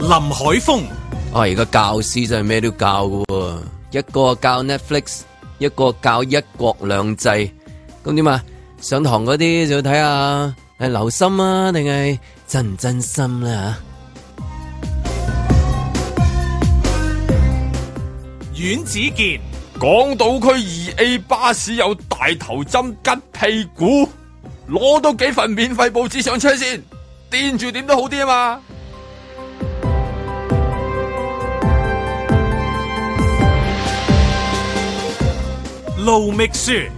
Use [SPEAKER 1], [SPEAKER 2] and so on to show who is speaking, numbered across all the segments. [SPEAKER 1] 林海峰，
[SPEAKER 2] 我啊而家教師真係咩都教嘅喎，一個教 Netflix，一個教一國兩制，咁點啊？上堂嗰啲就要睇下係留心啊，定係真唔真心啦、啊、
[SPEAKER 1] 阮子健，
[SPEAKER 3] 港島區二 A 巴士有大頭針吉屁股，攞到幾份免費報紙上車先，墊住點都好啲啊嘛！
[SPEAKER 1] 盧覓雪，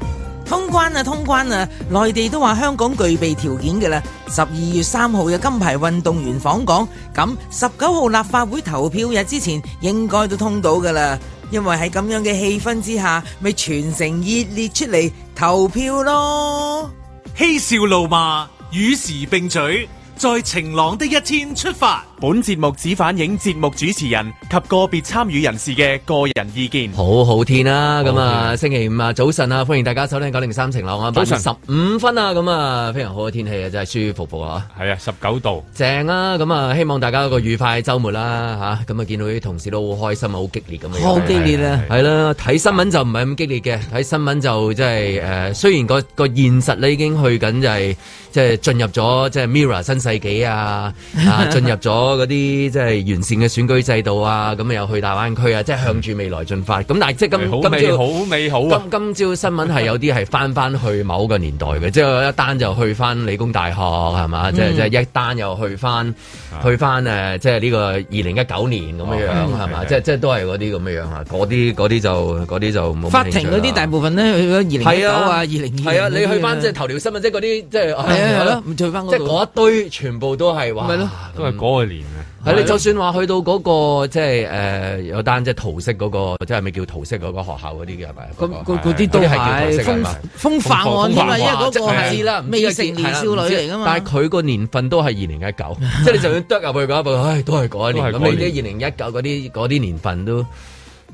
[SPEAKER 4] 通關啊，通關啊！內地都話香港具備條件嘅啦。十二月三號有金牌運動員訪港，咁十九號立法會投票日之前應該都通到噶啦。因為喺咁樣嘅氣氛之下，咪全城熱烈出嚟投票咯。
[SPEAKER 1] 嬉笑怒罵，與時並舉，在晴朗的一天出發。
[SPEAKER 5] 本節目只反映節目主持人及個別參與人士嘅個人意見。
[SPEAKER 2] 好好天啦、咁啊，星期五啊，早晨啊，歡迎大家收聽九零三晴朗啊，
[SPEAKER 3] 早晨
[SPEAKER 2] 十五分啊，咁啊，非常好嘅天氣啊，真係舒舒服服啊。
[SPEAKER 3] 係啊，十九度，
[SPEAKER 2] 正啊！咁啊，希望大家有個愉快嘅週末啦嚇。咁啊，見到啲同事都好開心啊，好激烈咁樣。
[SPEAKER 4] 好激烈啊！
[SPEAKER 2] 係啦，睇新聞就唔係咁激烈嘅，睇新聞就即係誒，雖然個個現實咧已經去緊就係即係進入咗即係 Mirror 新世紀啊， 啊進入咗嗰啲即係完善嘅選舉制度啊，咁又去大灣區啊，即係向住未來進發。咁但係即係今
[SPEAKER 3] 好
[SPEAKER 2] 今
[SPEAKER 3] 美
[SPEAKER 2] 朝
[SPEAKER 3] 好美好啊！
[SPEAKER 2] 今今朝新聞係有啲係翻翻去某個年代嘅，即係有一單就去翻理工大學係嘛，
[SPEAKER 4] 嗯
[SPEAKER 2] 即係即係一單又去翻
[SPEAKER 4] 啊
[SPEAKER 2] 去翻誒，即係呢個二零一九年咁
[SPEAKER 4] 哦
[SPEAKER 2] 樣樣係嘛，
[SPEAKER 3] 嗯
[SPEAKER 2] 即係即係都係嗰啲咁樣樣啊，嗰啲嗰啲就嗰啲就冇乜
[SPEAKER 4] 法
[SPEAKER 2] 興趣
[SPEAKER 4] 庭
[SPEAKER 2] 啦
[SPEAKER 4] 嗰啲大部分咧去咗二零一
[SPEAKER 2] 係
[SPEAKER 4] 九啊、
[SPEAKER 2] 啊
[SPEAKER 4] 二零二
[SPEAKER 2] 係啊，你去翻即係頭條新聞，即係嗰啲即係
[SPEAKER 4] 係啊係咯，唔去翻
[SPEAKER 2] 即
[SPEAKER 4] 嗰
[SPEAKER 2] 係
[SPEAKER 4] 度。
[SPEAKER 2] 嗰一堆全部都係話
[SPEAKER 4] 咪咯
[SPEAKER 3] 都係嗰個年啊，
[SPEAKER 2] 係你就算話去到嗰、個即係誒、呃有單即係桃色嗰、個，即係咪叫桃色嗰個學校嗰啲嘅係咪？嗰個
[SPEAKER 4] 嗰嗰嗰啲都
[SPEAKER 2] 嗰啲係叫
[SPEAKER 4] 係
[SPEAKER 2] 角色啊係
[SPEAKER 4] 風
[SPEAKER 2] 嘛
[SPEAKER 4] 風化案添啊，因為嗰個
[SPEAKER 2] 知
[SPEAKER 4] 係
[SPEAKER 2] 啦，
[SPEAKER 4] 未成年少女嚟噶嘛。
[SPEAKER 2] 但係佢個年份都係二零 一九，即係你就算得入去嗰一步，唉，都係嗰一年。
[SPEAKER 3] 都
[SPEAKER 2] 咁
[SPEAKER 3] 係嗰一年
[SPEAKER 2] 你啲二零一九嗰啲嗰啲年份都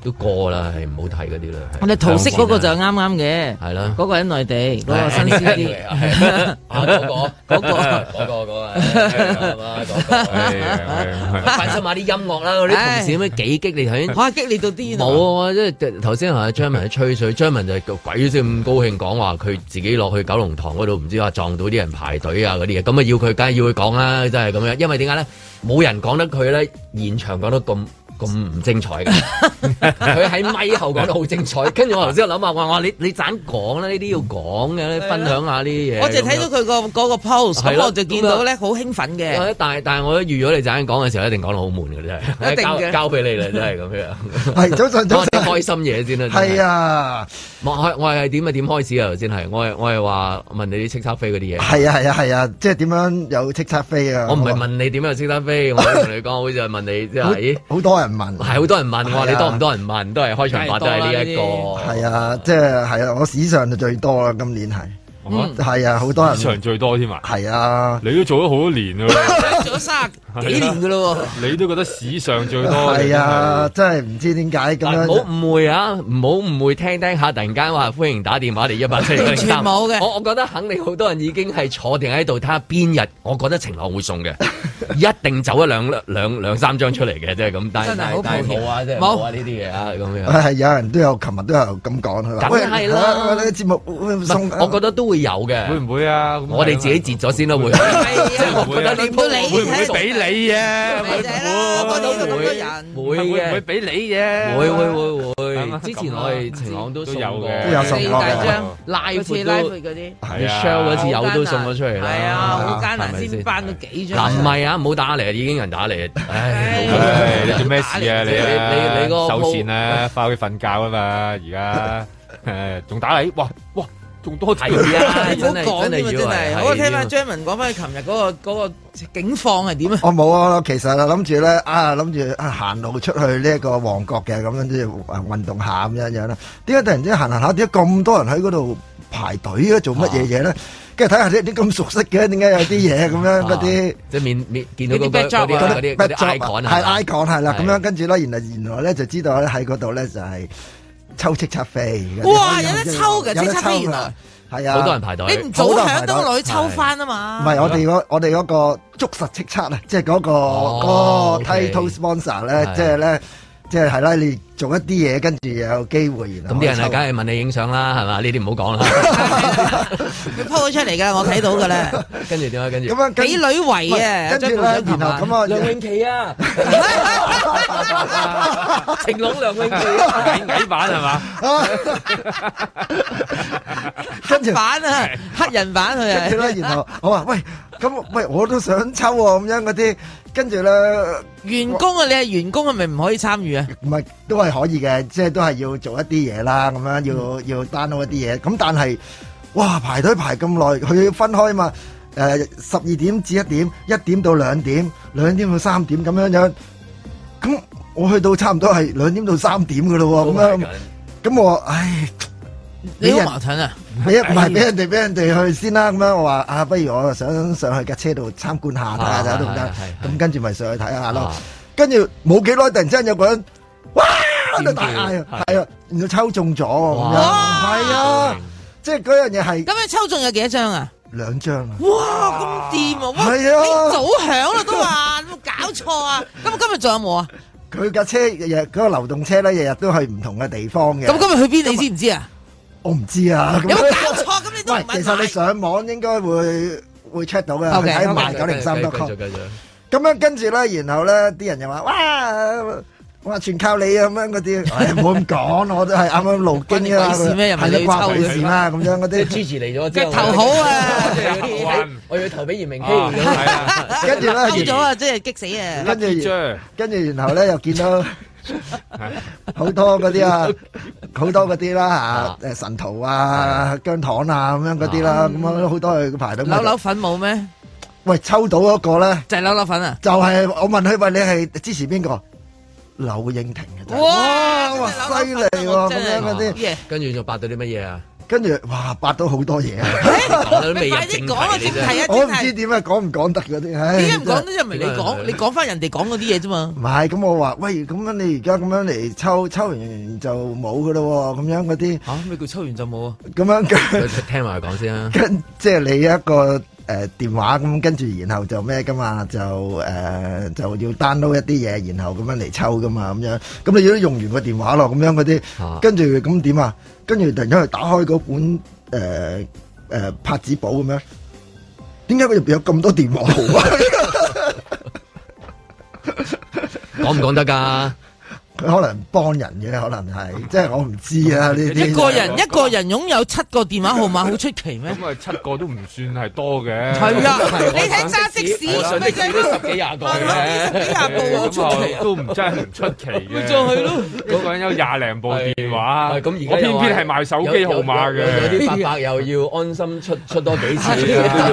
[SPEAKER 2] 都過啦，係唔好睇嗰啲啦。
[SPEAKER 4] 我哋桃色嗰個就啱啱嘅，
[SPEAKER 2] 係啦
[SPEAKER 4] 嗰個喺內地，嗰個新鮮啲。
[SPEAKER 2] 啊嗰個嗰個嗰個嗰個係嘛嗰個。
[SPEAKER 3] 係係係
[SPEAKER 2] 關心下啲音樂啦，嗰啲同事咁樣幾激烈頭先。
[SPEAKER 4] 哇！激烈到癲啊！
[SPEAKER 2] 冇啊！即係頭先同阿張文喺吹水，張文就係鬼死咁高興講話，佢自己落去九龍塘嗰度，唔知話撞到啲人排隊啊嗰啲嘢，咁啊要佢梗係要佢講啦，真係咁樣。因為點解咧？冇人講得佢咧，現場講得咁。咁唔精彩嘅，佢喺咪後講得好精彩，跟住我頭先我諗下，我話你你盞講啦，呢啲要講嘅，你分享下呢啲嘢。
[SPEAKER 4] 啊我就睇
[SPEAKER 2] 咁樣
[SPEAKER 4] 到佢個嗰個 post，
[SPEAKER 2] 係
[SPEAKER 4] 咁
[SPEAKER 2] 啦
[SPEAKER 4] 我就見到咧好興奮嘅。
[SPEAKER 2] 但係但係我預咗你陣間講嘅時候，一定講到好悶嘅，真係。
[SPEAKER 4] 一定嘅
[SPEAKER 2] 交交俾你啦，真係 咁樣。
[SPEAKER 6] 係早晨
[SPEAKER 2] 講
[SPEAKER 6] 早
[SPEAKER 2] 啲
[SPEAKER 6] 晨，
[SPEAKER 2] 開心嘢先啦。真係
[SPEAKER 6] 係啊，
[SPEAKER 2] 我係我係點啊點開始啊頭先係我係我係話問你啲叱咤飛嗰啲嘢，
[SPEAKER 6] 係啊，係啊，係啊，即係點樣有叱咤飛啊？
[SPEAKER 2] 我唔係問你點樣叱咤飛，我係同你講好似係問 你即係咦
[SPEAKER 6] 好，好多人問，
[SPEAKER 2] 係好多人問我話
[SPEAKER 6] 係啊
[SPEAKER 2] 你多唔多人問，都係開場白都係呢一個
[SPEAKER 6] 係啊，即係係啊，我史上就最多啦，今年係
[SPEAKER 3] 係，
[SPEAKER 6] 係啊，好多
[SPEAKER 3] 啊，
[SPEAKER 6] 人
[SPEAKER 3] 市場最多添啊！
[SPEAKER 6] 係啊，
[SPEAKER 3] 你都做咗好多年啦，
[SPEAKER 4] 做咗三十幾年噶咯喎，
[SPEAKER 3] 你都覺得史上最多嘅
[SPEAKER 6] 係啊，，真係唔知點解咁樣
[SPEAKER 2] 嗱唔好誤會啊，唔好誤會，聽聽下突然間話歡迎打電話嚟一八四零
[SPEAKER 4] 完全
[SPEAKER 2] 三，
[SPEAKER 4] 冇嘅
[SPEAKER 2] 我我覺得肯定好多人已經係坐定喺度睇下邊日，我覺得晴朗會 送嘅，一定走一兩兩兩三張出嚟嘅，即係咁，但係
[SPEAKER 4] 真係
[SPEAKER 2] 但
[SPEAKER 4] 好
[SPEAKER 2] 係但
[SPEAKER 4] 抱
[SPEAKER 2] 係
[SPEAKER 4] 歉
[SPEAKER 2] 冇啊，即係冇啊呢啲嘢啊咁樣。
[SPEAKER 6] 係有人都有，琴日都有咁講佢話，
[SPEAKER 2] 梗
[SPEAKER 6] 喂
[SPEAKER 2] 係啦
[SPEAKER 6] 喂你啲節目會唔會送，
[SPEAKER 2] 我覺得都會有嘅，
[SPEAKER 3] 會唔會啊？咁
[SPEAKER 2] 我哋自己截咗先啦，會。 即係我覺得呢鋪
[SPEAKER 3] 會唔會
[SPEAKER 2] 會
[SPEAKER 3] 俾你啊？
[SPEAKER 4] 咪就係啦，我見到咁多人，
[SPEAKER 2] 會
[SPEAKER 3] 會唔會
[SPEAKER 2] 嘅，
[SPEAKER 3] 俾你嘅？
[SPEAKER 2] 會會會會。
[SPEAKER 3] 啊
[SPEAKER 2] 之前我哋晴朗都
[SPEAKER 3] 都
[SPEAKER 2] 送
[SPEAKER 3] 有
[SPEAKER 2] 過，
[SPEAKER 3] 嘅
[SPEAKER 6] 都有送
[SPEAKER 4] 四
[SPEAKER 6] 過
[SPEAKER 4] 大張
[SPEAKER 3] 嘅
[SPEAKER 2] 拉
[SPEAKER 4] 好
[SPEAKER 2] 闊
[SPEAKER 4] 似拉
[SPEAKER 2] 都
[SPEAKER 4] 闊嗰啲，
[SPEAKER 3] 係啊
[SPEAKER 2] Michelle 嗰次有都送咗出嚟啦。
[SPEAKER 4] 係啊，好艱
[SPEAKER 2] 係咪
[SPEAKER 4] 難
[SPEAKER 2] 先
[SPEAKER 4] 先搬到幾
[SPEAKER 2] 嗱，
[SPEAKER 4] 張
[SPEAKER 2] 唔。係啊，唔好打嚟，已經有人打嚟，啊唉，
[SPEAKER 4] 唉
[SPEAKER 3] 唉你做咩事啊？你啊
[SPEAKER 2] 你你你嗰個
[SPEAKER 3] 收線啦，翻去瞓覺啊嘛！而家誒仲打你，哇哇，仲多條
[SPEAKER 2] 係啊，
[SPEAKER 4] 你唔好
[SPEAKER 2] 真係
[SPEAKER 4] 講添啊！
[SPEAKER 2] 真係
[SPEAKER 4] 真
[SPEAKER 2] 要
[SPEAKER 4] 係，我聽翻張文講翻佢琴日嗰個嗰個境況係點啊？
[SPEAKER 6] 我冇啊，其實啊諗住咧啊，諗住啊行路出去呢一個旺角嘅，咁樣即係啊運動下咁樣樣啦。點解突然之間行行下，點解咁多人喺嗰度排隊咧？做乜嘢嘢咧？跟住睇下啲啲咁熟悉嘅，點解有啲嘢咁樣嗰啲？
[SPEAKER 2] 啊即係面面見到嗰
[SPEAKER 4] 嗰啲
[SPEAKER 2] 個
[SPEAKER 4] backdrop
[SPEAKER 2] 嗰啲
[SPEAKER 4] 啊
[SPEAKER 2] 嗰啲嗰啲 icon
[SPEAKER 6] 係
[SPEAKER 2] 啊
[SPEAKER 6] icon 係啦，
[SPEAKER 2] 係
[SPEAKER 6] 咁樣跟住咧，原來原來咧就知道咧喺嗰度咧就係抽叱咤飛。
[SPEAKER 4] 哇有得抽嘅
[SPEAKER 6] 有
[SPEAKER 4] 叱
[SPEAKER 6] 得
[SPEAKER 4] 咤飛
[SPEAKER 6] 抽
[SPEAKER 4] 原
[SPEAKER 6] 㗎
[SPEAKER 4] 來
[SPEAKER 6] 係啊，
[SPEAKER 2] 好多人排隊。
[SPEAKER 4] 你唔早啊響都個女抽翻啊嘛。
[SPEAKER 6] 唔係我哋嗰我哋嗰個捉實叱咤啊，即 係嗰個
[SPEAKER 2] 哦
[SPEAKER 6] 嗰個
[SPEAKER 2] OK
[SPEAKER 6] title sponsor 咧
[SPEAKER 2] 係，
[SPEAKER 6] 即係咧，即係係啦，你做一啲嘢，跟住又有機會，然
[SPEAKER 2] 咁
[SPEAKER 6] 後
[SPEAKER 2] 啲人啊，
[SPEAKER 6] 抽
[SPEAKER 2] 梗係問你影相啦，係嘛？呢啲唔好講 啦。
[SPEAKER 4] 佢 po 咗出嚟㗎，我睇到㗎啦，
[SPEAKER 2] 跟住點啊？跟住
[SPEAKER 6] 咁樣跟
[SPEAKER 4] 俾女圍
[SPEAKER 6] 喂
[SPEAKER 4] 啊，
[SPEAKER 6] 跟住
[SPEAKER 4] 張
[SPEAKER 6] 咧，
[SPEAKER 4] 部長琴
[SPEAKER 6] 然後咁啊，
[SPEAKER 2] 梁詠琪啊， 晴朗梁詠琪啊，
[SPEAKER 5] 矮矮版係嘛？
[SPEAKER 6] 跟住
[SPEAKER 4] 黑版啊，黑人版佢
[SPEAKER 6] 跟住
[SPEAKER 4] 啊，
[SPEAKER 6] 咧，然後我話喂，咁喂我都想抽喎，咁樣嗰啲，跟住咧
[SPEAKER 4] 員工啊，你係員工係咪唔可以參 與啊？
[SPEAKER 6] 唔係都係可以嘅，即係都係要做一啲嘢啦，咁樣要要 download 一啲嘢，咁但係哇排隊排咁耐，佢要分開嘛。誒十二點至一點，一點到兩點，兩點到三點咁樣樣，咁我去到差唔多係兩點到三點嘅咯喎，咁樣咁我唉。
[SPEAKER 4] 你
[SPEAKER 6] 俾
[SPEAKER 4] 好
[SPEAKER 6] 人
[SPEAKER 4] 矛盾啊！
[SPEAKER 6] 俾唔係俾人哋俾人哋去先啦，咁樣我話啊，不如我想上去架車度參觀下睇下
[SPEAKER 2] 啊
[SPEAKER 6] 睇下得唔
[SPEAKER 2] 係
[SPEAKER 6] 得
[SPEAKER 2] 係？係
[SPEAKER 6] 咁跟住咪上去睇下咯
[SPEAKER 2] 啊。
[SPEAKER 6] 跟住冇幾耐，突然之間有個人哇喺度
[SPEAKER 2] 尖叫
[SPEAKER 6] 大嗌啊，
[SPEAKER 2] 係
[SPEAKER 6] 係啊，然後抽中咗咁樣，
[SPEAKER 2] 哇
[SPEAKER 6] 係啊，即係嗰樣嘢係
[SPEAKER 4] 咁樣抽中有幾多張啊？
[SPEAKER 6] 兩張啊。
[SPEAKER 4] 哇，咁掂啊！哇，
[SPEAKER 6] 係啊
[SPEAKER 4] 你早響啦都話，有冇搞錯 啊？咁今日仲有冇啊？
[SPEAKER 6] 佢架車日日嗰個流動車咧，日日都去唔同嘅地方嘅。
[SPEAKER 4] 咁啊今日去邊你知唔知啊？
[SPEAKER 6] 我唔知啊。咁
[SPEAKER 4] 有冇搞錯？咁你都唔問
[SPEAKER 6] 喂，
[SPEAKER 4] 啊
[SPEAKER 6] 其實你
[SPEAKER 4] 埋
[SPEAKER 6] 上網應該會會 check 到嘅，
[SPEAKER 4] OK，
[SPEAKER 6] 喺
[SPEAKER 4] 好
[SPEAKER 6] 賣九零三
[SPEAKER 2] 繼
[SPEAKER 6] .com
[SPEAKER 2] 續。繼
[SPEAKER 6] 咁
[SPEAKER 2] 續
[SPEAKER 6] 樣跟住咧，然後咧啲人又話：哇！哇！全靠你啊咁樣嗰啲，唉唔好咁講，我都係 啱啱路經㗎啦，
[SPEAKER 4] 關你鬼事咩又唔係
[SPEAKER 6] 係啦
[SPEAKER 4] 你
[SPEAKER 6] 關
[SPEAKER 4] 抽
[SPEAKER 6] 我
[SPEAKER 4] 嘅
[SPEAKER 6] 鬼事啦咁樣 嗰
[SPEAKER 2] 即係
[SPEAKER 6] 啲。
[SPEAKER 2] 支持嚟咗之
[SPEAKER 4] 腳
[SPEAKER 2] 後，
[SPEAKER 4] 頭好啊
[SPEAKER 2] 我哋有啲
[SPEAKER 5] 運
[SPEAKER 2] 我要投俾嚴明
[SPEAKER 5] 啊
[SPEAKER 2] 熙
[SPEAKER 3] À,
[SPEAKER 2] 咁樣
[SPEAKER 5] 係啊，
[SPEAKER 6] 跟住
[SPEAKER 4] 勾
[SPEAKER 6] 咧，
[SPEAKER 4] 咗啊！真係激死啊！
[SPEAKER 6] 跟住
[SPEAKER 5] 張
[SPEAKER 6] 跟住然後咧又見 到好多嗰啲啊，好多嗰啲啦嚇，誒神徒啊、姜糖啊咁樣嗰啲啦，咁啊好多去排到。
[SPEAKER 4] 扭扭粉冇咩？
[SPEAKER 6] 喂，抽到嗰個咧，
[SPEAKER 4] 就係扭扭粉啊！
[SPEAKER 6] 就係我問佢喂，你係支持邊個？柳應廷嘅真係。
[SPEAKER 4] 哇！
[SPEAKER 6] 哇！
[SPEAKER 4] 真係
[SPEAKER 6] 犀
[SPEAKER 4] 扭扭
[SPEAKER 6] 利
[SPEAKER 4] 粉啊
[SPEAKER 6] 喎，
[SPEAKER 4] 我真
[SPEAKER 6] 咁
[SPEAKER 4] 係
[SPEAKER 6] 樣嗰啲。
[SPEAKER 4] 嘢
[SPEAKER 2] 跟住仲八到啲乜嘢啊？
[SPEAKER 6] 跟住哇，八到好多嘢啊！
[SPEAKER 2] 講都未入
[SPEAKER 4] 哦快
[SPEAKER 2] 正
[SPEAKER 4] 啲講啊！
[SPEAKER 2] 題，
[SPEAKER 4] 正
[SPEAKER 2] 你真係
[SPEAKER 4] 題啊！
[SPEAKER 6] 我
[SPEAKER 4] 正
[SPEAKER 6] 唔
[SPEAKER 4] 題。
[SPEAKER 6] 知點啊，講唔講得嗰啲，唉，
[SPEAKER 4] 點解唔講
[SPEAKER 6] 真
[SPEAKER 4] 呢？
[SPEAKER 6] 係
[SPEAKER 4] 因為你講，你講翻人哋講嗰啲嘢啫嘛。
[SPEAKER 6] 唔係咁，我話喂，咁樣你而家咁樣嚟抽，抽完就冇噶咯喎，咁樣嗰啲，
[SPEAKER 5] 嚇咩叫抽完就冇啊？
[SPEAKER 6] 咁樣跟
[SPEAKER 2] 聽埋佢講先啊。
[SPEAKER 6] 跟，即係你一個誒、呃、電話咁，跟住然後就咩噶嘛，就誒、呃就要 download 一啲嘢，然後咁樣嚟抽噶嘛，咁樣，咁你要用完個電話咯，咁樣嗰啲。
[SPEAKER 2] 啊
[SPEAKER 6] 跟住咁點啊？跟住突然間佢打開嗰本誒誒拍子簿咁樣，點解佢入邊有咁多電話號啊？
[SPEAKER 2] 講唔講得㗎？
[SPEAKER 6] 佢可能幫人嘅，可 能係，即係我唔知啊呢啲。
[SPEAKER 4] 一個人一個人擁有七個電話號碼，好出奇咩？
[SPEAKER 3] 咁啊，七個都唔算係多嘅。
[SPEAKER 4] 係啊，你睇揸的士
[SPEAKER 2] 我
[SPEAKER 4] 咪
[SPEAKER 2] 上的
[SPEAKER 4] 真
[SPEAKER 2] 士
[SPEAKER 4] 係
[SPEAKER 2] 都十幾廿個
[SPEAKER 4] 係咯
[SPEAKER 2] 嘅。
[SPEAKER 4] 呢十幾廿部好出奇
[SPEAKER 3] 咁啊都唔真係唔出奇嘅。咪
[SPEAKER 4] 就係咯，
[SPEAKER 3] 一個人有廿零部電話，
[SPEAKER 2] 啊係咁而家
[SPEAKER 3] 我偏
[SPEAKER 2] 又話
[SPEAKER 3] 偏係賣手機號碼
[SPEAKER 2] 有有有
[SPEAKER 3] 嘅。
[SPEAKER 2] 有啲 伯伯又要安心出出多幾次，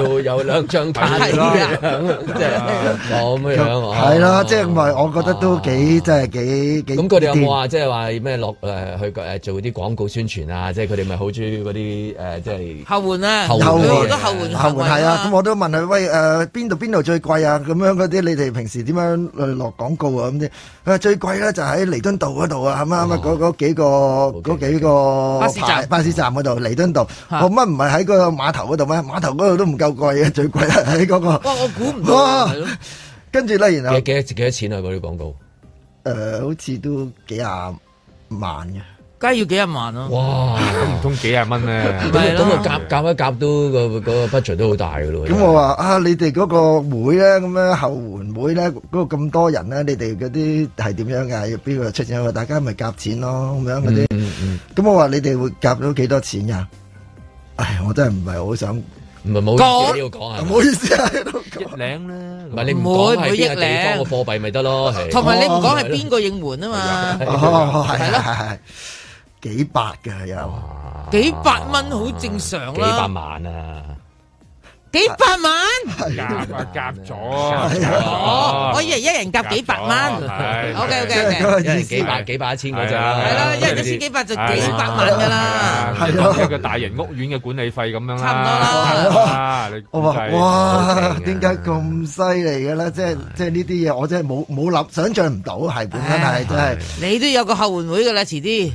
[SPEAKER 2] 都要有兩張卡咁
[SPEAKER 4] 係
[SPEAKER 2] 樣，即係啊咁樣樣。
[SPEAKER 6] 係啦，即係咪？我覺得都幾
[SPEAKER 2] 係。
[SPEAKER 6] 真係幾幾。
[SPEAKER 2] 咁佢哋有冇啊？即係話咩落誒去誒做啲廣告宣傳啊？即係佢哋咪好中意嗰啲誒，即係
[SPEAKER 4] 後援啊，
[SPEAKER 2] 後
[SPEAKER 6] 援
[SPEAKER 4] 佢好多後援
[SPEAKER 6] 後
[SPEAKER 4] 行為
[SPEAKER 6] 援係啊，咁我都問佢喂誒邊度邊度最貴啊？咁樣嗰啲你哋平時點樣呃落廣告啊？咁啲佢話最貴咧就喺彌敦道嗰度啊，咁啊咁啊嗰嗰幾個嗰幾個
[SPEAKER 4] 巴士站
[SPEAKER 6] 牌巴士站嗰度彌敦道，
[SPEAKER 4] 嚇
[SPEAKER 6] 我乜唔係喺個碼頭嗰度咩？碼頭嗰度都唔夠貴嘅，最貴係喺嗰個。
[SPEAKER 4] 哇！我估唔到，啊
[SPEAKER 6] 哇
[SPEAKER 4] 係咯
[SPEAKER 6] 跟住咧，然後
[SPEAKER 2] 幾幾多幾多錢啊？嗰啲廣告，
[SPEAKER 6] 誒好似都幾廿萬嘅。
[SPEAKER 4] 梗係要幾廿萬啊咯。
[SPEAKER 2] 哇！
[SPEAKER 3] 唔通幾廿蚊咧？
[SPEAKER 2] 咁
[SPEAKER 4] 係咯
[SPEAKER 2] 咁啊夾夾一夾都個個 budget 都好大噶咯。
[SPEAKER 6] 咁我話啊，你哋嗰個會咧，咁樣後援會咧，嗰度咁多人咧，你哋嗰啲係點樣㗎？邊個出錢？大家咪夾錢咯，咁樣嗰啲。
[SPEAKER 2] 嗯嗯
[SPEAKER 6] 咁我話你哋會夾到幾多錢㗎？唉，我真係唔係好想，唔
[SPEAKER 2] 嗯，唔係冇呢度講啊。
[SPEAKER 6] 好意思啊，喺度講
[SPEAKER 5] 一領啦
[SPEAKER 2] 唔係你唔
[SPEAKER 4] 唔會
[SPEAKER 2] 講係邊個
[SPEAKER 4] 唔會益
[SPEAKER 2] 地
[SPEAKER 4] 領
[SPEAKER 2] 方個貨幣咪得咯？係
[SPEAKER 4] 同埋你唔講係邊個應援啊嘛？
[SPEAKER 6] 哦，係
[SPEAKER 4] 係
[SPEAKER 6] 係
[SPEAKER 4] 咯
[SPEAKER 6] 係係幾百㗎又，
[SPEAKER 2] 哇
[SPEAKER 4] 幾百蚊好正常啦
[SPEAKER 2] 幾百萬啊！
[SPEAKER 4] 幾百萬？
[SPEAKER 3] 夾啊夾咗，啊
[SPEAKER 4] 哦，我以為一人夾幾百蚊。
[SPEAKER 3] 蚊
[SPEAKER 4] OK，OK
[SPEAKER 6] 即係啊嗰個
[SPEAKER 2] 一人
[SPEAKER 6] 意
[SPEAKER 2] 幾
[SPEAKER 6] 思。
[SPEAKER 2] 百幾百千嗰只
[SPEAKER 3] 係
[SPEAKER 2] 啦，
[SPEAKER 3] 啊
[SPEAKER 4] 係啦，一人
[SPEAKER 3] 即係
[SPEAKER 4] 一千幾百就幾百萬㗎啦。
[SPEAKER 6] 係
[SPEAKER 3] 係
[SPEAKER 6] 咯
[SPEAKER 3] 啊，一個大型屋苑嘅管理費咁樣啦，
[SPEAKER 4] 差唔多
[SPEAKER 3] 啦，你
[SPEAKER 6] 我話
[SPEAKER 3] 估計
[SPEAKER 6] 哇
[SPEAKER 2] 好，勁啊
[SPEAKER 6] 點解咁犀利嘅咧？即係即係呢啲嘢，我真係冇冇諗，想象唔到係本身
[SPEAKER 4] 唉
[SPEAKER 6] 係真係。
[SPEAKER 4] 你都有個後援會㗎啦，遲啲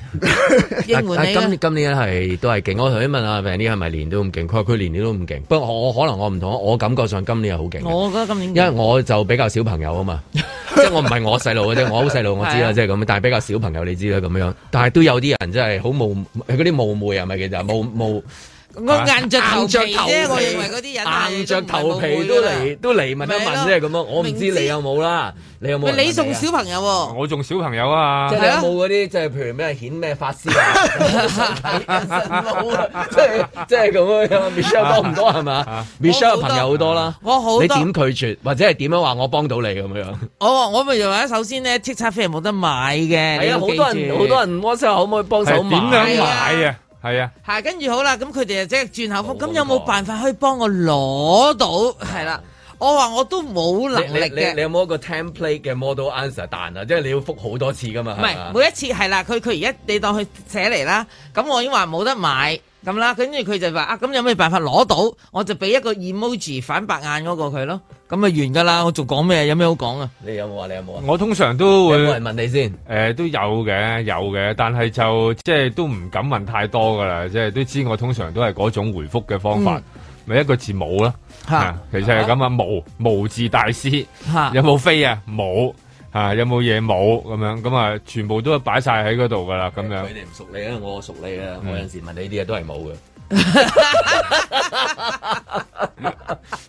[SPEAKER 4] 應
[SPEAKER 2] 但
[SPEAKER 4] 援你
[SPEAKER 2] 啊
[SPEAKER 4] 啊
[SPEAKER 2] 今
[SPEAKER 4] 啦。
[SPEAKER 2] 今年係都係勁，我頭先問阿 Vanny 係咪年都咁勁，佢話佢年年都咁勁。不過我我可能我唔同，我感覺上今年係好勁嘅。
[SPEAKER 4] 我覺得今年
[SPEAKER 2] 因為我就比較小朋友啊嘛， 即係我唔係我細路嘅啫，我好細 路我知
[SPEAKER 4] 係啊
[SPEAKER 2] 啦，即係咁，但係比較小朋友你知啦咁樣，但係都有啲人真係好冇嗰啲冒昧啊係咪其實冒 冒
[SPEAKER 4] 我啊硬着頭皮啫，
[SPEAKER 2] 硬着
[SPEAKER 4] 我
[SPEAKER 2] 頭皮
[SPEAKER 4] 認為嗰啲人係
[SPEAKER 2] 硬着頭皮都。
[SPEAKER 4] 啊
[SPEAKER 2] 嚟都嚟問一問啫咁樣，我唔知你有冇啦，你有
[SPEAKER 4] 喂
[SPEAKER 2] 冇，人問啊？
[SPEAKER 4] 你送小朋友喎，
[SPEAKER 3] 我仲小朋友啊
[SPEAKER 2] 即係，你有冇嗰啲即係譬如咩顯咩法師啊，冇 啊， 即係即係咁樣啊，Michelle 多唔多 係嘛？Michelle 嘅朋友好多啦，
[SPEAKER 4] 我好多
[SPEAKER 2] 你點拒絕或者係點樣話我幫到你咁樣？
[SPEAKER 4] 我我咪就話首先咧，叱咤飛係冇得買嘅，你
[SPEAKER 2] 係
[SPEAKER 4] 要
[SPEAKER 2] 啊，好多
[SPEAKER 4] 記
[SPEAKER 2] 人
[SPEAKER 4] 住
[SPEAKER 2] 好多。人 WhatsApp 可唔可以幫
[SPEAKER 3] 係
[SPEAKER 2] 手
[SPEAKER 3] 點
[SPEAKER 2] 買？
[SPEAKER 3] 樣買啊？係啊，
[SPEAKER 4] 係跟住好啦，咁佢哋就即係轉口風，
[SPEAKER 2] 冇
[SPEAKER 4] 咁有冇辦法可以幫我攞 到？係啦，我話我都冇
[SPEAKER 2] 你
[SPEAKER 4] 能
[SPEAKER 2] 你
[SPEAKER 4] 力
[SPEAKER 2] 你你
[SPEAKER 4] 嘅。
[SPEAKER 2] 有冇一個 template 嘅 model answer 彈啊？即係你要覆好多次噶嘛？
[SPEAKER 4] 唔
[SPEAKER 2] 係嘛
[SPEAKER 4] 係每一次係啦，佢佢而家你當佢寫嚟啦，咁我已經話冇得買咁啦，跟住佢就話啊，咁有咩辦法攞到？我就俾一個 emoji 反白眼嗰個佢咯，咁咪完噶啦！我仲講咩？有咩好講啊？
[SPEAKER 2] 你有冇啊？你有冇啊？
[SPEAKER 3] 我通常都
[SPEAKER 2] 有
[SPEAKER 3] 會
[SPEAKER 2] 冇人問你先？
[SPEAKER 3] 誒都有嘅，有嘅，但係就即係都唔敢問太多噶啦，即係都知我通常都係嗰種回覆嘅方法，咪一個字冇啦。
[SPEAKER 4] 嚇
[SPEAKER 3] 啊其實係咁啊，無無字大師。
[SPEAKER 4] 嚇
[SPEAKER 3] 有冇飛啊？冇啊！有冇嘢冇咁樣咁啊？全部都擺晒喺嗰度噶啦，咁樣
[SPEAKER 2] 佢哋唔熟你啊，我熟你
[SPEAKER 4] 嗯
[SPEAKER 2] 啊。我有陣時問你啲嘢都係冇嘅。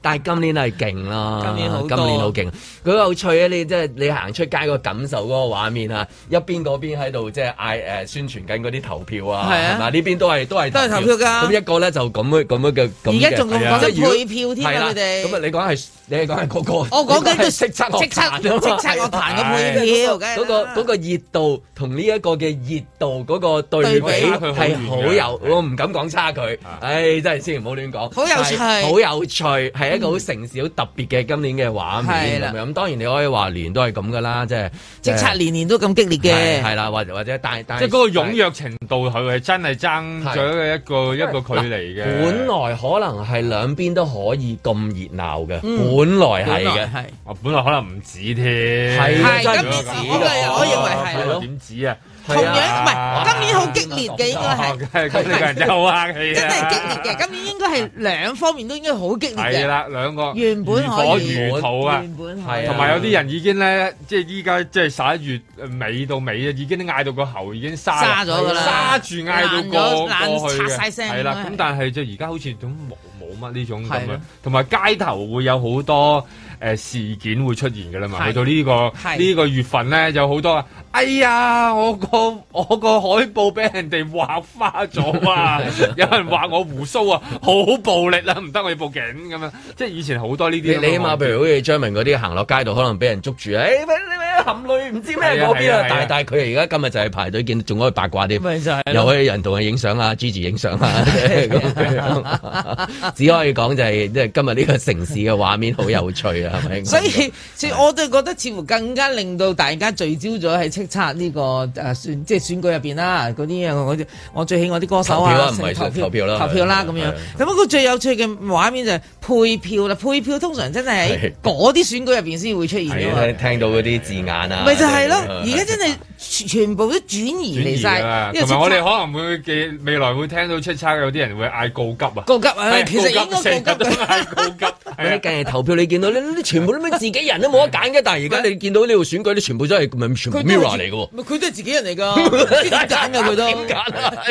[SPEAKER 2] 但係今年係勁啦，
[SPEAKER 4] 今年好多
[SPEAKER 2] 今年好勁。佢好有趣啊！你即係你行出街個感受嗰個畫面啊，一邊嗰邊喺度即係嗌誒宣傳緊嗰啲投票啊，
[SPEAKER 4] 係啊
[SPEAKER 2] 係嘛？呢邊都係都係
[SPEAKER 4] 都係投票㗎
[SPEAKER 2] 咁一個咧就咁樣咁樣嘅咁
[SPEAKER 4] 而
[SPEAKER 2] 嘅。
[SPEAKER 4] 家仲用
[SPEAKER 3] 係
[SPEAKER 4] 講
[SPEAKER 3] 啊
[SPEAKER 2] 即係如果
[SPEAKER 4] 緊配票添
[SPEAKER 2] 係
[SPEAKER 4] 啊！
[SPEAKER 2] 啦
[SPEAKER 4] 佢哋
[SPEAKER 2] 咁啊，你講係你係講係嗰個，
[SPEAKER 4] 我講緊
[SPEAKER 2] 你
[SPEAKER 4] 佢
[SPEAKER 2] 係叱咤
[SPEAKER 4] 叱
[SPEAKER 2] 樂壇啊
[SPEAKER 4] 咤
[SPEAKER 2] 嘛
[SPEAKER 4] 叱咤樂壇嘅配票，梗係
[SPEAKER 2] 嗰個
[SPEAKER 4] 啦
[SPEAKER 2] 嗰個熱度同呢一個嘅熱度嗰個對比
[SPEAKER 4] 對比
[SPEAKER 2] 係好有，我唔敢講差距。唉，真係先唔好亂講。
[SPEAKER 4] 好有趣
[SPEAKER 2] 但係好有趣，係一個好城市好特別嘅今年嘅畫
[SPEAKER 4] 係
[SPEAKER 2] 面
[SPEAKER 4] 啦
[SPEAKER 2] 咁樣。咁當然你可以話年都係咁噶啦，即係
[SPEAKER 4] 叱咤年年都咁激烈
[SPEAKER 2] 係係
[SPEAKER 4] 嘅，
[SPEAKER 2] 啦，或者或者但但
[SPEAKER 3] 即係嗰個踴躍程度，佢係真係爭咗一個一個距離嘅。
[SPEAKER 2] 本來可能係兩邊都可以咁熱鬧嘅，本來係嘅。
[SPEAKER 4] 係
[SPEAKER 3] 我啊本來可能唔止添，
[SPEAKER 2] 係
[SPEAKER 4] 係
[SPEAKER 2] 真係
[SPEAKER 4] 今年
[SPEAKER 2] 唔止
[SPEAKER 4] 我
[SPEAKER 2] 㗎
[SPEAKER 4] 我認為係
[SPEAKER 2] 係咯
[SPEAKER 3] 啊點止啊？
[SPEAKER 4] 同樣
[SPEAKER 2] 係
[SPEAKER 4] 唔
[SPEAKER 2] 啊
[SPEAKER 4] 係今年好激烈嘅應該
[SPEAKER 3] 哦
[SPEAKER 4] 係。
[SPEAKER 3] 咁咁呢個人真係好客氣
[SPEAKER 4] 真係
[SPEAKER 3] 啊！
[SPEAKER 4] 激烈嘅，今年應該係兩方面都應該好激烈
[SPEAKER 3] 係
[SPEAKER 4] 嘅。
[SPEAKER 3] 啦，兩個
[SPEAKER 4] 原本
[SPEAKER 3] 如
[SPEAKER 4] 可
[SPEAKER 3] 火
[SPEAKER 4] 以，
[SPEAKER 3] 如荼啊！
[SPEAKER 4] 原本可以
[SPEAKER 2] 係啊
[SPEAKER 3] 同埋有啲人已經咧，即係依家即係十一月尾到尾啊，已經嗌到個喉已經沙啦
[SPEAKER 4] 沙咗㗎啦
[SPEAKER 3] 沙住嗌到過
[SPEAKER 4] 爛咗
[SPEAKER 3] 過去
[SPEAKER 4] 爛拆晒聲
[SPEAKER 3] 係啦。
[SPEAKER 4] 咁樣
[SPEAKER 3] 咁但係就而家好似都冇冇乜呢種咁
[SPEAKER 4] 係
[SPEAKER 3] 樣
[SPEAKER 4] 咯，
[SPEAKER 3] 同埋街頭會有好多誒事件會出現㗎啦嘛。
[SPEAKER 4] 係
[SPEAKER 3] 去到呢個
[SPEAKER 4] 係
[SPEAKER 3] 呢個月份咧，有好多啊！哎呀，我個我個海報俾人哋畫花咗 啊！有人話我胡鬚啊，好暴力啊啦，唔得我要報警咁樣。即係以前好多呢
[SPEAKER 2] 你
[SPEAKER 3] 啲咁嘅案件。
[SPEAKER 2] 你起碼譬如好似張明嗰啲行落街度，可能俾人捉住，誒、咩你咩含淚唔知咩嗰邊
[SPEAKER 3] 係啊係啊係啊
[SPEAKER 2] 啊！但係但係佢而家今日就係排隊見，仲可以八卦啲，
[SPEAKER 4] 咪就係
[SPEAKER 2] 又
[SPEAKER 4] 咯。
[SPEAKER 2] 可以人同人影相啊，Gigi 影相 啊，咁樣只可以講就係即係今日呢個城市嘅畫面好有趣啊，係咪？
[SPEAKER 4] 所以，所以我哋覺得似乎更加令到大家聚焦咗喺叱咤呢個誒選，即係選舉入邊啦。嗰啲嘢我我最喜愛啲歌手
[SPEAKER 2] 投票啊
[SPEAKER 4] 啊，
[SPEAKER 2] 唔係
[SPEAKER 4] 成
[SPEAKER 2] 投票啦
[SPEAKER 4] 投票啦
[SPEAKER 2] 係
[SPEAKER 4] 咁樣
[SPEAKER 2] 係。
[SPEAKER 4] 咁嗰個最有趣嘅畫面就係配票啦，配票通常真係喺
[SPEAKER 2] 係
[SPEAKER 4] 嗰啲選舉入邊先會出現㗎嘛。
[SPEAKER 2] 啊聽聽到嗰啲字眼啊，
[SPEAKER 4] 咪就係咯，
[SPEAKER 2] 係
[SPEAKER 4] 而家真係全全部都轉移嚟
[SPEAKER 2] 啊
[SPEAKER 3] 轉移啦
[SPEAKER 4] 晒，因為
[SPEAKER 3] 同埋我
[SPEAKER 4] 叱
[SPEAKER 3] 哋
[SPEAKER 4] 咤
[SPEAKER 3] 可能會記未來會聽到出差有啲人會嗌告急啊，
[SPEAKER 4] 告急啊，其實應
[SPEAKER 3] 成
[SPEAKER 4] 該告
[SPEAKER 3] 日
[SPEAKER 4] 急啊
[SPEAKER 3] 都
[SPEAKER 4] 嘅。
[SPEAKER 3] 嗌告急，
[SPEAKER 2] 嗰啲
[SPEAKER 3] 係啊
[SPEAKER 2] 近日投票你見到你你全部都咩自己人都冇得揀嘅，但係而家你見到呢度選舉，你全部都係咪全部
[SPEAKER 4] 佢都
[SPEAKER 2] mirror
[SPEAKER 4] 係
[SPEAKER 2] 嚟嘅喎。
[SPEAKER 4] 咪佢都係自己人嚟 㗎，唔知點揀㗎佢都。
[SPEAKER 2] 點揀啊？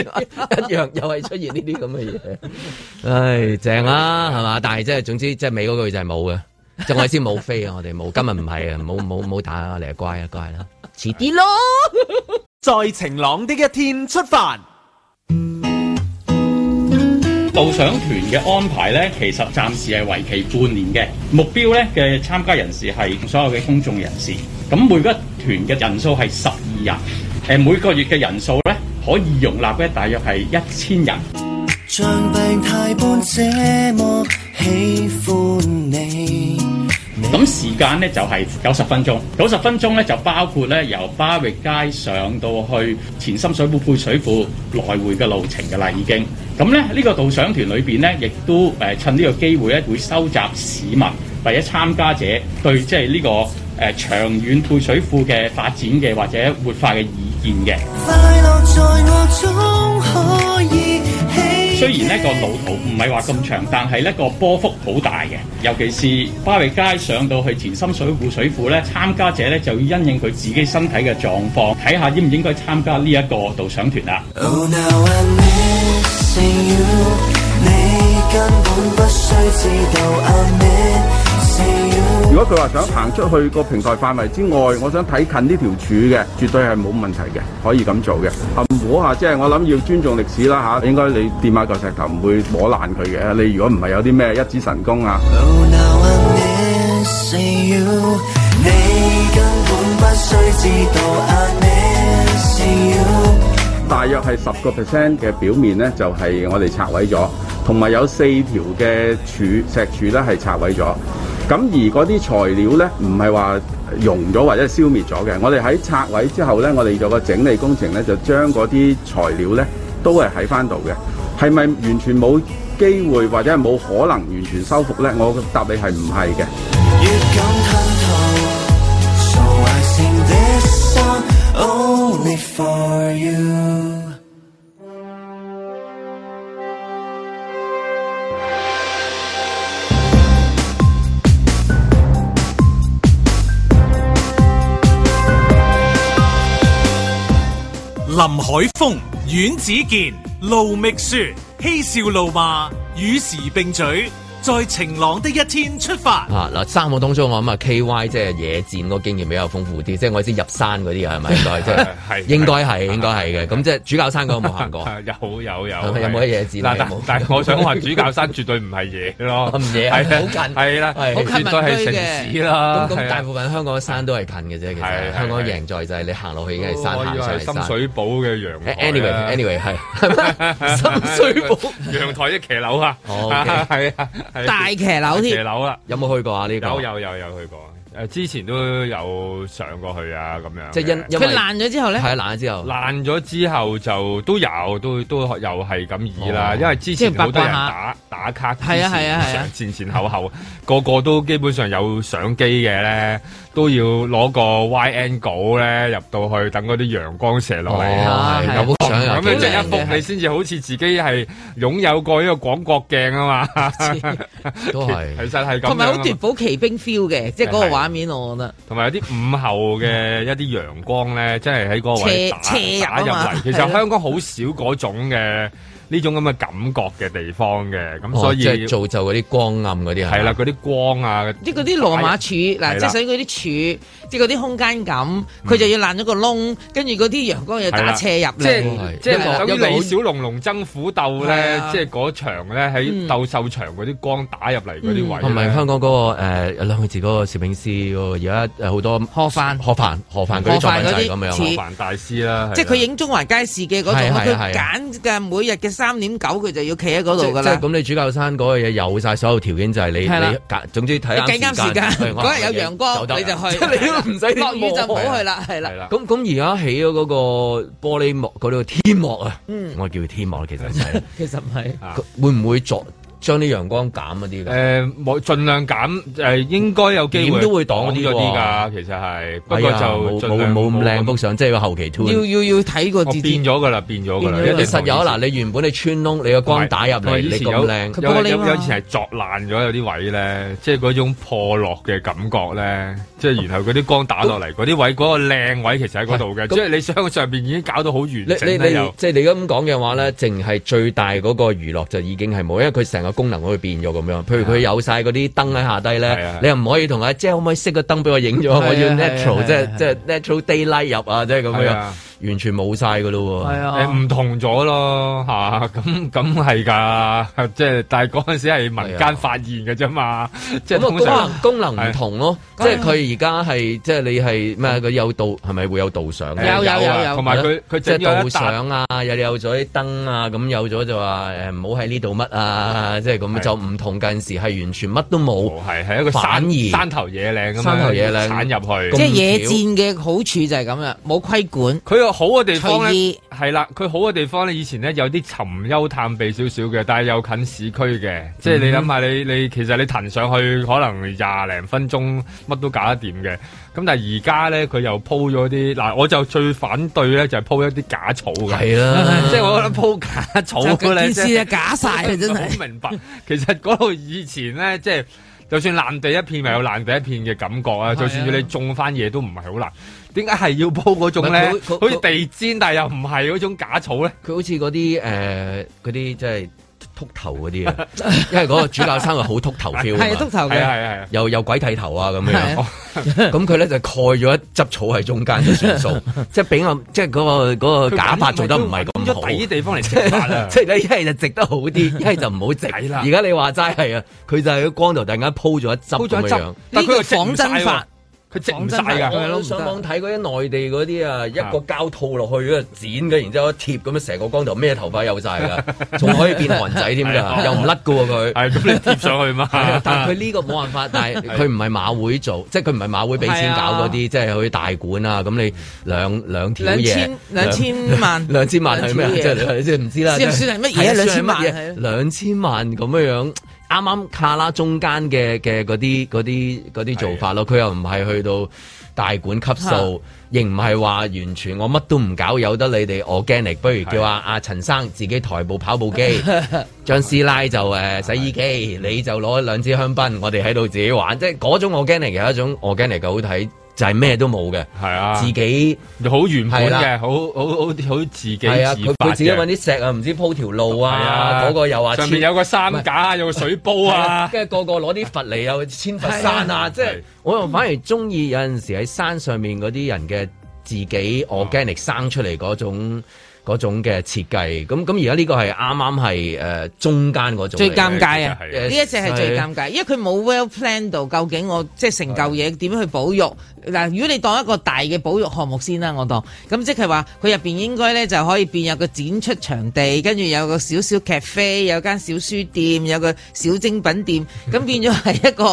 [SPEAKER 2] 一樣又係出現呢啲咁嘅嘢，唉，正啦，係嘛？但係即係總之，即係尾嗰句就係冇嘅，即係我哋先冇飛啊！我哋冇，今日唔係啊，冇冇冇打啊，嚟啊乖啊乖啦，遲啲咯。
[SPEAKER 5] 在晴朗的一天出發。
[SPEAKER 7] 導賞團嘅安排呢，其實暫時係為期半年嘅目標呢嘅參加人士係所有嘅公眾人士。咁每個團嘅人數係十二人，誒每個月嘅人數呢，可以容納嘅大約係一千人。
[SPEAKER 8] 像病態般這麼喜喜歡你。
[SPEAKER 7] 咁時間咧就係九十分鐘，九十分鐘咧就包括咧由巴域街上到去前深水埗配水庫來回嘅路程㗎啦，已經。咁咧呢個導賞團裏邊咧，亦都誒趁呢個機會咧，會收集市民或者參加者對即係呢個誒、呃、長遠配水庫嘅發展嘅或者活化嘅意見嘅。
[SPEAKER 8] 快樂在我中可以起。
[SPEAKER 7] 雖然呢個路途唔係話咁長，但係呢個波幅好大嘅，尤其是巴域街上到去前深水埗水庫呢，參加者呢就要因應佢自己身體嘅狀況，睇下應唔應該參加呢一個導賞團啦。
[SPEAKER 8] Oh now I'm missing you，你根本不需知道 I'm missing you。
[SPEAKER 9] 如果佢話想行出去個平台範圍之外，我想睇近呢條柱嘅，絕對係冇問題嘅，可以咁做嘅。啊，摸下即係我諗要尊重歷史啦嚇，應該你掂下嚿石頭唔會摸爛佢嘅。你如果唔係有啲咩一指神功啊？
[SPEAKER 8] Oh now I'm missing you，你根本不需知道 I'm missing you。
[SPEAKER 9] 大約係十個 percent 嘅表面咧，就係、我哋拆毀咗，同埋有四條嘅柱石柱咧係拆毀咗。咁而嗰啲材料咧，唔係話溶咗或者消滅咗嘅。我哋喺拆毀之後咧，我哋有個整理工程咧，就將嗰啲材料咧都係喺翻度嘅。係咪完全冇機會或者係冇可能完全修復咧？我答你係唔係嘅。
[SPEAKER 8] You don't handle, so I sing this song only for you.
[SPEAKER 1] 林海峰、阮子健、路觅雪，嬉笑怒罵，與時並舉，在晴朗的一天出發。
[SPEAKER 2] 啊嗱，三個當中我諗啊 K Y 即係野戰嗰個經驗比較豐富啲，即係我知入山嗰啲係 咪應該即係
[SPEAKER 3] 係
[SPEAKER 2] 應該係應該係嘅。咁即係主教山嗰個有冇行過？
[SPEAKER 3] 啊有有有，
[SPEAKER 2] 係咪有冇乜嘢字
[SPEAKER 3] 嗱，但
[SPEAKER 2] 你冇哦
[SPEAKER 3] 但係我想話主教山絕對唔係嘢 咯，
[SPEAKER 2] 唔
[SPEAKER 3] 係
[SPEAKER 2] 嘢
[SPEAKER 3] 啊
[SPEAKER 2] 好近
[SPEAKER 3] 係啦，
[SPEAKER 2] 係
[SPEAKER 3] 絕對係城市啦
[SPEAKER 2] 咁，咁
[SPEAKER 3] 係啊
[SPEAKER 2] 大部分香港嘅山都係哦近嘅啫，其
[SPEAKER 3] 係
[SPEAKER 2] 實
[SPEAKER 3] 係
[SPEAKER 2] 香港贏在就係你行落去已經係山
[SPEAKER 3] 我以
[SPEAKER 2] 行
[SPEAKER 3] 為
[SPEAKER 2] 上
[SPEAKER 3] 係
[SPEAKER 2] 嚟山
[SPEAKER 3] 深。水埗嘅陽台啊
[SPEAKER 2] anyway，anyway 係 係咩？深水埗
[SPEAKER 3] 陽台一騎樓啊，
[SPEAKER 2] 哦，OK
[SPEAKER 3] 係啊，係
[SPEAKER 4] 大騎樓
[SPEAKER 3] 騎
[SPEAKER 4] 添，
[SPEAKER 3] 樓啦，
[SPEAKER 2] 有冇去過啊？呢個
[SPEAKER 3] 有有有有去過，誒之前都有上過去啊，咁樣
[SPEAKER 2] 即係因因為
[SPEAKER 4] 佢爛咗之後咧，
[SPEAKER 2] 係啊爛咗之後，
[SPEAKER 3] 爛咗之後就都有，都都又係咁易啦
[SPEAKER 2] 哦，
[SPEAKER 3] 因為之前
[SPEAKER 4] 即係八
[SPEAKER 3] 好多人
[SPEAKER 4] 卦下
[SPEAKER 3] 打打卡，
[SPEAKER 4] 係啊係啊係啊
[SPEAKER 3] 前前前後後個個都基本上有相機嘅咧，都要攞個 YN 稿咧入到去，等嗰啲陽光射落嚟。
[SPEAKER 2] 哦
[SPEAKER 4] 係
[SPEAKER 2] 有冇相
[SPEAKER 3] 咁
[SPEAKER 2] 啊？
[SPEAKER 3] 你
[SPEAKER 4] 樣
[SPEAKER 3] 即係
[SPEAKER 4] 係
[SPEAKER 3] 一幅，你先至好似自己係擁有過呢個廣角 鏡啊嘛，
[SPEAKER 2] 都
[SPEAKER 3] 其實
[SPEAKER 2] 係
[SPEAKER 3] 係咁樣啊嘛。
[SPEAKER 4] 同埋好奪寶奇兵 feel 嘅，即係嗰個
[SPEAKER 3] 係
[SPEAKER 4] 畫面，我覺得。
[SPEAKER 3] 同埋有啲午後嘅一啲陽光咧，真係喺嗰個位打
[SPEAKER 4] 斜
[SPEAKER 3] 打入
[SPEAKER 4] 斜入啊嘛
[SPEAKER 3] 嚟。其實香港好少嗰種嘅呢種咁嘅感覺嘅地方嘅，咁所
[SPEAKER 2] 所以哦即
[SPEAKER 3] 以
[SPEAKER 2] 係造就嗰啲光暗嗰啲係嘛
[SPEAKER 3] 係啦，嗰啲光啊，
[SPEAKER 4] 即係嗰啲羅馬柱
[SPEAKER 3] 係啦
[SPEAKER 4] 嗱，即係使嗰啲柱，即係嗰啲空間感，佢就要爛咗個窿，跟住嗰啲陽光又
[SPEAKER 3] 係啦
[SPEAKER 4] 打斜入
[SPEAKER 3] 即
[SPEAKER 4] 嚟，
[SPEAKER 3] 哦係即係等於
[SPEAKER 2] 一個好
[SPEAKER 3] 李小龍龍爭虎鬥
[SPEAKER 4] 係
[SPEAKER 3] 咧，
[SPEAKER 4] 啊
[SPEAKER 3] 即係嗰場咧喺
[SPEAKER 4] 嗯
[SPEAKER 3] 鬥獸場嗰啲光打入嚟嗰啲位，
[SPEAKER 2] 同埋香港嗰、個誒兩個字嗰個攝影師嗰個，而家誒好多
[SPEAKER 4] 何藩
[SPEAKER 2] 何藩何藩嗰啲作品就係咁
[SPEAKER 4] 何
[SPEAKER 2] 樣
[SPEAKER 4] 似
[SPEAKER 2] 啊。
[SPEAKER 3] 范大師啦，
[SPEAKER 4] 即係佢影中環街市嘅嗰種，
[SPEAKER 2] 係係
[SPEAKER 4] 佢
[SPEAKER 2] 係
[SPEAKER 4] 揀嘅每日嘅三點九，佢就要企喺嗰度
[SPEAKER 2] 即即
[SPEAKER 4] 㗎
[SPEAKER 2] 係
[SPEAKER 4] 啦。
[SPEAKER 2] 咁，你主教山嗰個嘢有晒所有條件，就係你
[SPEAKER 4] 係啦
[SPEAKER 2] 你揀總之睇
[SPEAKER 4] 你計啱時間，
[SPEAKER 2] 係我
[SPEAKER 4] 嗰日有陽光
[SPEAKER 2] 走得啦
[SPEAKER 4] 你就去，
[SPEAKER 2] 即係你都唔使
[SPEAKER 4] 落雨就唔好去
[SPEAKER 2] 啦。
[SPEAKER 4] 啦，係啦
[SPEAKER 3] 係。啦。
[SPEAKER 2] 咁咁而家起咗嗰個玻璃幕嗰度天幕啊，
[SPEAKER 4] 嗯
[SPEAKER 2] 我叫天幕啦其實就係
[SPEAKER 4] 其實唔係，
[SPEAKER 3] 啊
[SPEAKER 2] 佢會唔會作將啲陽光減嗰啲㗎？哎
[SPEAKER 3] 誒冇盡量減誒，應該有機會
[SPEAKER 2] 點都會擋啲
[SPEAKER 3] 咗啲㗎，
[SPEAKER 2] 喎
[SPEAKER 3] 其實係，不
[SPEAKER 2] 哎
[SPEAKER 3] 過
[SPEAKER 2] 呀
[SPEAKER 3] 就
[SPEAKER 2] 冇
[SPEAKER 3] 盡量
[SPEAKER 2] 冇冇咁靚幅相，即係個後期 t
[SPEAKER 4] 要
[SPEAKER 2] u
[SPEAKER 4] 要要睇個
[SPEAKER 3] 我
[SPEAKER 4] 字
[SPEAKER 3] 變
[SPEAKER 4] 典。
[SPEAKER 3] 咗噶啦，變咗噶啦，
[SPEAKER 2] 因
[SPEAKER 3] 一
[SPEAKER 2] 為
[SPEAKER 3] 定
[SPEAKER 2] 實有啊嗱，你原本你穿窿，你個光打入嚟，你咁靚
[SPEAKER 4] 佢，
[SPEAKER 3] 有
[SPEAKER 4] 玻璃
[SPEAKER 3] 有
[SPEAKER 4] 嘛
[SPEAKER 3] 有以前係作爛咗有啲位咧，即係嗰種破落嘅感覺咧，即係然後嗰啲光打落嚟，嗰啲位嗰個靚位其實喺嗰度嘅，
[SPEAKER 2] 咁
[SPEAKER 3] 即係你想上邊已經搞到好完
[SPEAKER 2] 你你
[SPEAKER 3] 整啦
[SPEAKER 2] 你
[SPEAKER 3] 又。
[SPEAKER 2] 即係你咁講嘅話咧，淨係最大嗰個娛樂就已經係冇，因為佢成個功能會變咗咁樣。譬如佢有晒嗰啲燈喺下低
[SPEAKER 3] 係啊
[SPEAKER 2] 咧，你又唔可以同阿姐可唔可以熄個燈俾我影咗？
[SPEAKER 3] 啊
[SPEAKER 2] 我要
[SPEAKER 3] 係啊係
[SPEAKER 2] natural，
[SPEAKER 3] 啊
[SPEAKER 2] 即係即係 natural daylight 入啊，即係咁
[SPEAKER 3] 係
[SPEAKER 2] 樣
[SPEAKER 3] 啊。
[SPEAKER 2] 完全冇晒噶咯喎。
[SPEAKER 4] 啊
[SPEAKER 3] 誒唔同咗咯嚇，咁咁係㗎，即係但係嗰陣時係民
[SPEAKER 2] 係啊
[SPEAKER 3] 間發現嘅啫嘛，即係
[SPEAKER 2] 咁啊，
[SPEAKER 3] 通
[SPEAKER 2] 功
[SPEAKER 3] 常
[SPEAKER 2] 能功能唔同咯，
[SPEAKER 4] 嗯
[SPEAKER 2] 即係佢而家係即係你係咩？佢有導係咪會有導賞嘅？
[SPEAKER 3] 誒
[SPEAKER 4] 有有有
[SPEAKER 3] 啊
[SPEAKER 4] 有
[SPEAKER 3] 同埋佢佢
[SPEAKER 2] 即
[SPEAKER 3] 整
[SPEAKER 2] 係
[SPEAKER 3] 咗
[SPEAKER 2] 導
[SPEAKER 3] 一笪
[SPEAKER 2] 賞啊，又有咗啲燈啊，咁有咗就話誒唔好喺呢度乜啊，即係咁
[SPEAKER 3] 係哦
[SPEAKER 2] 就唔同近時係完全乜都冇。
[SPEAKER 3] 係係一個
[SPEAKER 2] 反
[SPEAKER 3] 山
[SPEAKER 2] 而
[SPEAKER 3] 山頭野嶺咁樣
[SPEAKER 2] 山頭野嶺
[SPEAKER 3] 鏟入去
[SPEAKER 2] 咁。
[SPEAKER 4] 即係野戰嘅好處就係咁啦，冇規管。
[SPEAKER 3] 佢個好嘅地方
[SPEAKER 4] 隨
[SPEAKER 3] 咧
[SPEAKER 4] 意，
[SPEAKER 3] 係啦，佢好嘅地方咧，以前咧有啲尋幽探秘少少嘅，但係又近市區嘅，即係你
[SPEAKER 4] 嗯
[SPEAKER 3] 諗下，你你其實你騰上去可能廿零分鐘乜都搞得掂嘅。咁但係而家咧，佢又鋪咗啲嗱，我就最反對咧就係鋪一啲假草嘅，
[SPEAKER 2] 係啦
[SPEAKER 3] 即係我覺得鋪假草
[SPEAKER 4] 啊就
[SPEAKER 3] 咧，
[SPEAKER 4] 件
[SPEAKER 3] 即
[SPEAKER 4] 事
[SPEAKER 3] 係
[SPEAKER 4] 就啊假晒啦，真係。
[SPEAKER 3] 好明白。其實嗰度以前咧，即係 就算爛地一片，咪有爛地一片嘅感覺啊！就算要你種翻嘢都唔係好難。點解係要鋪嗰種咧
[SPEAKER 2] 唔係佢佢？
[SPEAKER 3] 好似地氈，但係又唔係嗰種假草咧？
[SPEAKER 2] 佢好似嗰啲誒嗰啲即係秃頭嗰啲啊，因為嗰個主教生係好秃頭 feel
[SPEAKER 4] 係
[SPEAKER 2] 啊
[SPEAKER 4] 督
[SPEAKER 2] 嘛
[SPEAKER 4] 頭
[SPEAKER 3] 係
[SPEAKER 4] 嘅，
[SPEAKER 3] 啊係啊
[SPEAKER 2] 又有鬼剃頭啊咁
[SPEAKER 4] 係
[SPEAKER 2] 樣。
[SPEAKER 4] 啊
[SPEAKER 2] 咁佢咧就蓋咗一執草喺中間就算 數，即係俾我即係嗰個嗰個
[SPEAKER 3] 係啊！
[SPEAKER 2] 假髮做得唔
[SPEAKER 3] 佢
[SPEAKER 2] 係
[SPEAKER 3] 揾咗
[SPEAKER 2] 咁
[SPEAKER 3] 第啲
[SPEAKER 2] 好。
[SPEAKER 3] 地方嚟整法啊！
[SPEAKER 2] 即係你一係就直得好 啲，一係就唔好直。
[SPEAKER 3] 係啦
[SPEAKER 2] 而家你話齋係啊，佢就係個光頭突然間鋪咗一
[SPEAKER 3] 鋪
[SPEAKER 2] 執
[SPEAKER 3] 咗
[SPEAKER 2] 咁
[SPEAKER 3] 一
[SPEAKER 2] 樣
[SPEAKER 3] 執啊
[SPEAKER 2] 樣。，
[SPEAKER 3] 但佢又直唔
[SPEAKER 4] 呢個仿真
[SPEAKER 3] 晒喎
[SPEAKER 4] 法，
[SPEAKER 3] 佢直啊唔
[SPEAKER 4] 仿
[SPEAKER 3] 晒
[SPEAKER 4] 真法
[SPEAKER 3] 㗎。
[SPEAKER 4] 係咯
[SPEAKER 2] 我
[SPEAKER 4] 唔得
[SPEAKER 2] 上網睇嗰啲內地嗰啲啊，一個膠套落去，跟住剪嘅，然之後一貼咁樣，成個光頭咩頭髮有晒 㗎，仲可以變韓仔添
[SPEAKER 3] 係啊
[SPEAKER 2] 㗎，又唔甩㗎喎佢。
[SPEAKER 3] 係咁，你貼上去 嘛？
[SPEAKER 2] 啊但佢呢個冇辦法，但係佢唔係馬會做，即係佢唔係馬會俾錢搞嗰啲，即係去大館啊，咁你兩兩條
[SPEAKER 4] 啊兩
[SPEAKER 2] 嘢
[SPEAKER 4] 千兩千萬，
[SPEAKER 2] 兩千萬係咩啊？即
[SPEAKER 4] 兩千
[SPEAKER 2] 係即係唔知啦。
[SPEAKER 4] 算唔算係乜嘢
[SPEAKER 2] 啊
[SPEAKER 4] 兩千萬
[SPEAKER 2] 算
[SPEAKER 4] 係
[SPEAKER 2] 係乜嘢兩千萬咁樣樣，啱啱卡啦中間嘅嘅嗰啲嗰啲嗰啲做法咯。佢又唔係去到大館級數，亦唔係話完全我乜都唔搞，由得你哋 organic。不如叫阿阿陳生自己抬部跑步 機，張師奶就誒洗衣機，你就攞兩支香檳，我哋喺度自己玩。即係嗰種 organic 有一種 organic 嘅好睇，就係咩都冇嘅，
[SPEAKER 3] 係啊，
[SPEAKER 2] 自己。
[SPEAKER 3] 好原本
[SPEAKER 2] 係
[SPEAKER 3] 嘅，
[SPEAKER 2] 啦
[SPEAKER 3] 好好好好自己自
[SPEAKER 2] 係啊，佢
[SPEAKER 3] 發
[SPEAKER 2] 佢自己
[SPEAKER 3] 嘅
[SPEAKER 2] 揾啲石啊，唔知鋪條路
[SPEAKER 3] 係
[SPEAKER 2] 啊，嗰個又話
[SPEAKER 3] 上面有個三架啊，有個水煲
[SPEAKER 2] 係
[SPEAKER 3] 啊。
[SPEAKER 2] 跟住個個攞啲佛嚟又千佛山
[SPEAKER 3] 係啊
[SPEAKER 2] 啊，即係
[SPEAKER 3] 係
[SPEAKER 2] 我又反而中意有陣時喺山上面嗰啲人嘅自己 organic 生出嚟嗰種。嗰種嘅設計，咁咁而家呢個係啱啱係誒中間嗰種嚟嘅
[SPEAKER 4] 最尷尬啊！
[SPEAKER 3] 係
[SPEAKER 2] 啊
[SPEAKER 4] 呢一隻係最尷尬，因為佢冇 well plan 到究竟我即係成嚿
[SPEAKER 2] 嗯
[SPEAKER 4] 嘢點樣去保育。嗱，如果你當一個大嘅保育項目先啦，我當咁即係話佢入邊應該咧就可以變有個展出場地，跟住有個小小 cafe，有間小書店，有個小精品 店，咁變咗係一個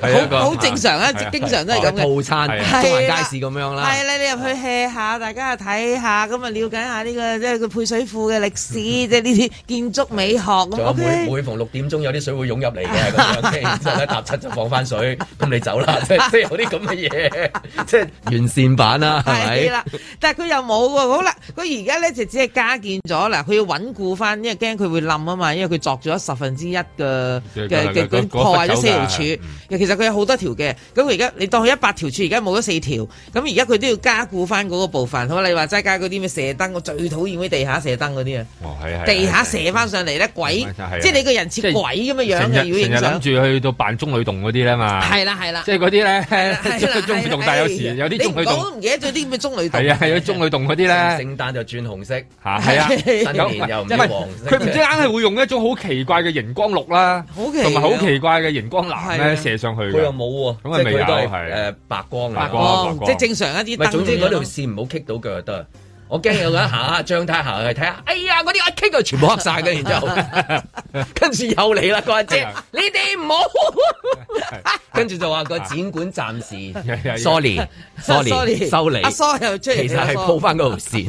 [SPEAKER 3] 係一個
[SPEAKER 4] 好好正常啊，
[SPEAKER 3] 係啊
[SPEAKER 4] 經常都係咁嘅。
[SPEAKER 2] 套餐
[SPEAKER 3] 係
[SPEAKER 4] 啊
[SPEAKER 2] 中環街市咁樣啦，
[SPEAKER 4] 係啦，你入去 hea 下，大家睇下，咁啊了解下呢個即係佢配水庫嘅歷 史，即係呢啲建築美學咁。
[SPEAKER 2] 仲有
[SPEAKER 4] O
[SPEAKER 2] 每
[SPEAKER 4] K，
[SPEAKER 2] 每逢六點鐘有啲水會湧入嚟嘅咁 樣，跟住然之後咧搭七就放翻水，咁你走啦， 即係即係有啲咁嘅嘢， 即係完善版啦，係
[SPEAKER 4] 係
[SPEAKER 2] 咪？
[SPEAKER 4] 啦，但係佢又冇喎。好啦，佢而家咧就只係加建咗啦，佢要穩固翻，因為驚佢會冧啊嘛，因為佢作咗十分之一嘅嘅嘅
[SPEAKER 3] 嗰
[SPEAKER 4] 嘅
[SPEAKER 3] 嗰
[SPEAKER 4] 破壞咗四條柱。
[SPEAKER 3] 嗰
[SPEAKER 4] 其實佢有好多條嘅，咁佢而家你當佢一百條柱，而家冇咗四條，咁而家佢都要加固翻嗰個部分。好啦，你話齋加嗰啲咩射燈，我最討厭啲地下射燈嗰啲啊！
[SPEAKER 3] 哦，係係
[SPEAKER 4] 地下射翻上嚟咧，鬼
[SPEAKER 3] 係啊係啊，
[SPEAKER 4] 即係你個人似鬼咁嘅樣
[SPEAKER 3] 成
[SPEAKER 4] 嘅，
[SPEAKER 3] 日
[SPEAKER 4] 如果
[SPEAKER 3] 成日
[SPEAKER 4] 影
[SPEAKER 3] 諗
[SPEAKER 4] 相，
[SPEAKER 3] 住去到扮中女洞嗰啲咧嘛，
[SPEAKER 4] 係啦係啦，
[SPEAKER 3] 即係嗰啲咧
[SPEAKER 4] 係啦 係啦，
[SPEAKER 3] 中女洞，但係有時有啲中女
[SPEAKER 4] 你唔講
[SPEAKER 3] 洞
[SPEAKER 4] 都唔記得咗啲咁嘅中女洞，
[SPEAKER 3] 係啊，有啲中女洞嗰啲咧
[SPEAKER 2] 聖誕就轉紅色，
[SPEAKER 3] 嚇係啊，
[SPEAKER 2] 新
[SPEAKER 4] 係
[SPEAKER 2] 年又唔知
[SPEAKER 3] 係
[SPEAKER 2] 黃色。
[SPEAKER 3] 佢唔知硬係會用一種好奇怪嘅熒光綠啦，
[SPEAKER 4] 好奇
[SPEAKER 3] 同埋好奇怪嘅熒光藍
[SPEAKER 4] 係
[SPEAKER 3] 咧
[SPEAKER 4] 啊
[SPEAKER 3] 射上去
[SPEAKER 2] 佢又
[SPEAKER 3] 嘅，
[SPEAKER 2] 冇喎，
[SPEAKER 3] 咁啊
[SPEAKER 2] 即係
[SPEAKER 3] 未有
[SPEAKER 2] 佢都係
[SPEAKER 3] 係
[SPEAKER 2] 誒白光啊嚟
[SPEAKER 3] 白光
[SPEAKER 4] 哦，即係正常一啲
[SPEAKER 2] 唔
[SPEAKER 4] 燈咁樣咯。
[SPEAKER 2] 係，總之嗰條線唔好棘到腳就得。我驚有 嗰一下張太行去睇下，哎呀嗰啲一棘就全部黑晒 嘅，然之後跟住又嚟啦個阿姐，你哋唔好， 跟住就話個展館暫
[SPEAKER 3] 係
[SPEAKER 2] 時 sorry sorry 收你
[SPEAKER 4] 阿。蘇又出嚟，
[SPEAKER 2] 其實係
[SPEAKER 4] 阿
[SPEAKER 2] 鋪
[SPEAKER 4] 梳
[SPEAKER 2] 翻嗰條 線，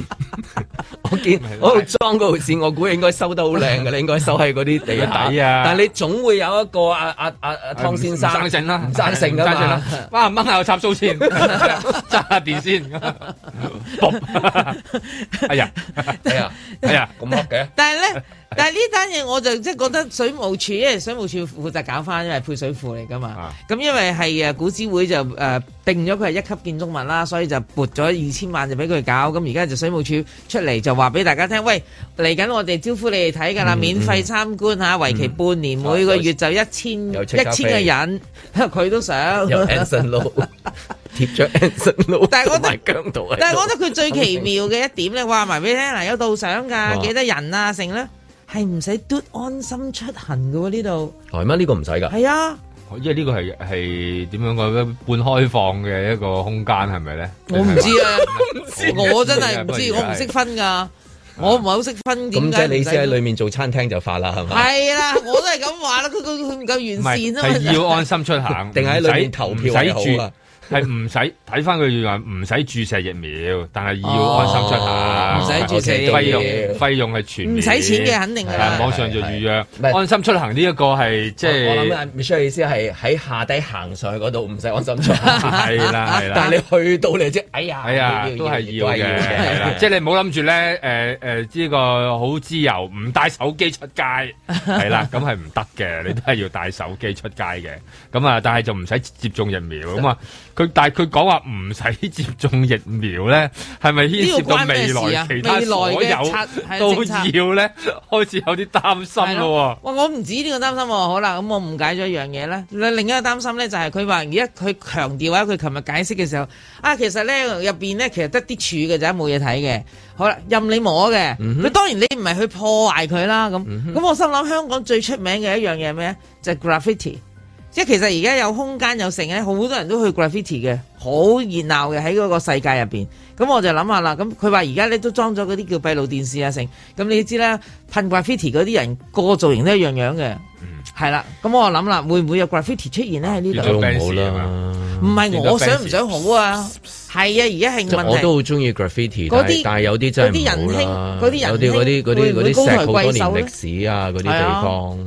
[SPEAKER 2] 我見我度裝嗰條線，我估應該收得好靚 嘅，你應該收喺嗰啲地下
[SPEAKER 3] 底啊
[SPEAKER 2] 但係你總會有一個阿阿阿阿湯先生，
[SPEAKER 3] 生性啦，
[SPEAKER 2] 唔生性㗎
[SPEAKER 3] 唔生
[SPEAKER 2] 嘛。
[SPEAKER 3] 啦，哇掹下個插蘇 先，揸下電先，嘣，哎呀，
[SPEAKER 2] 哎呀，
[SPEAKER 3] 哎呀，
[SPEAKER 2] 咁黑嘅，
[SPEAKER 4] 但係咧，但係呢單嘢我就即係覺得水務署，因為水務署負責搞翻，因為配水庫嚟噶嘛。咁、因為係誒古諮會就誒、呃定咗佢係一級建築物啦，所以就撥咗二千萬就俾佢搞。咁而家就水務署出嚟就話俾大家聽，喂，嚟緊我哋招呼你哋睇㗎啦，免費參觀嚇，為期半年，每個月就一千
[SPEAKER 2] 有
[SPEAKER 4] 一
[SPEAKER 2] 即刻
[SPEAKER 4] 千個人， 佢都想。
[SPEAKER 2] 有 Anson Lo 貼咗 Anson Lo，
[SPEAKER 4] 但係我覺
[SPEAKER 2] 同
[SPEAKER 4] 得
[SPEAKER 2] 埋姜道喺度
[SPEAKER 4] 但係我覺得佢最奇妙嘅一點咧，話埋俾你聽，嗱有導賞
[SPEAKER 2] 啊
[SPEAKER 4] 㗎，幾多人啊，成咧係唔使嘟安心出行嘅喎呢度，
[SPEAKER 2] 係哦咩？呢個唔使㗎。
[SPEAKER 4] 係啊，
[SPEAKER 3] 因為呢個係係點樣講咧？半開放嘅一個空間係咪咧？
[SPEAKER 4] 我唔知啊，我真係唔
[SPEAKER 3] 不過
[SPEAKER 4] 知，
[SPEAKER 3] 而家
[SPEAKER 4] 我唔識分㗎，我唔係好識分
[SPEAKER 2] 咁
[SPEAKER 4] 點解
[SPEAKER 2] 即係
[SPEAKER 4] 唔
[SPEAKER 2] 你先喺
[SPEAKER 4] 使。
[SPEAKER 2] 裏面做餐廳就發啦，係嘛？
[SPEAKER 4] 係啦，我都係咁話啦，佢佢佢唔夠
[SPEAKER 3] 唔
[SPEAKER 4] 完
[SPEAKER 3] 係
[SPEAKER 4] 善啊嘛。
[SPEAKER 3] 係要安心出 行，
[SPEAKER 2] 定喺裏面投票係
[SPEAKER 3] 唔使
[SPEAKER 2] 好
[SPEAKER 3] 注
[SPEAKER 2] 啊，
[SPEAKER 3] 係唔使睇翻佢話唔使注射疫苗，但係要安心出行，
[SPEAKER 4] 哦唔使注射疫苗
[SPEAKER 3] 費用費用係全面
[SPEAKER 4] 唔使錢嘅肯定㗎
[SPEAKER 3] 係
[SPEAKER 4] 啦
[SPEAKER 3] 啊網上就預約
[SPEAKER 2] 係係係
[SPEAKER 3] 安心出行呢一個係即
[SPEAKER 2] 我我諗
[SPEAKER 3] 係
[SPEAKER 2] 啊，Michelle 意思係喺下底行上去嗰度唔使安心出行，
[SPEAKER 3] 係啦係 啦
[SPEAKER 2] 但係。你去到你即係哎呀，
[SPEAKER 3] 係啊，都係要嘅，係
[SPEAKER 2] 啊
[SPEAKER 3] 啦即係你唔好諗住咧，誒誒呢個好自由，唔帶手機出街，係啦，咁係唔得嘅，你都係要帶手機出街嘅。咁啊，但係就唔使接種疫苗咁啊。佢但係佢講話唔使接種疫苗咧，係咪牽涉到未來其他所
[SPEAKER 4] 未來
[SPEAKER 3] 有
[SPEAKER 4] 嘅策
[SPEAKER 3] 都
[SPEAKER 4] 政策
[SPEAKER 3] 要咧？開始有啲擔心咯
[SPEAKER 4] 哇！我唔止呢個擔心喎，好啦，咁我誤解咗一樣嘢啦。另另一個擔心咧就係佢話而家佢強調啊，佢琴日解釋嘅時候啊，其實咧入邊咧其實得啲柱嘅咋，冇嘢睇嘅。好啦，任你摸嘅。佢、當然你唔係去破壞佢啦，咁咁、我心諗香港最出名嘅一樣嘢係咩？啊就係 graffiti。即係其實而家有空間有剩咧，好多人都去 graffiti 嘅，好熱鬧嘅喺嗰個世界入邊。咁我就諗下啦，咁佢話而家咧都裝咗嗰啲叫閉路電視啊成，咁你知啦，噴 graffiti 嗰啲人個個造型都一樣樣嘅，係啦、咁我諗啦，會唔會有 graffiti 出現咧喺呢
[SPEAKER 3] 啊
[SPEAKER 4] 度？
[SPEAKER 2] 最好唔好
[SPEAKER 3] Benz 啊
[SPEAKER 2] 啦。
[SPEAKER 4] 唔係我
[SPEAKER 3] 變咗
[SPEAKER 4] 想唔想好啊？係啊，而家係
[SPEAKER 2] 即係我
[SPEAKER 4] 問
[SPEAKER 2] 都
[SPEAKER 4] 題。
[SPEAKER 2] 好中意 graffiti，
[SPEAKER 4] 嗰
[SPEAKER 2] 但
[SPEAKER 4] 啲
[SPEAKER 2] 係但係有啲真係唔好啦。
[SPEAKER 4] 嗰啲人
[SPEAKER 2] 有
[SPEAKER 4] 興
[SPEAKER 2] 啲嗰啲嗰
[SPEAKER 4] 會
[SPEAKER 2] 啲
[SPEAKER 4] 唔
[SPEAKER 2] 嗰
[SPEAKER 4] 會
[SPEAKER 2] 啲
[SPEAKER 4] 高
[SPEAKER 2] 石
[SPEAKER 4] 抬
[SPEAKER 2] 好多
[SPEAKER 4] 貴
[SPEAKER 2] 年
[SPEAKER 4] 手咧
[SPEAKER 2] 歷史啊，嗰啲
[SPEAKER 4] 係
[SPEAKER 2] 地
[SPEAKER 4] 啊
[SPEAKER 2] 方。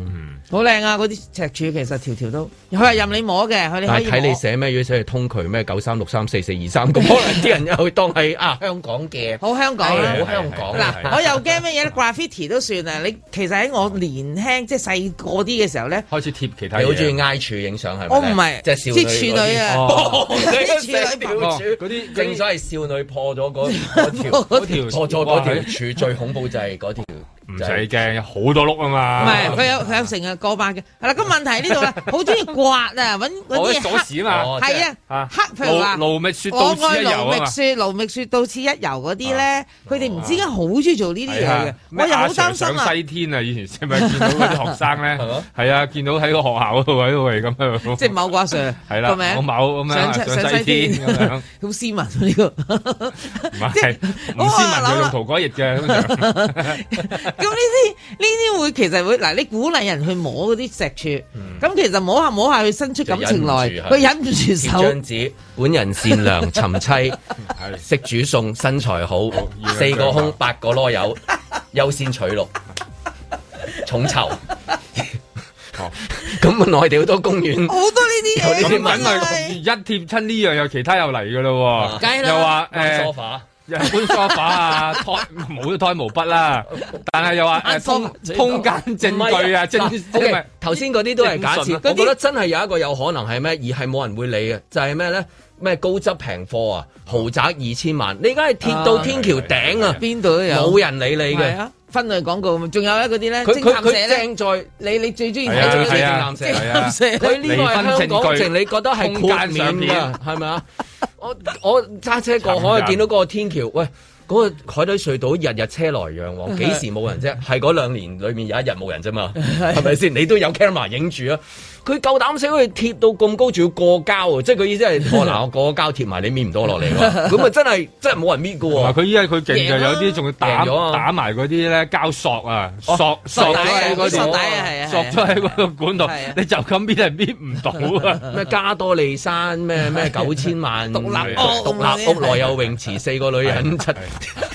[SPEAKER 4] 好靚啊！嗰啲赤柱其實條條都，佢話任你摸嘅，佢哋可
[SPEAKER 2] 但
[SPEAKER 4] 以
[SPEAKER 2] 係睇你
[SPEAKER 4] 摸
[SPEAKER 2] 寫咩，如果寫係通渠咩九三六三四四二三咁， 可能啲人又當係啊香港嘅，
[SPEAKER 4] 好香港啦、
[SPEAKER 2] 係好香港
[SPEAKER 4] 嗱
[SPEAKER 2] 係，
[SPEAKER 4] 我又驚乜嘢 咧？graffiti 都算啊！你其實喺我年輕即係細個啲嘅時候咧，
[SPEAKER 3] 喎，開始貼其他
[SPEAKER 2] 你好中
[SPEAKER 3] 嘢
[SPEAKER 2] 意。挨柱影相係咪？
[SPEAKER 4] 我唔係
[SPEAKER 2] 即係少
[SPEAKER 4] 即係處
[SPEAKER 2] 女哦
[SPEAKER 4] 女啊，
[SPEAKER 3] 哦
[SPEAKER 2] 嗰
[SPEAKER 4] 啲
[SPEAKER 2] 啲
[SPEAKER 4] 處女
[SPEAKER 2] 條
[SPEAKER 4] 朋友
[SPEAKER 2] 柱
[SPEAKER 3] 嗰啲
[SPEAKER 2] 正所謂少女破咗 嗰嗰條，
[SPEAKER 3] 嗰條
[SPEAKER 2] 破咗嗰條柱最恐怖就係嗰條，
[SPEAKER 3] 唔使驚，有好多碌啊嘛。
[SPEAKER 4] 唔係佢有佢有成日過百嘅。係啦，咁問題呢 度啦，好中意刮啊，揾
[SPEAKER 3] 我
[SPEAKER 4] 揾
[SPEAKER 3] 啲
[SPEAKER 4] 啲
[SPEAKER 3] 鎖
[SPEAKER 4] 黑
[SPEAKER 3] 匙啊嘛。
[SPEAKER 4] 係
[SPEAKER 3] 啊
[SPEAKER 4] 啊，黑譬如話
[SPEAKER 3] 盧。盧覓雪到
[SPEAKER 4] 我
[SPEAKER 3] 此
[SPEAKER 4] 愛
[SPEAKER 3] 一遊
[SPEAKER 4] 盧
[SPEAKER 3] 啊嘛
[SPEAKER 4] 覓。雪，盧覓雪到此一遊嗰啲咧，佢哋唔知點解好中意做呢啲嘢
[SPEAKER 3] 係啊
[SPEAKER 4] 嘅，我又好擔心
[SPEAKER 3] 咩阿 Sir 上
[SPEAKER 4] 啊！
[SPEAKER 3] 西天啊！以前係咪見到嗰 啲學生
[SPEAKER 2] 係
[SPEAKER 3] 咧
[SPEAKER 2] 嘛？
[SPEAKER 3] 係啊，見到喺個學校嗰度喺度係咁樣，
[SPEAKER 4] 即係某個 阿 Sir
[SPEAKER 3] 係
[SPEAKER 4] 個
[SPEAKER 3] 啦，我
[SPEAKER 4] 名
[SPEAKER 3] 某咁
[SPEAKER 4] 上
[SPEAKER 3] 樣
[SPEAKER 4] 西
[SPEAKER 3] 上
[SPEAKER 4] 上
[SPEAKER 3] 西
[SPEAKER 4] 西
[SPEAKER 3] 天
[SPEAKER 4] 天
[SPEAKER 3] 咁樣，
[SPEAKER 4] 好斯文啊呢 個。
[SPEAKER 3] 唔係
[SPEAKER 4] 我啊
[SPEAKER 3] 唔斯
[SPEAKER 4] 諗
[SPEAKER 3] 文佢
[SPEAKER 4] 啦
[SPEAKER 3] 用途嗰日 嘅通常
[SPEAKER 4] 咁呢啲呢啲會其實會嗱，你鼓勵人去摸嗰啲石柱，咁、其實摸下摸下，佢伸出感情來，
[SPEAKER 2] 就
[SPEAKER 4] 佢忍唔住
[SPEAKER 2] 貼
[SPEAKER 4] 手，
[SPEAKER 2] 張紙，本人善良尋妻，識煮餸，身材好，
[SPEAKER 3] 要
[SPEAKER 2] 四個胸八個啰柚，優先取錄，重酬。咁啊內地好多公園
[SPEAKER 4] 好多呢啲
[SPEAKER 2] 有
[SPEAKER 4] 嘢
[SPEAKER 2] 呢啲
[SPEAKER 3] 咁
[SPEAKER 2] 問
[SPEAKER 3] 揾
[SPEAKER 2] 題
[SPEAKER 3] 佢一貼親呢樣，又其他又嚟嘅咯
[SPEAKER 4] 啊梗係
[SPEAKER 3] 喎，
[SPEAKER 4] 啦
[SPEAKER 3] 又話
[SPEAKER 2] 買梳
[SPEAKER 3] 誒
[SPEAKER 2] 化。
[SPEAKER 3] 日本梳化啊，胎冇咗胎毛筆 啦，但係又話
[SPEAKER 2] 啊
[SPEAKER 4] 啊
[SPEAKER 3] 誒通通奸證據啊，證
[SPEAKER 2] 唔係嗱
[SPEAKER 3] 即係
[SPEAKER 2] OK，頭先嗰啲都係假
[SPEAKER 3] 正信
[SPEAKER 2] 設
[SPEAKER 3] 啊，
[SPEAKER 2] 我覺得真係有一個有可能係咩，而係冇人會理嘅，就係咩咧？咩高質平貨啊，豪宅二千萬，你而家係貼到天橋頂啊，
[SPEAKER 4] 邊度都有，
[SPEAKER 2] 冇人理你
[SPEAKER 4] 係
[SPEAKER 2] 嘅。
[SPEAKER 4] 啊，分類廣告仲有咧嗰啲咧，
[SPEAKER 2] 佢佢
[SPEAKER 4] 偵探社
[SPEAKER 2] 佢
[SPEAKER 4] 咧，
[SPEAKER 2] 正在
[SPEAKER 4] 你你最中意
[SPEAKER 3] 係啊
[SPEAKER 4] 睇
[SPEAKER 3] 係
[SPEAKER 4] 嘅
[SPEAKER 3] 啊
[SPEAKER 4] 偵
[SPEAKER 2] 正正
[SPEAKER 3] 係
[SPEAKER 4] 探
[SPEAKER 3] 啊。
[SPEAKER 4] 社
[SPEAKER 2] 佢
[SPEAKER 4] 咧，
[SPEAKER 2] 呢個係香港情，你覺得係豁
[SPEAKER 3] 離婚證據
[SPEAKER 2] 免㗎，係咪啊？ 我我揸車過海見到嗰個天橋，喂，嗰、個海底隧道日日車來讓 往，幾時冇人啫？係嗰兩年裏面有一日冇人啫嘛，係咪先？你都有 camera 影住啊！佢夠膽死，佢貼到咁高，仲要過膠啊！即係佢意思係， 我嗱我過膠貼埋你搣唔到落嚟喎，咁啊真係真係冇人搣
[SPEAKER 3] 同埋
[SPEAKER 2] 㗎喎。
[SPEAKER 3] 佢依家佢勁就
[SPEAKER 4] 哦贏
[SPEAKER 3] 有
[SPEAKER 4] 啦
[SPEAKER 3] 啲仲要
[SPEAKER 2] 贏咗啊
[SPEAKER 3] 打打埋嗰啲咧膠索啊，索索咗喺嗰
[SPEAKER 4] 索
[SPEAKER 3] 度
[SPEAKER 4] 帶啊係啊係啊
[SPEAKER 3] 索咗喺嗰個管度
[SPEAKER 4] 係啊，
[SPEAKER 3] 你就咁搣係搣唔到 啊！
[SPEAKER 2] 咩加多 利山咩咩九千萬獨
[SPEAKER 4] 立屋
[SPEAKER 2] 獨立屋內有泳池，四個女人七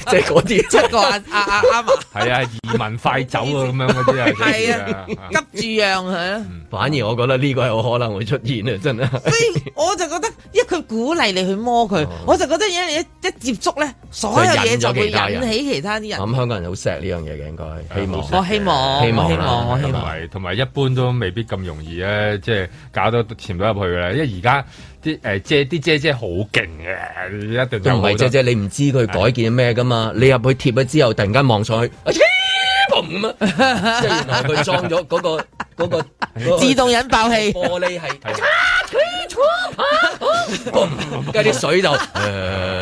[SPEAKER 2] 即係嗰啲。
[SPEAKER 4] 七個阿阿阿阿嫲
[SPEAKER 3] 係啊，移民快走啊，咁樣嗰啲 啊，
[SPEAKER 4] 係
[SPEAKER 3] 真係
[SPEAKER 4] 啊，急住讓佢啊。
[SPEAKER 2] 反而我覺得呢個係有可能會出現啊！真係。
[SPEAKER 4] 所以我就覺得，因為佢鼓勵你去摸佢，我就覺得因為一一接觸咧，所有嘢就會引起其他啲人。
[SPEAKER 2] 咁香港人好錫呢樣嘢嘅，應該希望。
[SPEAKER 4] 我希望，
[SPEAKER 2] 希望
[SPEAKER 4] 希
[SPEAKER 2] 啦
[SPEAKER 4] 望， 我希
[SPEAKER 3] 同
[SPEAKER 4] 望。
[SPEAKER 3] 埋同埋一般都未必咁容易咧，即係搞到潛到入去嘅啦。因為而家啲誒姐啲姐姐好勁嘅，一定
[SPEAKER 2] 都唔係姐姐，你唔知佢改件咩噶嘛？你入去貼咗之後，突然間望上去，啊黐嘭咁 啊！即係原來佢裝咗嗰個嗰個嗰個
[SPEAKER 4] 自動引爆器，
[SPEAKER 2] 玻璃係。嘣跟住啲水就，呃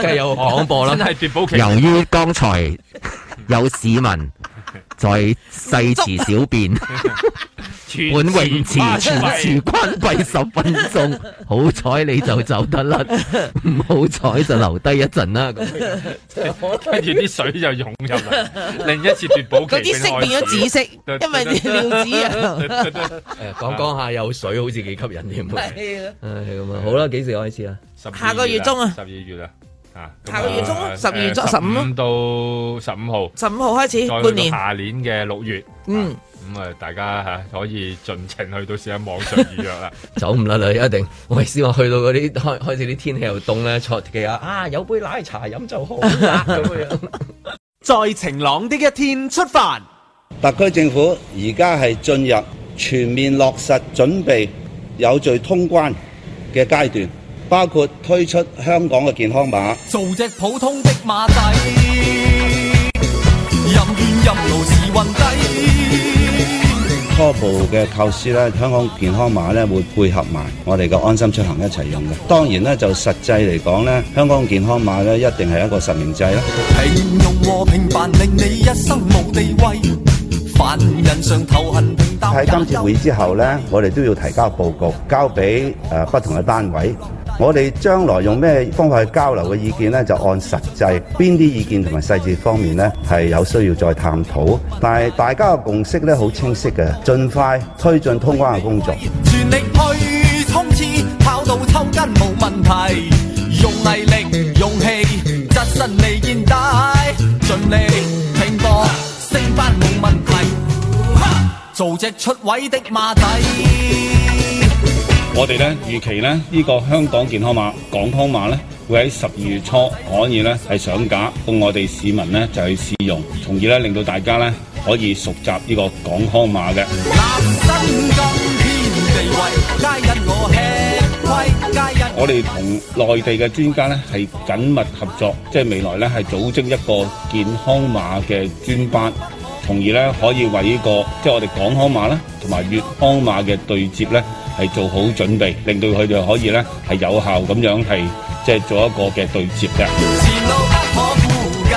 [SPEAKER 2] 跟住有個廣播啦
[SPEAKER 3] 真。係奪寶奇。
[SPEAKER 10] 由於剛才有市民 在細池小便，本泳 池全池關閉十分鐘，好彩你就走得甩，唔好彩就留低一陣啦。咁
[SPEAKER 3] 跟住啲水就湧入 嚟，另一次奪寶奇
[SPEAKER 4] 嗰啲色變咗紫色，因為尿子 啊。
[SPEAKER 2] 誒講講下有水，好似幾吸引添。唉
[SPEAKER 4] 係啊
[SPEAKER 2] 咁啊，好啦，幾時開始啊？
[SPEAKER 3] 紫
[SPEAKER 4] 下個月中啊
[SPEAKER 3] 十二月啊，啊呃
[SPEAKER 4] 下個月中啊12月中15啊
[SPEAKER 3] 五到十五號，
[SPEAKER 4] 十五號開始，
[SPEAKER 3] 再
[SPEAKER 4] 半
[SPEAKER 3] 去到
[SPEAKER 4] 年。
[SPEAKER 3] 下年嘅六月，
[SPEAKER 4] 嗯
[SPEAKER 3] 啊。咁啊，大家嚇可以盡情去到試下網上預約啦。
[SPEAKER 2] 走唔甩啦，一定。我意思話去到嗰啲開開始啲天氣又凍咧，坐地下啊有杯奶茶飲就好啦咁樣。
[SPEAKER 5] 在晴朗的一天出發。
[SPEAKER 11] 特區政府而家係進入全面落實準備有序通關嘅階段，包括推出香港嘅健康碼。
[SPEAKER 8] 做只普通的馬仔，任怨任勞時運低。
[SPEAKER 11] 初步嘅構思咧，香港健康碼咧會配合埋我哋嘅安心出行一齊用嘅。當然咧，就實際嚟講咧，香港健康碼咧一定係一個實名制啦。
[SPEAKER 8] 平庸和平凡令你一生無地位，凡人常頭痕平淡。
[SPEAKER 11] 喺今次會議之後呢，我哋都要提交報告，交俾誒、呃不同嘅單位。我哋將來用咩方法去交流嘅意見呢？就按實際邊啲意見同埋細節方面呢，係有需要再探討。但係大家嘅共識呢，好清晰嘅，盡快推進通關嘅工作。
[SPEAKER 8] 全力去衝刺，跑到抽筋冇問題。用毅力、勇氣，扎身利肩帶，盡力拼搏，升班冇問題。哈做只出位的馬仔，
[SPEAKER 9] 我哋咧預期咧呢、呢個香港健康碼、港康碼咧，會喺十二月初可以咧係上架，供我哋市民咧就去試用，從而咧令到大家咧可以熟習呢個港康碼嘅。
[SPEAKER 8] 男生今天地位，皆因我吃虧，皆因
[SPEAKER 9] 我哋同內地嘅專家咧係緊密合作，即係未來咧係組織一個健康碼嘅專班，從而咧可以為呢、個即係我哋港康碼啦，同埋粵康碼嘅對接咧係做好準備，令到佢哋可以咧係有效咁樣係即係做一個嘅對接嘅。
[SPEAKER 8] 前路不可估計。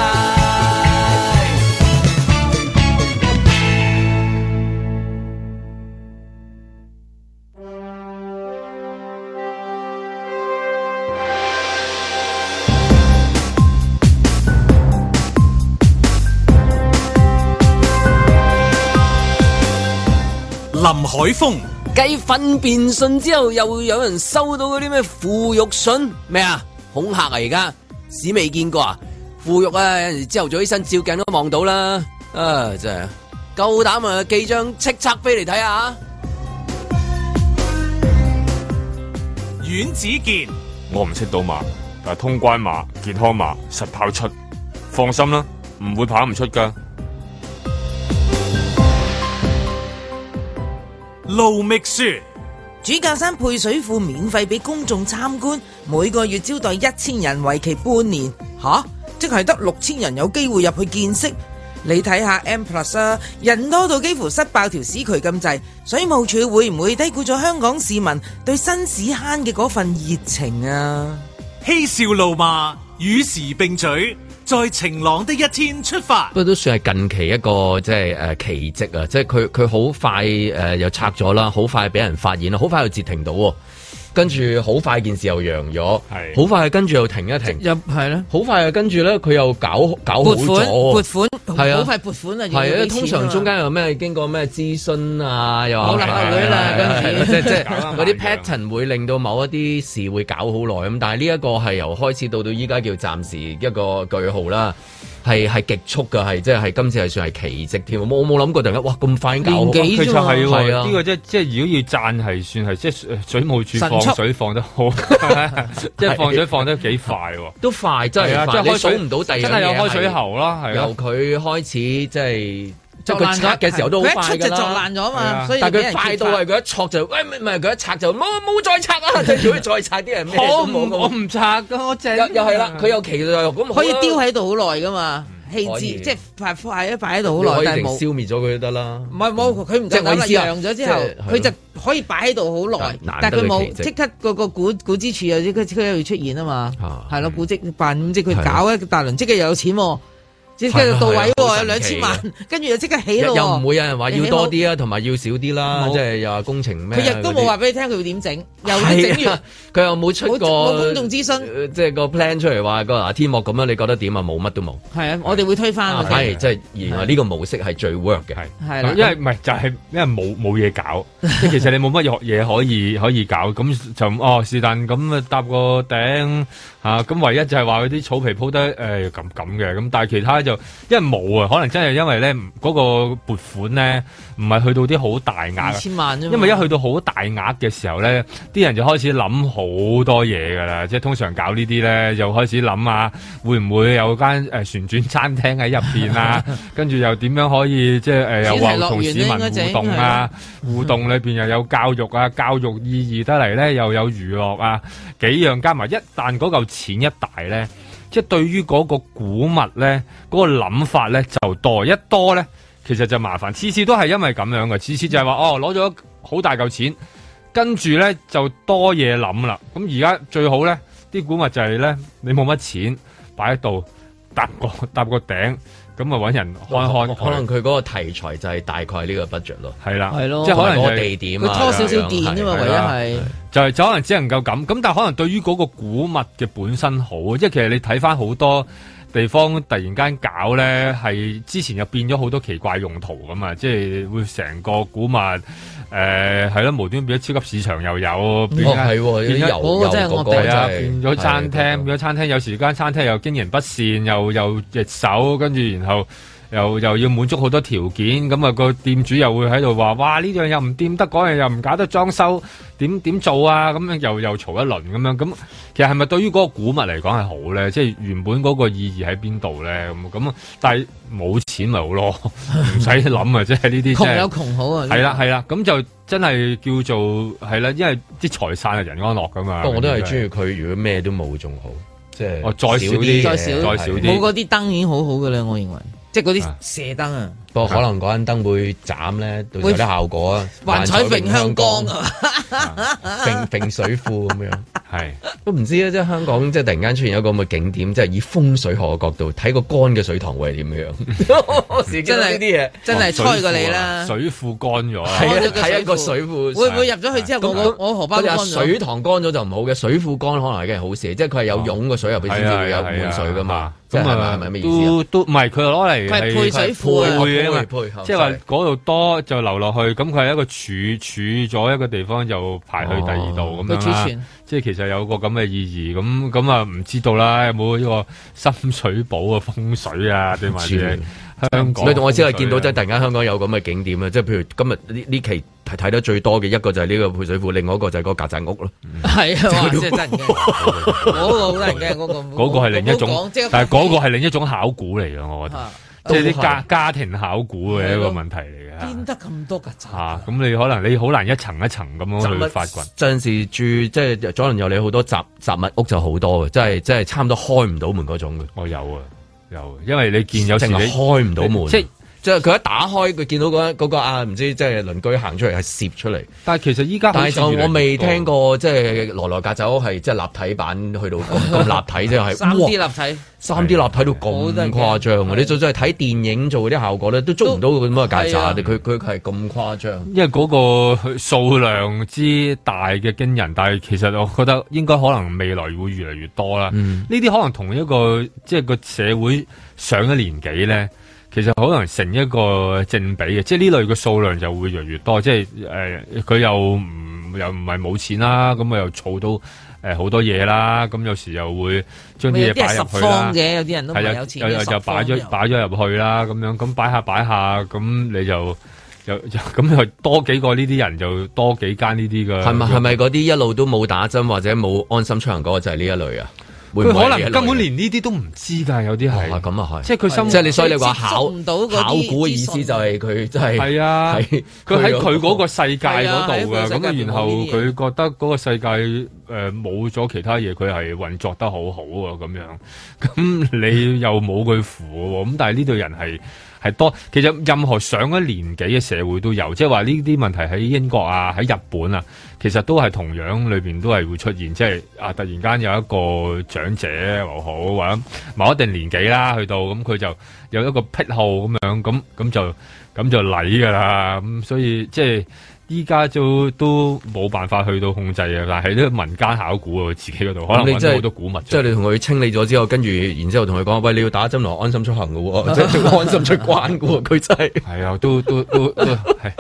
[SPEAKER 1] 林海峰、
[SPEAKER 12] 繼糞便信之後，又有人收到嗰啲咩腐肉信咩啊？恐嚇啊！而家屎未見過啊！腐肉啊，有陣時朝頭早起身照鏡都望到啦。啊，真係夠膽啊！寄張叱咤飛嚟睇下啊！
[SPEAKER 1] 阮子健、
[SPEAKER 13] 我唔識賭馬，但係通關馬、健康馬實跑出，放心啦，唔會跑唔出噶。
[SPEAKER 1] 路觅雪。
[SPEAKER 4] 主教山配水庫免費俾公眾參觀，每個月招待一千人，為期半年。吓，即係得六千人有機會入去見識。你睇下 M Plus 啊，人多到幾乎塞爆條屎渠咁滯。水務署會唔會低估咗香港市民對新屎坑嘅嗰份熱情啊？
[SPEAKER 1] 嬉笑怒罵，與時並舉，在晴朗的一天出發
[SPEAKER 2] 不。過都算係近期一個即係誒奇蹟啊！即係佢佢好快誒、呃又拆咗啦，好快俾人發現啦，好快又截停到喎。跟住好快件事又揚咗，好快跟住又停一停，
[SPEAKER 12] 入係啦，
[SPEAKER 2] 好快又跟住咧佢又搞搞好
[SPEAKER 4] 撥
[SPEAKER 2] 咗
[SPEAKER 4] 款撥
[SPEAKER 2] 喎，
[SPEAKER 4] 款好
[SPEAKER 2] 係啊
[SPEAKER 4] 好快撥款啊，要
[SPEAKER 2] 係
[SPEAKER 4] 俾
[SPEAKER 2] 啊，
[SPEAKER 4] 錢
[SPEAKER 2] 通常
[SPEAKER 4] 啊
[SPEAKER 2] 中間有咩經過咩諮詢啊，又話
[SPEAKER 4] 冇立法會啦
[SPEAKER 2] 係啊
[SPEAKER 4] 嗰陣時
[SPEAKER 2] 係啊即係即係
[SPEAKER 4] 搞得
[SPEAKER 2] 嗰啲 pattern 會令到某一啲事會搞好耐咁，但係呢一個係由開始到到依家叫暫時一個句號啦。係係極速㗎，係即係係今次係算係奇蹟添，我冇我冇諗過突然間哇咁快已經搞好，
[SPEAKER 3] 其實係
[SPEAKER 2] 係
[SPEAKER 3] 喎，呢
[SPEAKER 2] 啊，
[SPEAKER 3] 個即係即係如果要讚係算係即係水水務署
[SPEAKER 2] 神
[SPEAKER 3] 放
[SPEAKER 2] 速
[SPEAKER 3] 水放得好， 即係放水放得幾快喎。
[SPEAKER 2] 都快真
[SPEAKER 3] 係
[SPEAKER 2] 係
[SPEAKER 3] 啊
[SPEAKER 2] 快，
[SPEAKER 3] 即係
[SPEAKER 2] 你
[SPEAKER 3] 開
[SPEAKER 2] 數
[SPEAKER 3] 水
[SPEAKER 2] 唔到第二樣嘢
[SPEAKER 3] 真係有開水喉啦係啊
[SPEAKER 2] 由佢開始即係。即係
[SPEAKER 4] 作
[SPEAKER 2] 佢
[SPEAKER 4] 爛咗
[SPEAKER 2] 拆嘅時候都好快
[SPEAKER 4] 佢一出
[SPEAKER 2] 㗎
[SPEAKER 4] 就
[SPEAKER 2] 啦
[SPEAKER 4] 作爛咗啊嘛
[SPEAKER 2] 係啊
[SPEAKER 4] 所以
[SPEAKER 2] 但
[SPEAKER 4] 俾
[SPEAKER 2] 係佢
[SPEAKER 4] 人
[SPEAKER 2] 快
[SPEAKER 4] 揭
[SPEAKER 2] 到
[SPEAKER 4] 發
[SPEAKER 2] 係佢一戳就，喂唔係唔係佢一拆就，冇冇再拆 啊！即係如果再拆 啲人咩
[SPEAKER 4] 我
[SPEAKER 2] 都
[SPEAKER 4] 唔
[SPEAKER 2] 冇㗎喎
[SPEAKER 4] 我唔
[SPEAKER 3] 拆我正
[SPEAKER 2] 又又係啦，佢有期待咁
[SPEAKER 4] 嗯可以丟喺度好耐噶嘛，棄
[SPEAKER 2] 啊嗯可
[SPEAKER 4] 置
[SPEAKER 2] 以
[SPEAKER 4] 即係擺擺擺喺
[SPEAKER 2] 好
[SPEAKER 4] 度
[SPEAKER 2] 啦
[SPEAKER 4] 好
[SPEAKER 2] 你可
[SPEAKER 4] 耐，
[SPEAKER 2] 以
[SPEAKER 4] 但係
[SPEAKER 2] 定
[SPEAKER 4] 冇
[SPEAKER 2] 消。滅咗佢都得啦。
[SPEAKER 4] 唔係冇，佢唔
[SPEAKER 2] 即係
[SPEAKER 4] 得
[SPEAKER 2] 我
[SPEAKER 4] 啦，
[SPEAKER 2] 意思啊
[SPEAKER 4] 揚咗之後
[SPEAKER 2] 即係，係
[SPEAKER 4] 佢就
[SPEAKER 2] 咯
[SPEAKER 4] 可以擺喺度好耐
[SPEAKER 2] 但難，
[SPEAKER 4] 但
[SPEAKER 2] 得
[SPEAKER 4] 佢
[SPEAKER 2] 佢
[SPEAKER 4] 冇
[SPEAKER 2] 奇蹟
[SPEAKER 4] 即刻個個古古之處又即刻即刻又出現啊嘛，係咯，古蹟辦咁即係佢搞一大輪，即刻又有錢喎，即刻就到位
[SPEAKER 2] 啊係啊
[SPEAKER 4] 喎，
[SPEAKER 2] 好
[SPEAKER 4] 有
[SPEAKER 2] 神
[SPEAKER 4] 兩
[SPEAKER 2] 奇
[SPEAKER 4] 千萬，跟住就即刻起咯喎。
[SPEAKER 2] 又又唔會有人話要多
[SPEAKER 4] 你起
[SPEAKER 2] 啲啊，同埋要少啲啦，
[SPEAKER 4] 冇
[SPEAKER 2] 即係又話工程咩？
[SPEAKER 4] 好。佢亦都冇話俾你聽佢會點整，又啲整
[SPEAKER 2] 係啊
[SPEAKER 4] 完，
[SPEAKER 2] 佢又冇出
[SPEAKER 4] 冇
[SPEAKER 2] 過
[SPEAKER 4] 冇公眾諮詢，
[SPEAKER 2] 呃即係個 plan 出嚟話個嗱天幕咁樣，你覺得點啊？冇乜都冇，
[SPEAKER 4] 係啊，我哋會推翻啊。
[SPEAKER 2] 係即係原來呢個模式係最 work 嘅，
[SPEAKER 4] 係啦
[SPEAKER 3] 因為唔係就係、因為冇冇嘢搞， 即係其實你冇乜嘢嘢可以可以搞，咁就哦是但咁啊搭個頂嚇，咁、唯一就係話嗰啲草皮鋪得誒咁咁嘅，咁但係其他就因為冇啊，可能真係因為咧唔嗰個撥款咧唔係去到啲好大額啊，
[SPEAKER 4] 二千萬啫嘛
[SPEAKER 3] 因為一去到好大額嘅時候咧，啲人就開始諗好多嘢㗎啦，即係通常搞呢啲咧，就開始諗啊，會唔會有間誒、旋轉餐廳喺入 邊啊？跟住又點樣可以即係誒又話同市民互動啊？互動裏邊又有教育啊，教育意義得嚟咧又有娛樂啊，幾樣加埋，一旦嗰嚿錢一大咧，即係對於嗰個古物咧嗰、個諗法咧就多，一多咧其實就麻煩，次次都係因為咁樣嘅，次次就係話哦攞咗好大嚿錢。跟住咧就多嘢諗啦。咁而家最好咧，啲古物就係咧，你冇乜錢擺喺度，搭個搭個頂，咁啊揾人看看
[SPEAKER 2] 可能佢嗰個題材就係大概呢個 budget 咯，
[SPEAKER 3] 係啦，
[SPEAKER 4] 哦
[SPEAKER 2] 係
[SPEAKER 3] 即係可能
[SPEAKER 2] 個
[SPEAKER 3] 就係
[SPEAKER 2] 地點啊，
[SPEAKER 3] 佢拖少少
[SPEAKER 2] 咁樣
[SPEAKER 3] 電啫嘛
[SPEAKER 2] 係啊
[SPEAKER 3] 唯一
[SPEAKER 2] 啦
[SPEAKER 3] 係就係就可能只能夠咁。咁但係可能對於嗰個古物嘅本身好，即係其實你睇翻好多。地方突然間搞咧，係之前又變咗好多奇怪用途咁啊！即係會成個古物誒係咯，無端變咗超級市場又有，變
[SPEAKER 2] 哦係喎
[SPEAKER 3] 變
[SPEAKER 2] 有
[SPEAKER 3] 咗
[SPEAKER 2] 有嗰個真係我
[SPEAKER 3] 係啊，
[SPEAKER 2] 真係
[SPEAKER 3] 變咗餐廳，變咗餐廳有時間餐廳又經營不善，又又易手，跟住然後。又又要滿足好多條件，咁啊個店主又會喺度話：哇呢樣又唔掂得，嗰樣又唔搞得裝修，點點做啊？咁樣又又嘈一輪咁樣，咁其實係咪對於嗰個古物嚟講係好咧？即係原本嗰個意義喺邊度咧？咁咁，但係冇錢咪好 咯，唔使諗啊！即係呢啲真
[SPEAKER 4] 窮
[SPEAKER 3] 係
[SPEAKER 4] 有窮好啊。
[SPEAKER 3] 係啦係啦，咁就真係叫做係啦，因為啲財散係人安樂噶嘛。
[SPEAKER 2] 不過我都係
[SPEAKER 3] 真
[SPEAKER 2] 中意佢，如果咩都冇仲好，即係
[SPEAKER 3] 哦再少啲
[SPEAKER 2] 嘢
[SPEAKER 3] 再少再少啲
[SPEAKER 4] 冇嗰啲燈已經好好嘅啦，我認為，即係嗰啲射燈啊，
[SPEAKER 2] 不過可能嗰間燈會斬咧，到時有啲效果啊，
[SPEAKER 4] 幻彩揈香
[SPEAKER 2] 江
[SPEAKER 4] 江啊。
[SPEAKER 2] 揈揈水庫咁樣，
[SPEAKER 3] 係
[SPEAKER 2] 都唔知咧，即係香港即係突然間出現一個咁嘅景點，即係以風水學嘅角度睇個乾嘅水塘會係點樣，我 時
[SPEAKER 4] 真係
[SPEAKER 2] 呢啲嘢
[SPEAKER 4] 真係猜過你啦
[SPEAKER 3] 啊水哦庫乾咗啊，
[SPEAKER 2] 係啊， 睇一個水庫
[SPEAKER 4] 會唔會入咗去之後，我我我荷包都乾
[SPEAKER 2] 咁
[SPEAKER 4] 咗？
[SPEAKER 2] 水塘乾咗就唔好嘅，水庫乾可能係件好事，即係佢係
[SPEAKER 4] 哦
[SPEAKER 2] 有湧個水入去
[SPEAKER 3] 啊
[SPEAKER 2] 先至會有滿水噶嘛。即係
[SPEAKER 3] 咁啊
[SPEAKER 2] 係咪係咪咩意思啊？
[SPEAKER 3] 都都唔係佢攞嚟
[SPEAKER 2] 佢係
[SPEAKER 3] 係
[SPEAKER 2] 配水庫啊
[SPEAKER 3] 配配啊
[SPEAKER 2] 配配
[SPEAKER 3] 嘛即係話嗰度多就流落去，咁佢係一個儲儲咗一個地方就排去第二度咁
[SPEAKER 2] 哦佢儲
[SPEAKER 3] 樣啦
[SPEAKER 2] 存
[SPEAKER 3] 即係其實有個咁嘅意義，咁咁啊唔知道啦，有冇呢個深水埗啊風水啊，定還是係香港？
[SPEAKER 2] 唔係我只係見
[SPEAKER 3] 啊
[SPEAKER 2] 到即係突然間香港有咁嘅景點啊！即係譬如今日呢呢期睇睇得最多嘅一個就係呢個配水庫，另外一個就係嗰個曱甴屋咯。
[SPEAKER 4] 係啊，哇！真係得人驚，嗰個好得人驚，嗰個
[SPEAKER 3] 嗰個係另一
[SPEAKER 4] 唔好講
[SPEAKER 3] 種
[SPEAKER 4] 即係，
[SPEAKER 3] 但係嗰個係另一種考古嚟嘅，我覺得
[SPEAKER 4] 啊，
[SPEAKER 3] 即係啲
[SPEAKER 4] 都
[SPEAKER 3] 家
[SPEAKER 4] 係
[SPEAKER 3] 家庭考古嘅一個
[SPEAKER 4] 係咯
[SPEAKER 3] 問題嚟嘅。
[SPEAKER 4] 邊得咁多曱甴？
[SPEAKER 3] 嚇！咁你可能你好難一層一層咁樣去發掘。
[SPEAKER 2] 陣時住即係左鄰右里好多雜雜物屋就好多嘅，即係即係差唔多開唔到門嗰種嘅。
[SPEAKER 3] 我有啊，有，因為你見有時你
[SPEAKER 2] 淨係開唔到門，
[SPEAKER 3] 即係
[SPEAKER 2] 即係佢一打開，佢見到嗰嗰個啊，唔知即係鄰居行出嚟係攝出嚟。
[SPEAKER 3] 但係其實依啊家好
[SPEAKER 2] 但
[SPEAKER 3] 似
[SPEAKER 2] 係就
[SPEAKER 3] 越嚟越
[SPEAKER 2] 我未
[SPEAKER 3] 多
[SPEAKER 2] 聽過，即係來來格仔屋係即係立體版去 到咁咁立體，即係
[SPEAKER 4] 三 D
[SPEAKER 2] 哇
[SPEAKER 4] 立體，
[SPEAKER 2] 三 D 立體到咁誇張啊！你就算係睇電影做嗰啲效果咧，都捉唔到咁嘅曱
[SPEAKER 3] 係啊
[SPEAKER 2] 甴。佢佢佢係咁誇張。
[SPEAKER 3] 因為嗰個數量之大嘅驚人，但係其實我覺得應該可能未來會越嚟越多啦。呢啲、可能同一個即係個社會上咗年紀咧，其實可能成一個正比嘅，即係呢類嘅數量就會越嚟越多。即係誒，佢、又唔又唔係冇錢啦，咁啊又儲到誒好、多嘢啦，咁有時又會將啲
[SPEAKER 4] 有
[SPEAKER 3] 嘢
[SPEAKER 4] 啲係
[SPEAKER 3] 擺入
[SPEAKER 4] 實
[SPEAKER 3] 去啦
[SPEAKER 4] 況。嘅有啲人都唔係
[SPEAKER 3] 係啊
[SPEAKER 4] 有錢
[SPEAKER 3] 又
[SPEAKER 4] 嘅
[SPEAKER 3] 又
[SPEAKER 4] 實
[SPEAKER 3] 又擺
[SPEAKER 4] 況
[SPEAKER 3] 咗
[SPEAKER 4] 又
[SPEAKER 3] 擺咗入去啦，咁樣咁擺下擺下，咁你就又又咁又多幾個呢啲人，就多幾間呢啲嘅。
[SPEAKER 2] 係咪係咪嗰啲一路都冇打針或者冇安心出行嗰個就係呢一類啊？會
[SPEAKER 3] 佢
[SPEAKER 2] 唔會
[SPEAKER 3] 可
[SPEAKER 2] 係呢一類
[SPEAKER 3] 能
[SPEAKER 2] 啊
[SPEAKER 3] 根本連呢啲都唔知㗎，有啲係。
[SPEAKER 2] 咁啊係，
[SPEAKER 3] 即係佢生
[SPEAKER 2] 即係你所以你話
[SPEAKER 4] 接
[SPEAKER 2] 考
[SPEAKER 4] 觸唔到嗰啲
[SPEAKER 2] 考古嘅意思就係佢真係
[SPEAKER 3] 係啊，
[SPEAKER 2] 係
[SPEAKER 3] 佢喺佢嗰個世界
[SPEAKER 2] 係
[SPEAKER 3] 嗰
[SPEAKER 2] 啊喺
[SPEAKER 3] 度
[SPEAKER 2] 佢
[SPEAKER 3] 嘅，咁
[SPEAKER 2] 世界
[SPEAKER 3] 啊，
[SPEAKER 2] 入邊
[SPEAKER 3] 然後
[SPEAKER 2] 冇呢啲嘢
[SPEAKER 3] 佢覺得嗰個世界誒冇咗其他嘢，佢係運作得好好啊，咁樣， 咁你又冇佢扶喎，咁但係呢度人係。係多，其實任何上一年紀嘅社會都有，即係話呢啲問題喺英國啊，喺日本啊，其實都係同樣裏面都係會出現，即係啊突然間有一個長者又好，或者某一定年紀啦，去到咁佢就有一個癖好咁樣，咁咁就咁就禮㗎啦，咁所以即係。依家都都冇辦法去到控制嘅，但係呢個民間考古啊，自己嗰度可能
[SPEAKER 2] 咁你
[SPEAKER 3] 揾到
[SPEAKER 2] 真係
[SPEAKER 3] 好多古物。
[SPEAKER 2] 即係你同佢清理咗之後，跟住然之後同佢講：喂，你要打針同安心出行嘅喎， 即係要安心出關嘅喎。佢真係
[SPEAKER 3] 係啊，都都都 都係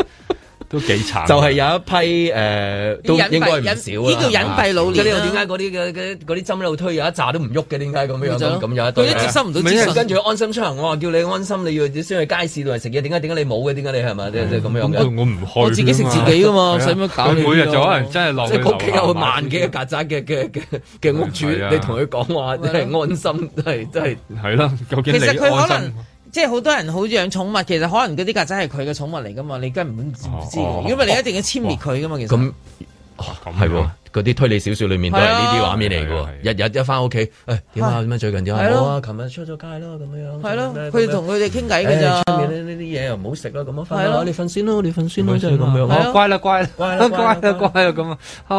[SPEAKER 3] 都幾慘。啊
[SPEAKER 2] 就係啊有一批誒，都
[SPEAKER 4] 隱蔽
[SPEAKER 2] 應該
[SPEAKER 4] 隱
[SPEAKER 2] 唔少啦。
[SPEAKER 4] 呢叫隱蔽老年
[SPEAKER 2] 即係
[SPEAKER 4] 啦
[SPEAKER 2] 呢個點解嗰啲嘅嗰啲嗰啲針一路推有一紮都唔喐嘅？點解咁
[SPEAKER 4] 咪
[SPEAKER 2] 樣
[SPEAKER 4] 就係
[SPEAKER 2] 咁
[SPEAKER 4] 咯
[SPEAKER 2] 咁有一堆
[SPEAKER 4] 佢都接收唔到資
[SPEAKER 2] 係啊
[SPEAKER 4] 訊
[SPEAKER 2] 跟住安心出行，我話叫你安心，你要先去街市度嚟食嘢。點解點解你冇嘅？點解你係咪？即係即係咁樣嘅
[SPEAKER 3] 咁我唔去
[SPEAKER 2] 我自己食自己㗎嘛
[SPEAKER 3] 係啊
[SPEAKER 2] 使乜搞你
[SPEAKER 3] 佢每日
[SPEAKER 2] 呢個
[SPEAKER 3] 就可能真係落
[SPEAKER 2] 即
[SPEAKER 3] 去
[SPEAKER 2] 係屋啊企有
[SPEAKER 3] 樓下買
[SPEAKER 2] 萬幾個曱甴嘅嘅嘅嘅屋主，
[SPEAKER 3] 係啊
[SPEAKER 2] 你同佢講話真係安心，真係真係
[SPEAKER 3] 係啦。究
[SPEAKER 4] 其
[SPEAKER 3] 竟你
[SPEAKER 4] 實佢可
[SPEAKER 3] 安心
[SPEAKER 4] 能。
[SPEAKER 2] 啊
[SPEAKER 4] 即係好多人好養寵物，其實可能嗰啲曱甴係佢嘅寵物嚟噶嘛，你根本唔知嘅，
[SPEAKER 2] 哦
[SPEAKER 4] 因為你一定要殲滅佢噶嘛，其實。
[SPEAKER 2] 咁係喎，嗰啲推理小説裏面都係啊呢啲畫面嚟嘅喎。日日一翻屋企，誒點啊？點樣最近點啊？
[SPEAKER 4] 係咯
[SPEAKER 2] 好啊，琴日出咗街咯，咁樣樣。
[SPEAKER 4] 係咯
[SPEAKER 2] 咩，
[SPEAKER 4] 佢同佢哋傾偈㗎咋
[SPEAKER 2] 誒哎出面呢呢啲嘢又唔好食啦，咁樣
[SPEAKER 4] 哎係
[SPEAKER 2] 瞓
[SPEAKER 4] 咯
[SPEAKER 2] 啦，你瞓先咯，你瞓先咯，即係咁樣。
[SPEAKER 3] 哦乖啦乖啦
[SPEAKER 2] 乖啦
[SPEAKER 3] 乖啦乖啦咁啊！哦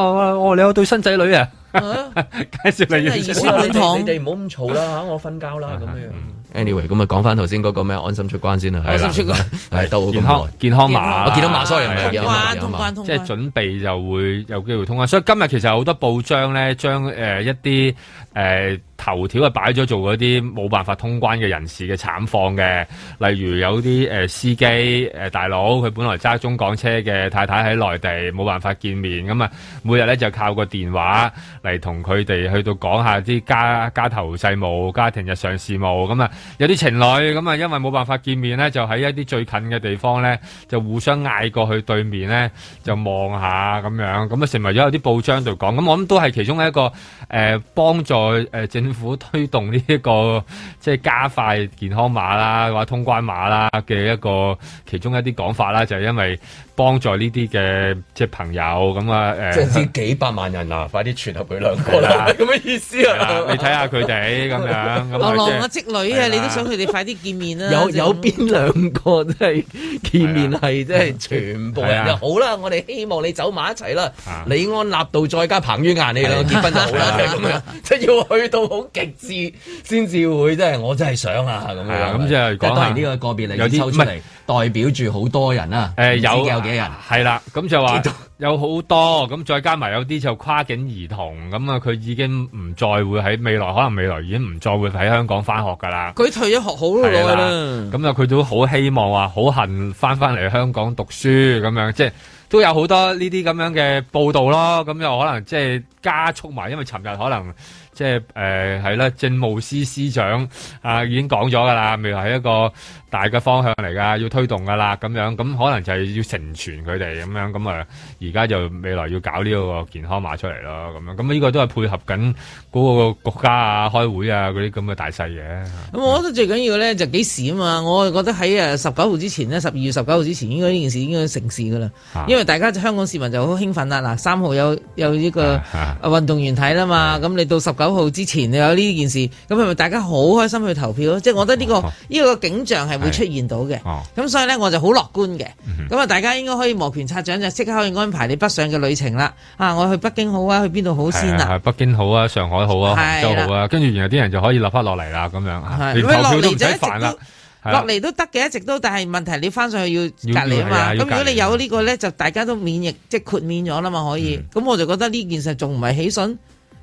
[SPEAKER 3] 哦，你有對新仔女啊？ 介紹你認
[SPEAKER 2] 真係
[SPEAKER 3] 識
[SPEAKER 2] 兒孫滿堂
[SPEAKER 3] 你哋
[SPEAKER 2] 唔好咁嘈啦嚇，我瞓覺啦咁樣。Anyway，咁啊講翻頭先嗰個咩安心出關先啦，啊係啦
[SPEAKER 3] 安心出關，
[SPEAKER 2] 係到
[SPEAKER 3] 健 康健康碼，
[SPEAKER 2] 我見到碼，sorry，唔係
[SPEAKER 3] 係
[SPEAKER 2] 健康碼，健康碼
[SPEAKER 3] 啊即係準備就會有機會通關。所以今日其實有好多報章咧，將誒、呃一啲誒、呃、頭條啊擺咗做嗰啲冇辦法通關嘅人士嘅慘況嘅，例如有啲誒、呃司機誒、呃大佬，佢本來揸中港車嘅太太喺內地冇辦法見面，咁啊每日咧就靠個電話嚟同佢哋去到講下啲家家頭細務、家庭日常事務，咁啊有啲情侶咁啊因為冇辦法見面咧，就喺一啲最近嘅地方咧就互相嗌過去對面咧就望下咁樣，咁啊成為咗有啲報章度講，咁啊我諗都係其中一個誒、呃、幫助誒、呃政府推動呢、一個 即係加快健康碼啦，或者通關碼啦嘅一個其中一啲講法啦，就係、因為幫助呢啲嘅即係朋友咁啊誒。
[SPEAKER 2] 即係知幾百萬人啊，快啲全合佢兩個啦，咁嘅意思
[SPEAKER 3] 係
[SPEAKER 2] 啊
[SPEAKER 3] 啊啦你睇下佢哋咁樣，咁
[SPEAKER 4] 流浪
[SPEAKER 3] 啊
[SPEAKER 4] 啊，
[SPEAKER 3] 即係
[SPEAKER 4] 積女啊，你都想佢哋快啲見面啦。
[SPEAKER 2] 有
[SPEAKER 4] 即係
[SPEAKER 2] 有邊兩個即係見面係即係全部人
[SPEAKER 4] 係
[SPEAKER 2] 就
[SPEAKER 4] 啊
[SPEAKER 2] 好啦，我哋希望你走埋一齊啦
[SPEAKER 4] 啊，
[SPEAKER 2] 李安納度再加彭于晏你兩個結婚就好啦，即係咁樣，即係要去到好極致先至會即係我真係想啊咁
[SPEAKER 3] 係啊
[SPEAKER 2] 樣，
[SPEAKER 3] 咁即係講下
[SPEAKER 2] 當然呢個個別
[SPEAKER 3] 有啲
[SPEAKER 2] 例子抽出
[SPEAKER 3] 唔係
[SPEAKER 2] 嚟，代表住好多人啊，
[SPEAKER 3] 誒
[SPEAKER 2] 唔知
[SPEAKER 3] 有
[SPEAKER 2] 有幾人。
[SPEAKER 3] 係啦，咁就話有好多，咁再加埋有啲就跨境兒童，咁啊佢已經唔再會喺未來，可能未來已經唔再會喺香港翻學㗎啦。
[SPEAKER 4] 佢退咗學好
[SPEAKER 3] 係
[SPEAKER 4] 耐啦。
[SPEAKER 3] 啦，咁啊佢都好希望話好恨翻翻嚟香港讀書咁樣，即係都有好多呢啲咁樣嘅報道咯。咁又可能即係加速埋，因為尋日可能即係誒係啦，政務司司長啊已經講咗噶啦，未來係一個大嘅方向嚟噶，要推動噶啦咁樣。咁可能就係要成全佢哋咁樣。咁啊而家就未來要搞呢個健康碼出嚟咯，咁樣。咁呢個都係配合緊嗰個國家啊、開會啊嗰啲咁嘅大勢嘅。
[SPEAKER 4] 咁我覺得最緊要咧就幾時啊嘛，我覺得喺誒十九號之前咧，十二月十九號之前應該呢件事應該成事噶啦
[SPEAKER 14] 啊，
[SPEAKER 4] 因為大家就香港市民就好興奮啦。嗱，三號有有呢個
[SPEAKER 14] 啊
[SPEAKER 4] 運動員睇啦嘛，咁你到十九號之前你有呢件事，咁係咪大家好開心去投票啊咯？即係我覺得呢
[SPEAKER 14] 哦
[SPEAKER 4] 個呢個景象係會出現到嘅。咁所以咧我就好樂觀嘅。
[SPEAKER 14] 嗯
[SPEAKER 4] 咁啊，大家應該可以摩拳擦掌就即刻可以安排你北上嘅旅程啦。啊，我去北京好啊，去邊度好先
[SPEAKER 3] 係
[SPEAKER 4] 啊？
[SPEAKER 3] 係北京好啊，上海好啊，杭
[SPEAKER 4] 係啦
[SPEAKER 3] 州好啊，跟住然後啲人就可以立翻落嚟啦，咁樣啊
[SPEAKER 4] 係
[SPEAKER 3] 連
[SPEAKER 4] 咁
[SPEAKER 3] 投
[SPEAKER 4] 樣
[SPEAKER 3] 票
[SPEAKER 4] 落嚟
[SPEAKER 3] 都
[SPEAKER 4] 就
[SPEAKER 3] 唔
[SPEAKER 4] 一
[SPEAKER 3] 使
[SPEAKER 4] 直
[SPEAKER 3] 煩啦
[SPEAKER 4] 都。
[SPEAKER 3] 係啦
[SPEAKER 4] 落嚟都得嘅，一直都，但係問題你翻上去要
[SPEAKER 3] 要
[SPEAKER 4] 隔離啊
[SPEAKER 3] 要係啊
[SPEAKER 4] 嘛。咁
[SPEAKER 3] 要
[SPEAKER 4] 如果
[SPEAKER 3] 隔離
[SPEAKER 4] 你有呢個咧，就大家都免疫，即係豁免咗啦嘛，可以。咁我就覺得呢件事仲唔係喜訊，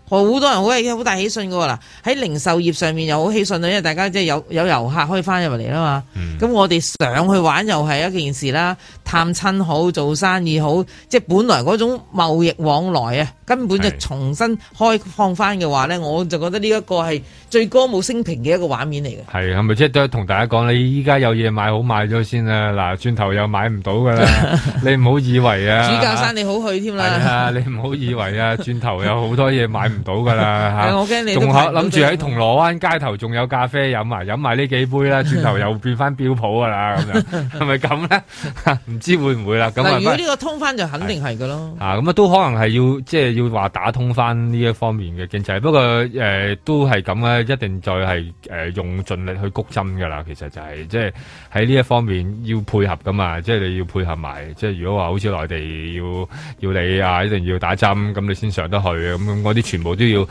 [SPEAKER 4] 好多人好有好大喜訊噶喎嗱，喺零售業上面又好喜訊啦，因為大家即係有有遊客可以翻入嚟啦嘛。
[SPEAKER 3] 嗯
[SPEAKER 4] 咁、我哋上去玩又係一件事啦，探親好，做生意好，即係本來嗰種貿易往來啊，根本就重新開放翻嘅話咧，我就覺得呢一個係最歌舞升平嘅一個畫面嚟嘅。
[SPEAKER 3] 系系咪即系都係同大家講，你依家有嘢買好買咗先啦，嗱轉頭又買唔到噶啦，你唔好以為啊，
[SPEAKER 4] 主教山你好去添
[SPEAKER 3] 係
[SPEAKER 4] 啦，
[SPEAKER 3] 啊，你唔好以為啊，轉頭有好多嘢買唔到噶啦
[SPEAKER 4] 係
[SPEAKER 3] 嚇
[SPEAKER 4] 我驚你都
[SPEAKER 3] 仲可
[SPEAKER 4] 排唔到
[SPEAKER 3] 諗住
[SPEAKER 4] 隊
[SPEAKER 3] 喺銅鑼灣街頭仲有咖啡飲啊，飲埋呢幾杯啦，轉頭又變翻標普噶啦咁樣，係咪咁咧？唔知會唔會啦？咁
[SPEAKER 4] 嗱，
[SPEAKER 3] 啊
[SPEAKER 4] 如果呢個通翻就肯定係噶咯。
[SPEAKER 3] 啊，咁啊都可能係要即係要話打通翻呢一方面嘅經濟，不過誒、呃都係咁啊，一定再係誒、呃用盡力去谷針噶啦。其實就係、即係喺呢一方面要配合噶嘛，即係你要配合埋。即係如果話好似內地要要你啊，一定要打針，咁你先上得去咁咁嗰啲全部都要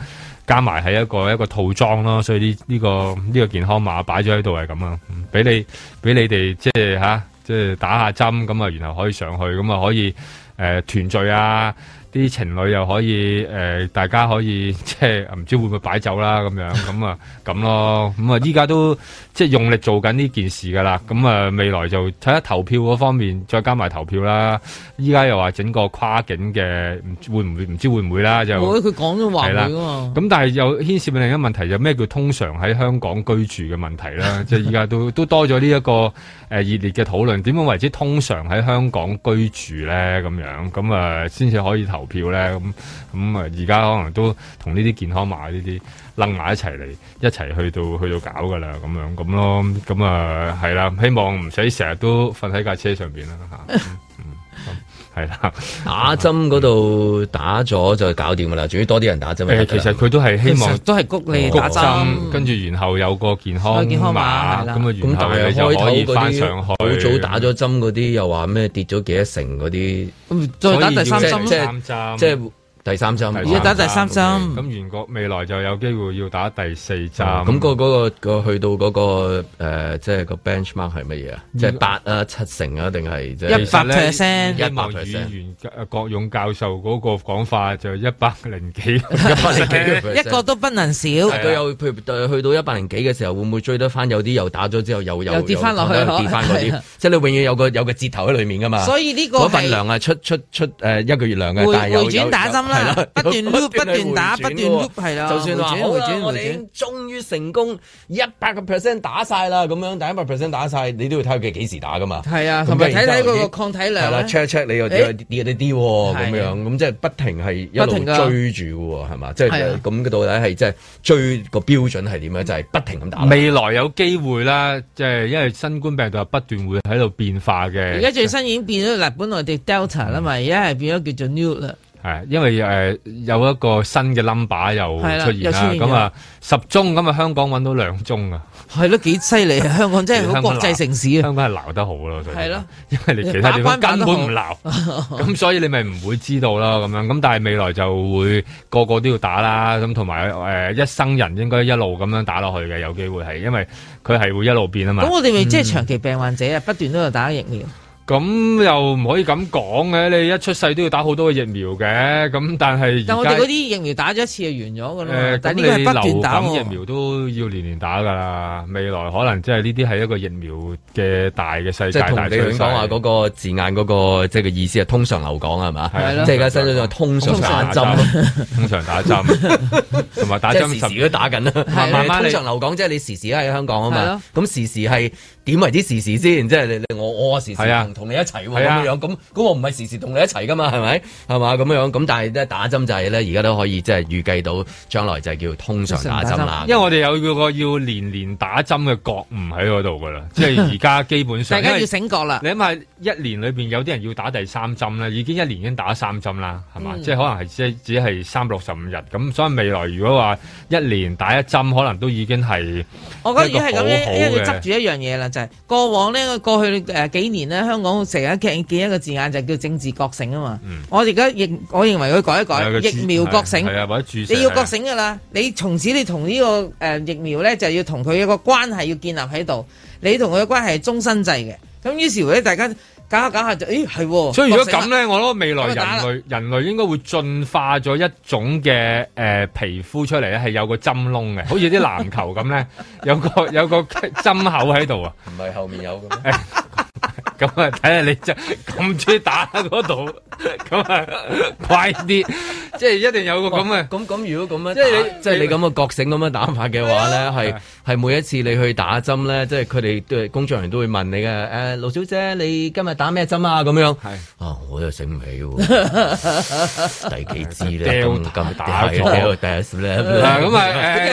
[SPEAKER 3] 加埋喺一個一個套裝咯。所以呢、呢個呢、個健康碼擺咗喺度係咁啊，嗯俾你俾你哋即係嚇。即係打下針咁啊，然後可以上去，咁啊可以誒、呃、團聚啊，啲情侶又可以誒、呃大家可以 即係唔知會唔會擺酒啦咁樣，咁啊咁咯，咁啊依家都即係用力做緊呢件事噶啦，咁啊未來就睇下投票嗰方面，再加埋投票啦。依家又話整個跨境嘅，唔知會唔會唔知會唔會啦就。
[SPEAKER 4] 我佢講咗話
[SPEAKER 3] 係啦
[SPEAKER 4] 佢啊嘛，
[SPEAKER 3] 咁但係又牽涉另一個問題，就咩叫通常喺香港居住嘅問題啦？即係依家都都多咗呢一個誒、呃、熱烈嘅討論，點樣為之通常喺香港居住咧？咁樣咁啊，先至可以投票咧。咁咁啊，而家可能都同呢啲健康碼呢啲楞埋一齊嚟，一齊去到去到搞噶啦，咁樣咁咯。咁啊，係啦，希望唔使成日都瞓喺架車上邊啦嚇。嗯嗯咁係啦。
[SPEAKER 2] 打針嗰度打咗就搞掂噶啦，仲要多啲人打針咪得
[SPEAKER 3] 誒，
[SPEAKER 2] 㗎
[SPEAKER 3] 其
[SPEAKER 2] 啦。
[SPEAKER 3] 實佢都係希望
[SPEAKER 2] 其實都係哦谷你打針
[SPEAKER 3] 跟住然後有個健康
[SPEAKER 2] 有健康
[SPEAKER 3] 碼，咁
[SPEAKER 2] 碼
[SPEAKER 3] 啊，
[SPEAKER 2] 係
[SPEAKER 3] 然
[SPEAKER 2] 啦
[SPEAKER 3] 後
[SPEAKER 2] 咁但係
[SPEAKER 3] 你就
[SPEAKER 2] 開頭
[SPEAKER 3] 可以
[SPEAKER 2] 嗰
[SPEAKER 3] 翻
[SPEAKER 2] 啲
[SPEAKER 3] 上去。
[SPEAKER 2] 好早打咗針嗰啲又話咩跌咗幾多成嗰啲，咁
[SPEAKER 3] 再打第三針咯第三
[SPEAKER 2] 即係
[SPEAKER 3] 針
[SPEAKER 2] 即係第三針，
[SPEAKER 3] 而家打嗯第三針
[SPEAKER 2] 針。哦
[SPEAKER 3] 咁原國未來就有機會要打第四針。
[SPEAKER 2] 咁個嗰個個去到嗰個誒，即係個 benchmark 係乜嘢啊？即係八啊、七成啊，定係即係
[SPEAKER 3] 其實咧希
[SPEAKER 2] 一百
[SPEAKER 3] 望
[SPEAKER 2] percent
[SPEAKER 3] 議。員誒郭勇教授嗰個講法就一百零幾，一
[SPEAKER 2] 100個 percent
[SPEAKER 4] 一個都不能少。
[SPEAKER 2] 佢有譬如去到一百零幾嘅時候，會唔會追得翻？有啲又打咗之後又又
[SPEAKER 4] 又跌返落去
[SPEAKER 2] 又跌翻嗰
[SPEAKER 4] 係
[SPEAKER 2] 啲
[SPEAKER 4] 啊，
[SPEAKER 2] 即係你永遠有個有個折頭喺裡面噶嘛。
[SPEAKER 4] 所以呢個
[SPEAKER 2] 啊嗰份
[SPEAKER 4] 係
[SPEAKER 2] 糧啊，出出出誒一個月糧嘅，
[SPEAKER 4] 回
[SPEAKER 2] 但係有
[SPEAKER 4] 回轉打針啦
[SPEAKER 2] 有有
[SPEAKER 4] 不斷
[SPEAKER 2] 有
[SPEAKER 4] loop，不斷
[SPEAKER 2] 係
[SPEAKER 4] 打
[SPEAKER 2] 回轉
[SPEAKER 4] 不斷
[SPEAKER 2] 嘅喎
[SPEAKER 4] loop，係啦
[SPEAKER 2] 就算話
[SPEAKER 4] 回轉
[SPEAKER 2] 好
[SPEAKER 4] 回
[SPEAKER 2] 啦
[SPEAKER 4] 轉，
[SPEAKER 2] 我
[SPEAKER 4] 回轉
[SPEAKER 2] 哋已經終於成功一百個 percent 打晒啦，咁樣但一百 percent 打晒，你都要睇下佢幾時打噶嘛。
[SPEAKER 4] 係啊，
[SPEAKER 2] 咁
[SPEAKER 4] 同埋
[SPEAKER 2] 跟
[SPEAKER 4] 睇
[SPEAKER 2] 住
[SPEAKER 4] 睇嗰
[SPEAKER 2] 之後
[SPEAKER 4] 個
[SPEAKER 2] 已經
[SPEAKER 4] 抗體
[SPEAKER 2] 係
[SPEAKER 4] 量
[SPEAKER 2] 啦
[SPEAKER 4] 呢
[SPEAKER 2] ，check check 你又
[SPEAKER 4] 誒
[SPEAKER 2] 跌咗啲喎，咁
[SPEAKER 4] 係啊
[SPEAKER 2] 樣咁即係不停係一
[SPEAKER 4] 不
[SPEAKER 2] 路
[SPEAKER 4] 停㗎
[SPEAKER 2] 追住嘅喎，係嘛？即係
[SPEAKER 4] 係啊
[SPEAKER 2] 咁到底係即係追個標準係點樣？就係不停咁打。
[SPEAKER 3] 未來有機會啦，即係因為新冠病毒係不斷會喺度變化嘅。
[SPEAKER 4] 而家最新已經變咗嗱，本來叫 Delta 啦嘛，
[SPEAKER 2] 嗯
[SPEAKER 4] 而家係變咗叫做 New 啦。
[SPEAKER 3] 係，因為誒、呃有一個新嘅 number 又
[SPEAKER 4] 係啦
[SPEAKER 3] 出現
[SPEAKER 4] 又出
[SPEAKER 3] 啦，
[SPEAKER 4] 現咗
[SPEAKER 3] 咁啊十宗咁啊香港揾到兩 宗啊，
[SPEAKER 4] 係咯，幾犀利啊！香港真係好國際城市啊！
[SPEAKER 3] 香港係鬧得好咯，所以
[SPEAKER 4] 係咯，
[SPEAKER 3] 因為你其他地方
[SPEAKER 4] 把關
[SPEAKER 3] 根
[SPEAKER 4] 把
[SPEAKER 3] 本
[SPEAKER 4] 得好
[SPEAKER 3] 唔鬧， 咁所以你咪唔會知道啦咁樣。咁但係未來就會個個都要打啦，咁同埋誒一生人應該一路咁樣打落去嘅，有機會係因為佢係會一路變啊嘛。
[SPEAKER 4] 咁我哋咪即
[SPEAKER 2] 嗯
[SPEAKER 4] 係長期病患者啊，不斷都有打疫苗。
[SPEAKER 3] 咁又唔可以咁講嘅，你一出世都要打好多嘅疫苗嘅，咁但係
[SPEAKER 4] 但
[SPEAKER 3] 而
[SPEAKER 4] 我
[SPEAKER 3] 家
[SPEAKER 4] 哋嗰啲疫苗打咗一次就完咗㗎啦
[SPEAKER 3] 誒
[SPEAKER 4] 嘛，，但
[SPEAKER 3] 呃
[SPEAKER 4] 係呢
[SPEAKER 3] 咁
[SPEAKER 4] 個係
[SPEAKER 3] 你
[SPEAKER 4] 不斷
[SPEAKER 3] 流
[SPEAKER 4] 打
[SPEAKER 3] 感
[SPEAKER 4] 喎
[SPEAKER 3] 疫苗都要年年打㗎啦，未來可能即係呢啲係一個疫苗嘅大嘅世
[SPEAKER 2] 即
[SPEAKER 3] 界
[SPEAKER 2] 係同
[SPEAKER 3] 大
[SPEAKER 2] 你頭
[SPEAKER 3] 趨
[SPEAKER 2] 先講話
[SPEAKER 3] 勢。
[SPEAKER 2] 嗰個字眼嗰個即係個意思係通常流港係嘛？
[SPEAKER 3] 係啦
[SPEAKER 2] 即係而家新咗就通常打針，
[SPEAKER 3] 通常打針，同埋打針
[SPEAKER 2] 即係時時都打緊啦。
[SPEAKER 3] 係 慢慢
[SPEAKER 2] 通
[SPEAKER 3] 你
[SPEAKER 2] 常流港即係你時時都喺香港啊
[SPEAKER 3] 係
[SPEAKER 2] 嘛
[SPEAKER 3] 咯。
[SPEAKER 2] 咁時時係點為之時時先？即係你你我我時時
[SPEAKER 3] 係啊
[SPEAKER 2] 同同你一齊喎
[SPEAKER 3] 係啊
[SPEAKER 2] 咁樣。咁咁我唔係時時同你一齊噶嘛，係咪？係嘛咁樣。咁但係咧打針就係咧，而家都可以即係預計到將來就係叫通常打針啦。
[SPEAKER 3] 因為我哋有個要年年打針嘅覺悟喺嗰度㗎 啦，即係而家基本上
[SPEAKER 4] 大家
[SPEAKER 3] 因
[SPEAKER 4] 要
[SPEAKER 3] 為
[SPEAKER 4] 醒覺啦。
[SPEAKER 3] 你諗下，一年裏邊有啲人要打第三針咧，已經一年已經打三針啦，係嘛？
[SPEAKER 4] 嗯
[SPEAKER 3] 即係可能係只只係三百六十五日咁，所以未來如果話一年打一針，可能都已經係
[SPEAKER 4] 我覺得而家係咁
[SPEAKER 3] 一個好好
[SPEAKER 4] 咧，因為
[SPEAKER 3] 嘅
[SPEAKER 4] 佢執住一樣嘢啦，就係、過往呢，過去誒幾年呢，香港成日見見一個字眼就叫政治覺醒啊嘛。我而家認，我認為佢改一
[SPEAKER 3] 嗯係啊個
[SPEAKER 4] 改
[SPEAKER 3] 注
[SPEAKER 4] 疫苗覺醒，
[SPEAKER 3] 係啊，或者注射
[SPEAKER 4] 你要
[SPEAKER 3] 係啊
[SPEAKER 4] 覺醒噶啦。你從此你同呢、個誒、疫苗咧，就要同佢一個關係要建立喺度，你同佢嘅關係係終身制嘅。咁於是乎咧，大家搞下搞下就，咦係喎。
[SPEAKER 3] 所以如果
[SPEAKER 4] 覺
[SPEAKER 3] 咁
[SPEAKER 4] 醒啦
[SPEAKER 3] 咧，我諗未來
[SPEAKER 4] 咁就
[SPEAKER 3] 人
[SPEAKER 4] 打啦
[SPEAKER 3] 類人類應該會進化咗一種嘅誒、呃皮膚出嚟咧，係有個針窿嘅，好似啲籃球咁咧， 有個 有個針口喺度啊。
[SPEAKER 2] 唔係後面有嘅
[SPEAKER 3] 咩？咁啊，睇下你就 咁中意打嗰度， 咁啊快啲，即係一定有個咁嘅。
[SPEAKER 2] 咁咁如果咁樣
[SPEAKER 3] 即係你啊
[SPEAKER 2] 即係你咁嘅覺醒咁樣打法嘅話咧，係係每一次你去打針咧，即係佢哋對工作人員都會問你嘅，誒、盧小姐你今日打咩針啊？咁樣係啊，我又醒唔起 喎，第幾支咧？咁
[SPEAKER 3] Delta
[SPEAKER 2] 咁
[SPEAKER 3] 打咗
[SPEAKER 2] 係第一次咧，
[SPEAKER 3] 嗱咁啊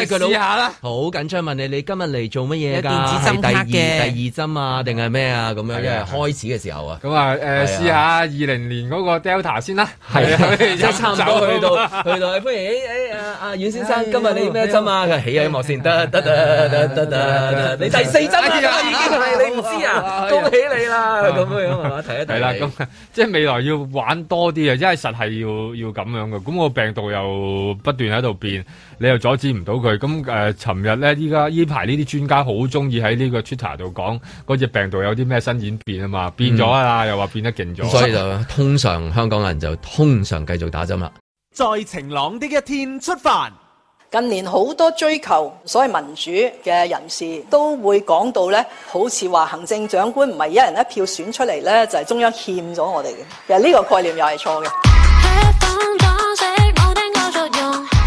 [SPEAKER 3] 誒
[SPEAKER 2] 跟住佢老
[SPEAKER 3] 試下啦，
[SPEAKER 2] 好緊張問你你今日嚟做乜
[SPEAKER 3] 有
[SPEAKER 2] 嘢㗎？
[SPEAKER 3] 電子針卡
[SPEAKER 2] 係第二
[SPEAKER 3] 嘅
[SPEAKER 2] 第二針啊，定係咩啊？咁樣因為
[SPEAKER 3] 係啊
[SPEAKER 2] 開始嘅時候啊，
[SPEAKER 3] 咁啊
[SPEAKER 2] 係啊
[SPEAKER 3] 誒，試下二零年嗰個 Delta 先啦，
[SPEAKER 2] 係啊即係
[SPEAKER 3] 係
[SPEAKER 2] 差唔多去到去到，哎歡迎誒誒阿阿啊阮先
[SPEAKER 3] 哎
[SPEAKER 2] 生，今日你咩針啊？
[SPEAKER 4] 哎
[SPEAKER 2] 佢起起幕先，得得得得得得，你第四啊針啦，已經係你唔知啊，恭喜你啦，咁樣樣係嘛？睇一睇
[SPEAKER 3] 係啦，咁 即係未來要玩多啲啊，因為實係要要咁樣嘅。咁個病毒又不斷喺度變，你又阻止唔到佢。咁誒，尋、日咧，依家依排呢啲專家好中意喺呢個 Twitter 度講嗰只病毒有啲咩新演變啊嘛，變咗啊，又話變得勁咗。
[SPEAKER 2] 嗯所以就通常香港人就通常繼續打針啦。
[SPEAKER 5] 在晴朗的一天出發。
[SPEAKER 14] 近年好多追求所謂民主嘅人士都會講到咧，好似話行政長官唔係一人一票選出嚟咧，就係、中央欠咗我哋嘅。其實呢個概念又係錯嘅。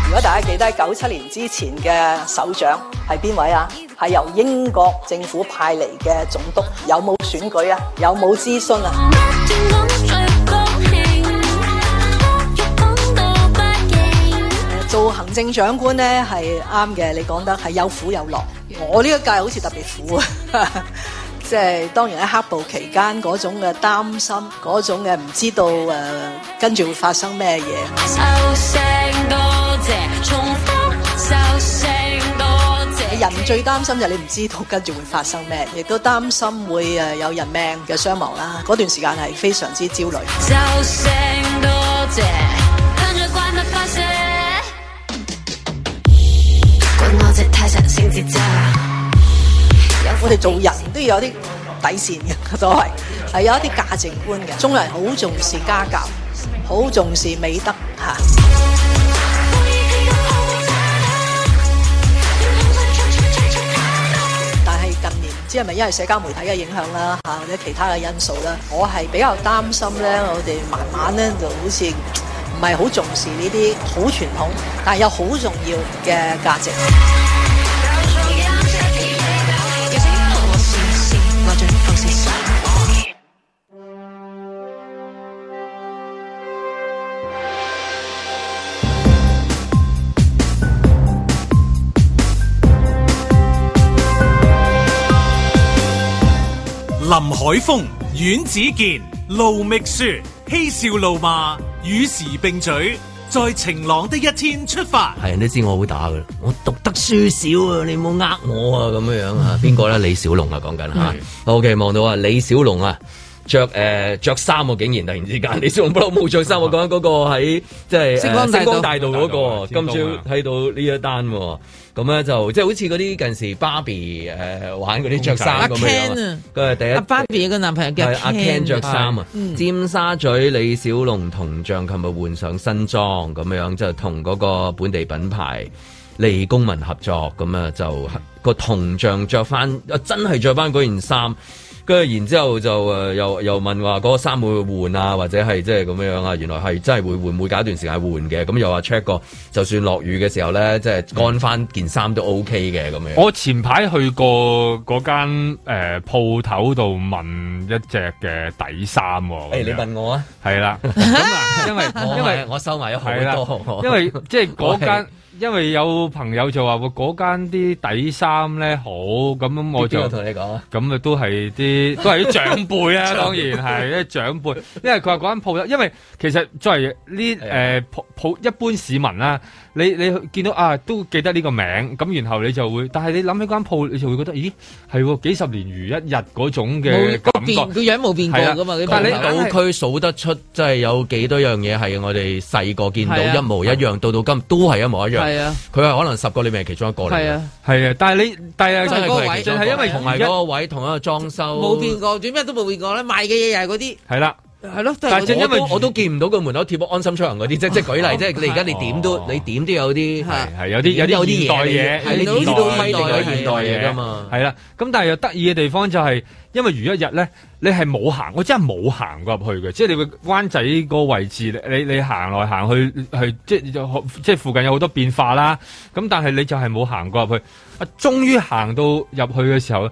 [SPEAKER 14] 如果大家記得九七年之前嘅首長係邊位啊？係由英國政府派嚟嘅總督，有冇選舉啊？有冇諮詢啊？做行政長官咧係啱嘅，你講得係有苦有樂。我呢一屆好似特別苦啊，即係當然喺黑暴期間嗰種嘅擔心，嗰種嘅唔知道誒、呃跟住會發生咩嘢。人最擔心就係你唔知道跟住會發生咩，亦都擔心會誒有人命嘅傷亡啦。嗰段時間係非常之焦慮。我哋做人都要有啲底線嘅， 所謂係有一啲價值觀嘅。中國人好重視家教，好重視美德嚇。但係近年唔知係咪因為社交媒體嘅影響啦嚇，或者其他嘅因素啦，我係比較擔心咧，我哋慢慢咧就好似唔係好重視呢啲好傳統，但係又好重要嘅價值。
[SPEAKER 1] 林海峰、阮子健、路觅雪，嬉笑怒罵，與時並舉，在晴朗的一天出發。
[SPEAKER 2] 係人都知我好打噶啦，我讀得書少啊，你冇呃我啊咁樣樣
[SPEAKER 12] 嗯
[SPEAKER 2] 啊。邊個咧？李小龍啊，講緊嚇。OK，望到啊，李小龍啊。着誒着衫喎，竟然突然之間， 李小龍不嬲冇着衫喎。講緊嗰個喺即係誒呃
[SPEAKER 12] 星光大道
[SPEAKER 2] 星光大道嗰個，
[SPEAKER 12] 星光大道
[SPEAKER 2] 今
[SPEAKER 12] 啊
[SPEAKER 2] 朝睇到呢一單喎。咁咧就即係好似嗰啲近時芭比誒玩嗰啲着衫咁樣
[SPEAKER 4] 阿 Ken 啊
[SPEAKER 2] 啊。佢係第一
[SPEAKER 4] 阿。芭比有個男朋友叫
[SPEAKER 2] 係阿 Ken 着衫啊
[SPEAKER 4] 嗯，
[SPEAKER 2] 尖沙咀李小龍銅像琴日換上新裝咁樣，就同嗰個本地品牌利公民合作，咁啊就個銅像着翻，啊真係着翻嗰件衫。跟住然之後就誒又又問話嗰個衫會唔會換啊，或者係即係咁樣啊？原來係真係會換，每隔一段時間換嘅。咁又話 check 過，就算落雨嘅時候咧，即係乾翻件衫都 OK 嘅咁樣。
[SPEAKER 3] 我前排去過嗰間誒鋪頭度問一隻嘅底衫喎。
[SPEAKER 2] 誒你哦問我啊？
[SPEAKER 3] 係 啦，啊因為
[SPEAKER 2] 我
[SPEAKER 3] 因為
[SPEAKER 2] 我收埋咗
[SPEAKER 3] 係啦
[SPEAKER 2] 好多，
[SPEAKER 3] 因為即係
[SPEAKER 2] 我
[SPEAKER 3] 嗰
[SPEAKER 2] 係
[SPEAKER 3] 間，因為有朋友就話喎嗰間啲底衫咧好，咁我
[SPEAKER 2] 邊
[SPEAKER 3] 就
[SPEAKER 2] 個同你講啊？
[SPEAKER 3] 咁啊都係啲都係啲長輩 啊，當然係啲長輩，因為佢話嗰間鋪頭，因為其實作為呢
[SPEAKER 2] 啊
[SPEAKER 3] 誒普普一般市民啦、你你見到啊都記得呢個名，咁然後你就會，但係你諗起嗰間鋪，你就會覺得，咦係喎幾十年如一日嗰種嘅
[SPEAKER 4] 冇個
[SPEAKER 3] 感
[SPEAKER 4] 變
[SPEAKER 3] 覺
[SPEAKER 4] 個。樣冇變過
[SPEAKER 3] 係啊
[SPEAKER 4] 㗎嘛，
[SPEAKER 3] 但係你
[SPEAKER 4] 鋪頭
[SPEAKER 2] 港島區數得出，即係有幾多樣嘢係我哋細個見到
[SPEAKER 4] 係啊
[SPEAKER 2] 一模一樣，到到今都係一模一樣係啊，佢係可能十個裏面係其中一個嚟嘅。
[SPEAKER 3] 係啊係啊，但係你但係
[SPEAKER 2] 真係嗰個位，
[SPEAKER 3] 就係因為
[SPEAKER 2] 同埋
[SPEAKER 3] 而家
[SPEAKER 2] 嗰個位同一個裝修
[SPEAKER 4] 冇變過，做咩都冇變過啦，賣嘅嘢又係嗰啲，
[SPEAKER 3] 係啦。
[SPEAKER 4] 係咯，都係
[SPEAKER 2] 但
[SPEAKER 4] 嗰
[SPEAKER 2] 係
[SPEAKER 4] 啲
[SPEAKER 2] 因為我都見唔到個門口貼咗安心出行嗰啲，即即舉例，即係你而家你點都你點都有啲
[SPEAKER 3] 係啊有啲有啲現代嘢，
[SPEAKER 2] 係你點都規定有現代嘢㗎啊嘛。
[SPEAKER 3] 係啦，咁但係又得意嘅地方就係、因為如一日咧，你係冇行，我真係冇行過入去嘅，即係你會灣仔個位置，你你行來行去，去即係即係附近有好多變化啦。咁但係你就係冇行過入去，啊，終於行到入去嘅時候。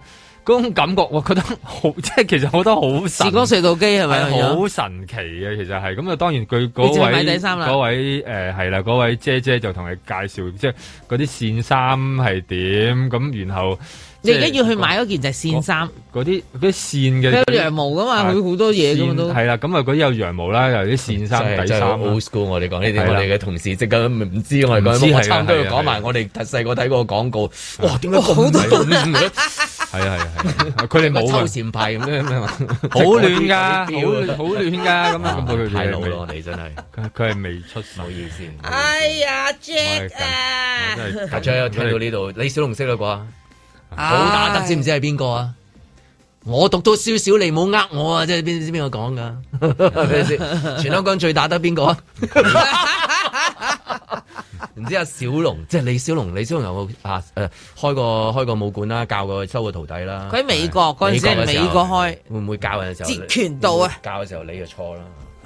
[SPEAKER 3] 嗰種感覺，我覺得好， 即係其實我覺得好神。
[SPEAKER 4] 時光隧道機係啊咪
[SPEAKER 3] 係好神奇嘅，其實係咁啊！當然佢嗰
[SPEAKER 4] 哎你就係買
[SPEAKER 3] 位
[SPEAKER 4] 第三啦
[SPEAKER 3] 嗰位誒係啦，嗰位姐姐就同你介紹，即係嗰啲線衫係點咁，然後
[SPEAKER 4] 你而家要去買嗰件就係線衫，
[SPEAKER 3] 嗰啲嗰啲線嘅
[SPEAKER 4] 佢有羊毛噶嘛，佢好多嘢噶嘛都。
[SPEAKER 3] 係啦，咁啊嗰啲有羊毛啦，有啲線衫、底
[SPEAKER 2] 真係
[SPEAKER 3] 衫
[SPEAKER 2] 好
[SPEAKER 3] 啦
[SPEAKER 2] old school，我哋講呢啲，
[SPEAKER 3] 啊係啦
[SPEAKER 2] 我哋嘅同事即刻唔知我哋講
[SPEAKER 3] 唔知
[SPEAKER 2] 乜，
[SPEAKER 3] 係
[SPEAKER 2] 我
[SPEAKER 3] 啊
[SPEAKER 2] 差唔多要
[SPEAKER 3] 係啊
[SPEAKER 2] 講埋
[SPEAKER 3] 係啊
[SPEAKER 2] 我哋細個睇過個廣告，哇！點解咁多嘅？
[SPEAKER 3] 係啊係啊係啊，佢哋冇啊
[SPEAKER 2] 抽線派咁樣咩嘛，
[SPEAKER 3] 好亂㗎
[SPEAKER 4] 啊
[SPEAKER 3] 好亂好亂㗎咁啊
[SPEAKER 2] 啊！太老
[SPEAKER 3] 佢哋
[SPEAKER 2] 咯，我哋真係
[SPEAKER 3] 佢佢係未出手，唔好
[SPEAKER 2] 意思。
[SPEAKER 4] 哎呀
[SPEAKER 3] 我係
[SPEAKER 4] ，Jack
[SPEAKER 3] 咁
[SPEAKER 4] 啊！
[SPEAKER 2] 阿張有聽到呢度，李小龍識啦啩？好打得知唔知係邊個啊？我讀到少少，你冇呃我啊！即係邊知邊個講㗎？ 係咪 先全香港最打得邊個啊？ 唔知阿小龍，即係李小龍，李小龍有冇啊？誒，開過開過武館啦，教過收過徒弟啦。
[SPEAKER 4] 佢喺美國嗰陣時喺
[SPEAKER 2] 嘅時候
[SPEAKER 4] 美國開，
[SPEAKER 2] 會唔會教嘅時候？
[SPEAKER 4] 截拳道啊！
[SPEAKER 2] 教嘅時候你就錯啦，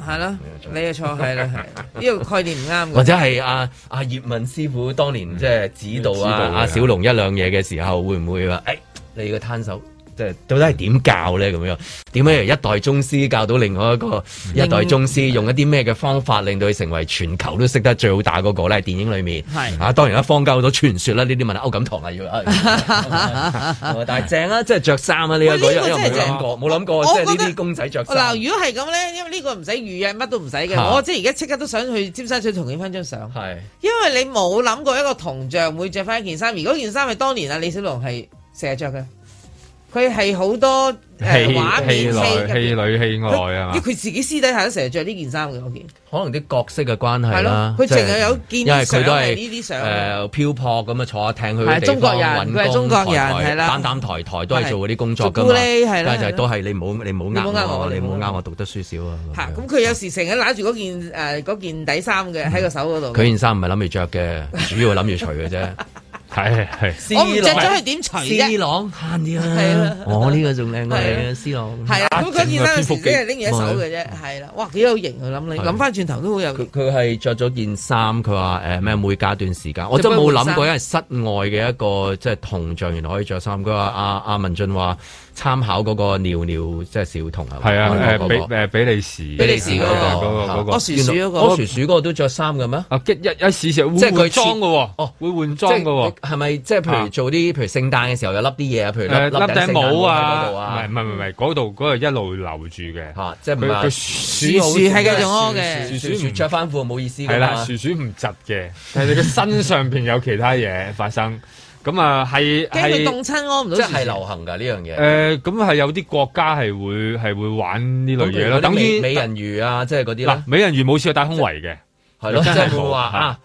[SPEAKER 4] 係咯，你嘅錯係啦，係呢個概念唔啱嘅。
[SPEAKER 2] 或者係阿阿葉問師傅當年即係嗯指導
[SPEAKER 4] 指導
[SPEAKER 2] 啊嗯
[SPEAKER 4] 佢
[SPEAKER 2] 阿小龍一兩嘢嘅時候，會唔會話誒你個攤手？即係到底係點教咧咁樣？點樣由一代宗師教到另外一個一代宗師，嗯用一啲咩嘅方法令到佢成為全球都識得最好打嗰個咧？電影裏面
[SPEAKER 4] 係
[SPEAKER 2] 啊，當然啦，坊間好多傳說啦，呢啲問下歐錦棠啊要 啊，但係正啊，即係着衫啊呢一個，
[SPEAKER 4] 喂
[SPEAKER 2] 因
[SPEAKER 4] 呢個
[SPEAKER 2] 為
[SPEAKER 4] 真係
[SPEAKER 2] 冇諗過，冇諗過即係呢啲公仔着衫
[SPEAKER 4] 嗱，。如果係咁咧，因為呢個唔使預約，乜都唔使
[SPEAKER 2] 嚇
[SPEAKER 4] 嘅。我即係而家即刻都想去尖沙咀同影翻張相，
[SPEAKER 2] 係
[SPEAKER 4] 因為你冇諗過一個銅像會着翻一件衫，而嗰件衫係當年啊李小龍係成日着嘅，佢係好多誒
[SPEAKER 3] 戲
[SPEAKER 4] 畫
[SPEAKER 3] 戲
[SPEAKER 4] 面
[SPEAKER 3] 內戲裏戲外啊
[SPEAKER 4] 因為
[SPEAKER 3] 嘛。
[SPEAKER 4] 佢自己私底下都成日着呢件衫嘅，我見
[SPEAKER 2] 可能啲角色嘅關係啦，
[SPEAKER 4] 係咯佢
[SPEAKER 2] 即係
[SPEAKER 4] 淨係有見
[SPEAKER 2] 因為佢都
[SPEAKER 4] 相
[SPEAKER 2] 係
[SPEAKER 4] 係呢啲相
[SPEAKER 2] 誒漂泊咁啊，坐下艇去啲
[SPEAKER 4] 係中國人
[SPEAKER 2] 地方
[SPEAKER 4] 佢係
[SPEAKER 2] 揾
[SPEAKER 4] 中國人
[SPEAKER 2] 工抬
[SPEAKER 4] 係啦
[SPEAKER 2] 擔擔抬抬都係做嗰啲工作㗎
[SPEAKER 4] 做
[SPEAKER 2] 嘛
[SPEAKER 4] 咕喱係，啦
[SPEAKER 2] 但係就係都係你唔好你唔好
[SPEAKER 4] 你唔好
[SPEAKER 2] 呃
[SPEAKER 4] 呃
[SPEAKER 2] 我，
[SPEAKER 4] 我你
[SPEAKER 2] 你唔
[SPEAKER 4] 唔
[SPEAKER 2] 好
[SPEAKER 4] 好
[SPEAKER 2] 呃我讀得書少啊。
[SPEAKER 4] 嚇，咁佢有時成日揦住嗰件誒嗰件底衫嘅喺個手嗰度。
[SPEAKER 2] 嗯佢件衫唔係諗住着嘅， 主要係諗住除 嘅啫。
[SPEAKER 3] 係係
[SPEAKER 4] 我唔着咗佢點除啫？
[SPEAKER 2] C 朗慳啲
[SPEAKER 4] 係啦。
[SPEAKER 2] 我呢個仲靚過你啊，C 朗。
[SPEAKER 4] 係啊，咁嗰件衫有時
[SPEAKER 2] 蝙蝠
[SPEAKER 4] 只
[SPEAKER 2] 機
[SPEAKER 4] 係拎住一手嘅啫，係啦，哇，幾有型啊！諗你
[SPEAKER 2] 係
[SPEAKER 4] 諗翻轉頭都好有
[SPEAKER 2] 佢
[SPEAKER 4] 型，
[SPEAKER 2] 佢係着咗件衫，佢話誒咩每隔一段時間，我
[SPEAKER 4] 即
[SPEAKER 2] 真
[SPEAKER 4] 係
[SPEAKER 2] 冇
[SPEAKER 4] 不換
[SPEAKER 2] 諗過，
[SPEAKER 4] 衫
[SPEAKER 2] 因為室外嘅一個即係銅像原來可以着衫。佢話阿阿文俊話參考嗰個尿尿即係小童係咪
[SPEAKER 3] 係啊
[SPEAKER 2] 嗰個
[SPEAKER 3] 誒比誒比利時
[SPEAKER 2] 比利時嗰個
[SPEAKER 3] 嗰個
[SPEAKER 4] 哦
[SPEAKER 3] 嗰個
[SPEAKER 2] 啊原來柯樹樹嗰個都着衫嘅咩？
[SPEAKER 3] 啊，一一一時時會
[SPEAKER 2] 即係佢
[SPEAKER 3] 換裝嘅喎，
[SPEAKER 2] 哦，
[SPEAKER 3] 會換裝嘅喎，
[SPEAKER 2] 係咪即係譬如做啲譬如聖誕嘅時候有笠啲嘢啊，譬如笠
[SPEAKER 3] 誒笠頂
[SPEAKER 2] 頂
[SPEAKER 3] 帽
[SPEAKER 2] 喺嗰度
[SPEAKER 3] 啊，唔
[SPEAKER 2] 啊
[SPEAKER 3] 係唔係唔係，嗰度嗰度一路留住嘅，
[SPEAKER 2] 嚇，即係唔
[SPEAKER 3] 佢
[SPEAKER 2] 係
[SPEAKER 3] 佢
[SPEAKER 2] 樹
[SPEAKER 3] 好
[SPEAKER 2] 樹係繼續屙嘅
[SPEAKER 3] 樹
[SPEAKER 2] 樹
[SPEAKER 3] 樹
[SPEAKER 2] 樹着翻褲冇意思㗎嘛
[SPEAKER 3] 係啦，樹樹唔窒嘅，但係你個身上邊有其他嘢發生，咁啊係
[SPEAKER 4] 驚佢
[SPEAKER 3] 係
[SPEAKER 4] 凍親屙唔到。
[SPEAKER 2] 即係流行㗎呢樣嘢。
[SPEAKER 3] 誒，咁係有啲國家係會係會玩呢類嘢啦，
[SPEAKER 2] 咁譬如嗰啲
[SPEAKER 3] 等於
[SPEAKER 2] 美美人魚啊，即係嗰啲
[SPEAKER 3] 嗱
[SPEAKER 2] 啦，
[SPEAKER 3] 美人魚冇試過戴胸圍嘅，
[SPEAKER 2] 係咯，即
[SPEAKER 3] 真
[SPEAKER 2] 係
[SPEAKER 3] 係
[SPEAKER 2] 會
[SPEAKER 3] 冇
[SPEAKER 2] 話啊。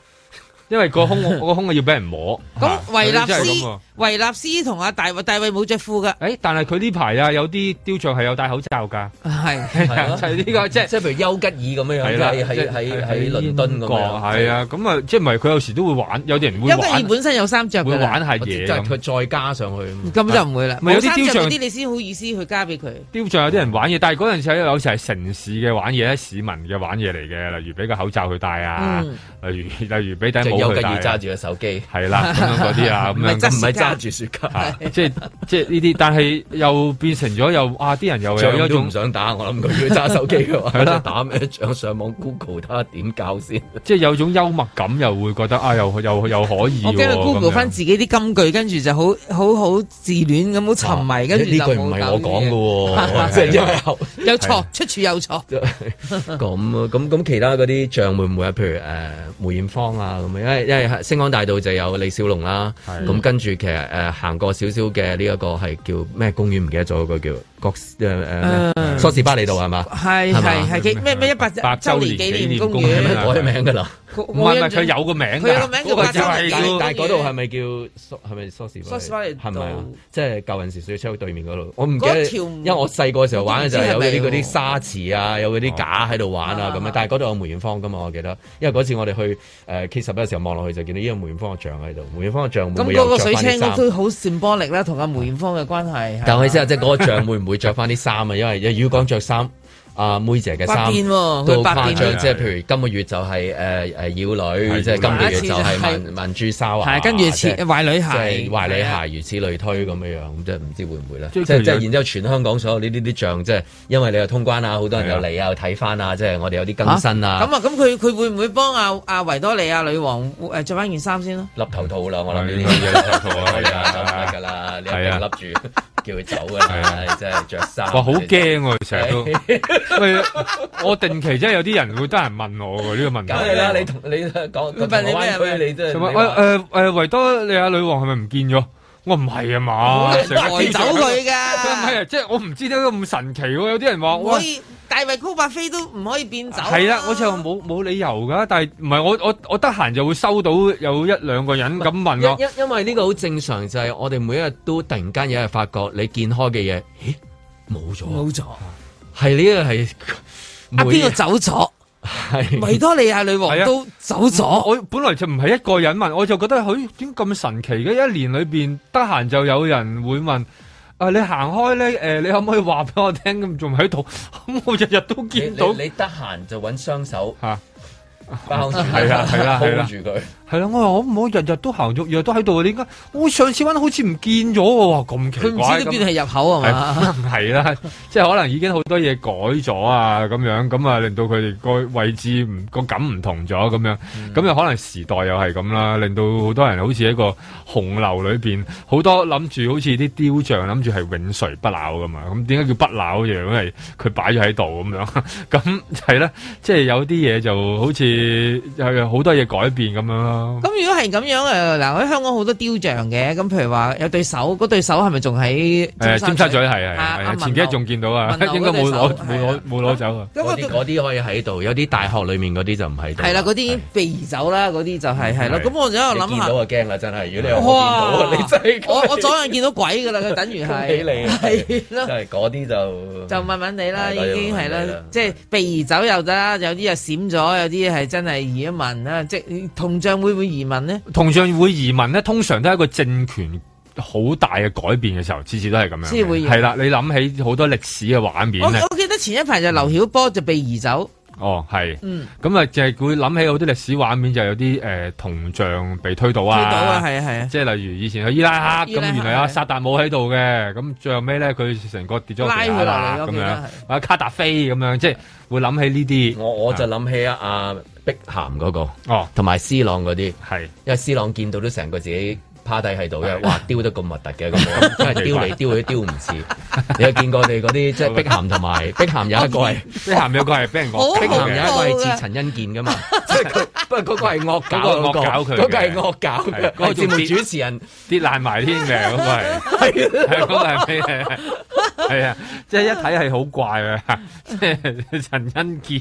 [SPEAKER 3] 因為個胸個胸要俾人摸，
[SPEAKER 4] 咁維納
[SPEAKER 3] 真係咁
[SPEAKER 4] 斯
[SPEAKER 3] 啊，
[SPEAKER 4] 維納斯同阿大衛大衛冇着褲㗎，
[SPEAKER 3] 誒，但係佢呢排啊有啲雕像係有戴口罩㗎。
[SPEAKER 4] 係
[SPEAKER 3] 係啊， 就係呢個即係
[SPEAKER 2] 即係譬如丘吉爾咁樣
[SPEAKER 3] 係
[SPEAKER 2] 樣，
[SPEAKER 3] 啦，
[SPEAKER 2] 即係喺喺喺倫敦咁樣，
[SPEAKER 3] 係啊，咁啊，即係唔係佢有時都會玩，有啲人會
[SPEAKER 4] 邱吉爾
[SPEAKER 3] 玩，
[SPEAKER 4] 本身有衫着
[SPEAKER 3] 會
[SPEAKER 4] 㗎啦
[SPEAKER 3] 玩，下嘢
[SPEAKER 2] 即係
[SPEAKER 3] 咁。
[SPEAKER 2] 佢再加上去，
[SPEAKER 4] 咁就唔會啦。
[SPEAKER 3] 咪有
[SPEAKER 4] 冇
[SPEAKER 3] 啲
[SPEAKER 4] 衫
[SPEAKER 3] 雕
[SPEAKER 4] 着
[SPEAKER 3] 像
[SPEAKER 4] 嗰啲，你先好意思去加俾佢。
[SPEAKER 3] 雕像有啲人玩嘢，但係嗰陣時有時係城市嘅玩嘢，市民嘅玩嘢嚟嘅，例如俾個口罩佢戴啊，例如 例如俾頂
[SPEAKER 2] 即係
[SPEAKER 3] 帽
[SPEAKER 2] 丘
[SPEAKER 3] 佢
[SPEAKER 2] 吉
[SPEAKER 3] 戴
[SPEAKER 2] 爾揸
[SPEAKER 3] 啊，
[SPEAKER 2] 住個手機，
[SPEAKER 3] 係啦，咁樣嗰啲 啊，咁樣
[SPEAKER 2] 唔係揸住雪茄，
[SPEAKER 3] 啊即係即係呢啲，但係又變成咗又啊啲人又有
[SPEAKER 2] 仗
[SPEAKER 3] 一
[SPEAKER 2] 都唔
[SPEAKER 3] 種。
[SPEAKER 2] 想打，我諗佢要揸手機嘅 話，
[SPEAKER 3] 係啦
[SPEAKER 2] 打咩仗上網 Google 睇下點教先。
[SPEAKER 3] 即係有種幽默感，又會覺得啊，又又又可以喎。
[SPEAKER 4] 我驚佢 Google
[SPEAKER 3] 咁樣
[SPEAKER 4] 翻自己啲金句，跟住就好好好自戀咁，好沉迷，跟住
[SPEAKER 2] 呢
[SPEAKER 4] 就
[SPEAKER 2] 句唔係我講嘅 喎，即係因為後
[SPEAKER 4] 嘅，有錯出處有錯。
[SPEAKER 2] 咁啊咁咁其他嗰啲像會唔會啊？譬如誒梅艷芳啊咁樣，因為因為星光大道就有李小龍啦，
[SPEAKER 3] 係
[SPEAKER 2] 咁跟住其實誒行過少少嘅呢一個係叫咩公園唔記得咗嗰個叫國誒誒咩
[SPEAKER 4] 誒
[SPEAKER 2] 梳士巴利道係嘛？
[SPEAKER 4] 係
[SPEAKER 2] 係嘛
[SPEAKER 4] 係係幾咩咩一百
[SPEAKER 2] 百
[SPEAKER 4] 周
[SPEAKER 2] 周
[SPEAKER 4] 年
[SPEAKER 2] 年
[SPEAKER 4] 紀
[SPEAKER 2] 紀
[SPEAKER 4] 念
[SPEAKER 2] 念
[SPEAKER 4] 公
[SPEAKER 2] 公園係
[SPEAKER 4] 園
[SPEAKER 2] 咪改名㗎啦？
[SPEAKER 3] 唔係唔係佢有個名㗎
[SPEAKER 4] 佢有個名叫
[SPEAKER 3] 嗰個
[SPEAKER 4] 白
[SPEAKER 3] 就係
[SPEAKER 4] 沙
[SPEAKER 3] 叫
[SPEAKER 2] 但係嗰度係咪叫蘇係咪蘇士巴利
[SPEAKER 4] Saucy Valley
[SPEAKER 2] 係咪啊
[SPEAKER 4] 道？
[SPEAKER 2] 即係舊陣時水車口對面嗰度，我唔記得
[SPEAKER 4] 嗰，條
[SPEAKER 2] 因為我細個嘅時候玩嘅就係有嗰啲
[SPEAKER 4] 我
[SPEAKER 2] 嗰
[SPEAKER 4] 都唔知係咪哦
[SPEAKER 2] 啲
[SPEAKER 4] 喎
[SPEAKER 2] 沙池啊，有嗰啲架喺度玩啊咁樣。但係嗰度有梅艷芳噶嘛，我記得。因為嗰次我哋去誒 K 十一嘅時候望落去就見到呢個梅艷芳嘅像喺度，梅艷芳嘅像會唔
[SPEAKER 4] 咁
[SPEAKER 2] 會
[SPEAKER 4] 嗰
[SPEAKER 2] 有
[SPEAKER 4] 個
[SPEAKER 2] 着
[SPEAKER 4] 水
[SPEAKER 2] 翻啲
[SPEAKER 4] 青屋都
[SPEAKER 2] 衫？
[SPEAKER 4] 好 symbolic 啦，同阿梅艷芳嘅關係。係
[SPEAKER 2] 但我意思
[SPEAKER 4] 嘛
[SPEAKER 2] 係即係嗰個像會唔會着翻啲衫啊？因為如果講着衫。阿妹姐嘅
[SPEAKER 4] 百
[SPEAKER 2] 衫
[SPEAKER 4] 變喎
[SPEAKER 2] 都
[SPEAKER 4] 佢百
[SPEAKER 2] 誇
[SPEAKER 4] 變
[SPEAKER 2] 張，
[SPEAKER 4] 喎
[SPEAKER 2] 即係譬如今個月就係誒誒妖女，
[SPEAKER 4] 係
[SPEAKER 2] 即係今
[SPEAKER 4] 下
[SPEAKER 2] 個月就係
[SPEAKER 4] 一次就係
[SPEAKER 2] 曼曼珠沙華，啊
[SPEAKER 4] 係跟住似
[SPEAKER 2] 即係
[SPEAKER 4] 壞女
[SPEAKER 2] 即係
[SPEAKER 4] 鞋
[SPEAKER 2] 壞女鞋，如此類推咁樣樣，咁即係唔知會唔會咧？啊即
[SPEAKER 4] 最
[SPEAKER 2] 係即係
[SPEAKER 4] 其實
[SPEAKER 2] 然之後，全香港所有呢啲啲像，即係因為你又通關啊，好多人又嚟啊，又睇翻啊，即係我哋有啲更新啊，
[SPEAKER 4] 咁啊，咁佢佢會唔會幫阿阿維多利亞女王誒着翻件衫先咯？
[SPEAKER 2] 笠頭套啦，我諗呢啲嘢笠頭套啊， 係啊，得㗎啦，你
[SPEAKER 3] 係啊
[SPEAKER 2] 一定笠住叫佢走㗎啦，真係着啊衫。
[SPEAKER 3] 哇，好驚喎！成 日都，喂我定期真係有啲人會得閒問我㗎呢個問題。
[SPEAKER 2] 梗啊係啦，你同你講個台灣區，你啊真係
[SPEAKER 3] 同
[SPEAKER 2] 你
[SPEAKER 3] 埋
[SPEAKER 2] 話
[SPEAKER 3] 喂誒誒維多利亞女王係咪唔見咗？我話唔係啊 嘛，
[SPEAKER 4] 好難
[SPEAKER 3] 成日
[SPEAKER 4] 抬走佢㗎
[SPEAKER 3] 唔係啊，即係我唔知點解咁神奇喎。有啲人話
[SPEAKER 4] 唔可
[SPEAKER 3] 喂。
[SPEAKER 4] 以，大衛高伯飛都唔可以變
[SPEAKER 2] 啊
[SPEAKER 4] 走。
[SPEAKER 3] 係啦，我就冇冇理由噶，但係唔係我我我得閒就會收到有一兩個人咁問我
[SPEAKER 2] 因因，因為呢個好正常，就係、我哋每一日都突然間有一日發覺你見開嘅嘢，咦冇咗，冇
[SPEAKER 4] 咗，
[SPEAKER 2] 係呢個係
[SPEAKER 4] 啊
[SPEAKER 2] 每
[SPEAKER 4] 邊個走咗？
[SPEAKER 2] 係
[SPEAKER 4] 維多利亞女王
[SPEAKER 3] 係啊
[SPEAKER 4] 都走咗。
[SPEAKER 3] 我我本來就唔係一個人問，我就覺得佢點咁神奇嘅，一年裏邊得閒就有人會問。啊！你行開咧，誒、你可唔可以話俾我聽？咁仲喺度， 咁我日日都見到。
[SPEAKER 2] 你你你得閒就揾雙手
[SPEAKER 3] 嚇
[SPEAKER 2] 包住佢，
[SPEAKER 3] 係啊係啊係啊
[SPEAKER 2] hold 住佢。
[SPEAKER 3] 係啦，我話我唔好日日都行，日日都喺度。點解？我上次揾好似唔見咗喎，咁奇
[SPEAKER 4] 佢
[SPEAKER 3] 怪。
[SPEAKER 4] 唔知道邊係入口啊嘛
[SPEAKER 3] 係可能 係啦，即係可能已經好多嘢改咗啊，咁樣咁啊，令到佢哋個位置唔個感唔同咗咁樣，咁又可能時代又係咁啦，令到好多人好似一個洪流裏邊，好多諗住好似啲雕像諗住係永垂不朽噶嘛，咁點解叫不朽嘅？因為佢擺咗喺度咁樣， 咁係啦，即係有啲嘢就好似有好多嘢改變咁樣咯。
[SPEAKER 4] 咁如果係咁樣誒，嗱喺香港好多雕像嘅，咁譬如話有對手，嗰對手係咪仲喺
[SPEAKER 3] 誒尖沙咀係
[SPEAKER 4] 啊
[SPEAKER 3] 係係
[SPEAKER 4] 阿
[SPEAKER 3] 係，
[SPEAKER 4] 文
[SPEAKER 3] 前幾日
[SPEAKER 4] 豪
[SPEAKER 3] 仲見到啊，
[SPEAKER 4] 文豪
[SPEAKER 3] 應該冇攞
[SPEAKER 4] 嗰對手
[SPEAKER 3] 冇攞冇攞走啊。
[SPEAKER 2] 嗰啲嗰啲可以喺度，有啲大學裡面嗰啲就唔喺度。
[SPEAKER 4] 係啦，嗰啲被移走啦，嗰啲就係係咯。咁我就喺度諗
[SPEAKER 2] 你見
[SPEAKER 4] 下
[SPEAKER 2] 到。就驚啦，真係。如果你有我見到，你真係
[SPEAKER 4] 我我左眼見到鬼㗎啦，佢等於
[SPEAKER 2] 恭喜
[SPEAKER 4] 係
[SPEAKER 2] 你，
[SPEAKER 4] 係咯
[SPEAKER 2] 真係嗰啲就
[SPEAKER 4] 就問問你啦，
[SPEAKER 2] 係
[SPEAKER 4] 已
[SPEAKER 2] 嗰啲
[SPEAKER 4] 經係
[SPEAKER 2] 問問你
[SPEAKER 4] 啦
[SPEAKER 2] 啦，
[SPEAKER 4] 即係避而走又得啦，有啲又閃咗，有啲係真係移咗民啦，即係銅像會唔會移民呢？
[SPEAKER 3] 同樣會移民咧，通常都係一個政權好大嘅改變嘅時候，次次都係咁樣嘅。
[SPEAKER 4] 先會移民哦
[SPEAKER 3] 係啦，你諗起好多歷史嘅畫面
[SPEAKER 4] 我
[SPEAKER 3] 咧，
[SPEAKER 4] 我記得前一排就劉曉波就被移走，
[SPEAKER 3] 哦係，
[SPEAKER 4] 嗯，
[SPEAKER 3] 咁啊就係會諗起好多歷史畫面，就有啲誒銅像被推倒啊，
[SPEAKER 4] 推倒啊係啊係啊
[SPEAKER 3] 即係例如以前去伊拉克
[SPEAKER 4] 伊拉
[SPEAKER 3] 咁，
[SPEAKER 4] 克
[SPEAKER 3] 原來啊
[SPEAKER 4] 係
[SPEAKER 3] 薩達姆喺度嘅，咁最後尾咧佢成個跌咗落地下啦
[SPEAKER 2] 拉佢落嚟嗰
[SPEAKER 3] 咁
[SPEAKER 2] 邊
[SPEAKER 3] 樣
[SPEAKER 2] 啦，
[SPEAKER 3] 啊卡達菲咁樣，即係會諗起呢啲。
[SPEAKER 2] 我我就諗起啊阿碧咸嗰個，
[SPEAKER 3] 哦，
[SPEAKER 2] 同埋 C 朗嗰啲，
[SPEAKER 3] 係，因
[SPEAKER 2] 為 C 朗見到都成個自己趴低喺度嘅，哇，丟得咁核突嘅咁樣， 真係丟嚟丟去都丟唔似。你有見過我哋嗰 啲即係碧咸同埋碧咸有一個係
[SPEAKER 3] 碧咸有個係俾人
[SPEAKER 2] 講，
[SPEAKER 3] 惡
[SPEAKER 2] 碧
[SPEAKER 4] 啊
[SPEAKER 2] 咸有一
[SPEAKER 3] 好
[SPEAKER 2] 個
[SPEAKER 3] 恐怖
[SPEAKER 2] 係
[SPEAKER 3] 㗎
[SPEAKER 2] 似陳恩健噶嘛， 即係佢不過嗰個係惡搞
[SPEAKER 3] 嗰個
[SPEAKER 2] 嗰個
[SPEAKER 3] 惡搞佢嘅
[SPEAKER 2] 嗰個係惡搞
[SPEAKER 3] 係
[SPEAKER 2] 嘅，
[SPEAKER 3] 嗰個
[SPEAKER 2] 係
[SPEAKER 3] 仲
[SPEAKER 2] 節目
[SPEAKER 3] 跌
[SPEAKER 2] 主持人
[SPEAKER 3] 跌爛埋添嘅嗰個係。係嗰個
[SPEAKER 2] 啊
[SPEAKER 3] 係咩？係啊，即係一睇係好怪啊！即係陳恩健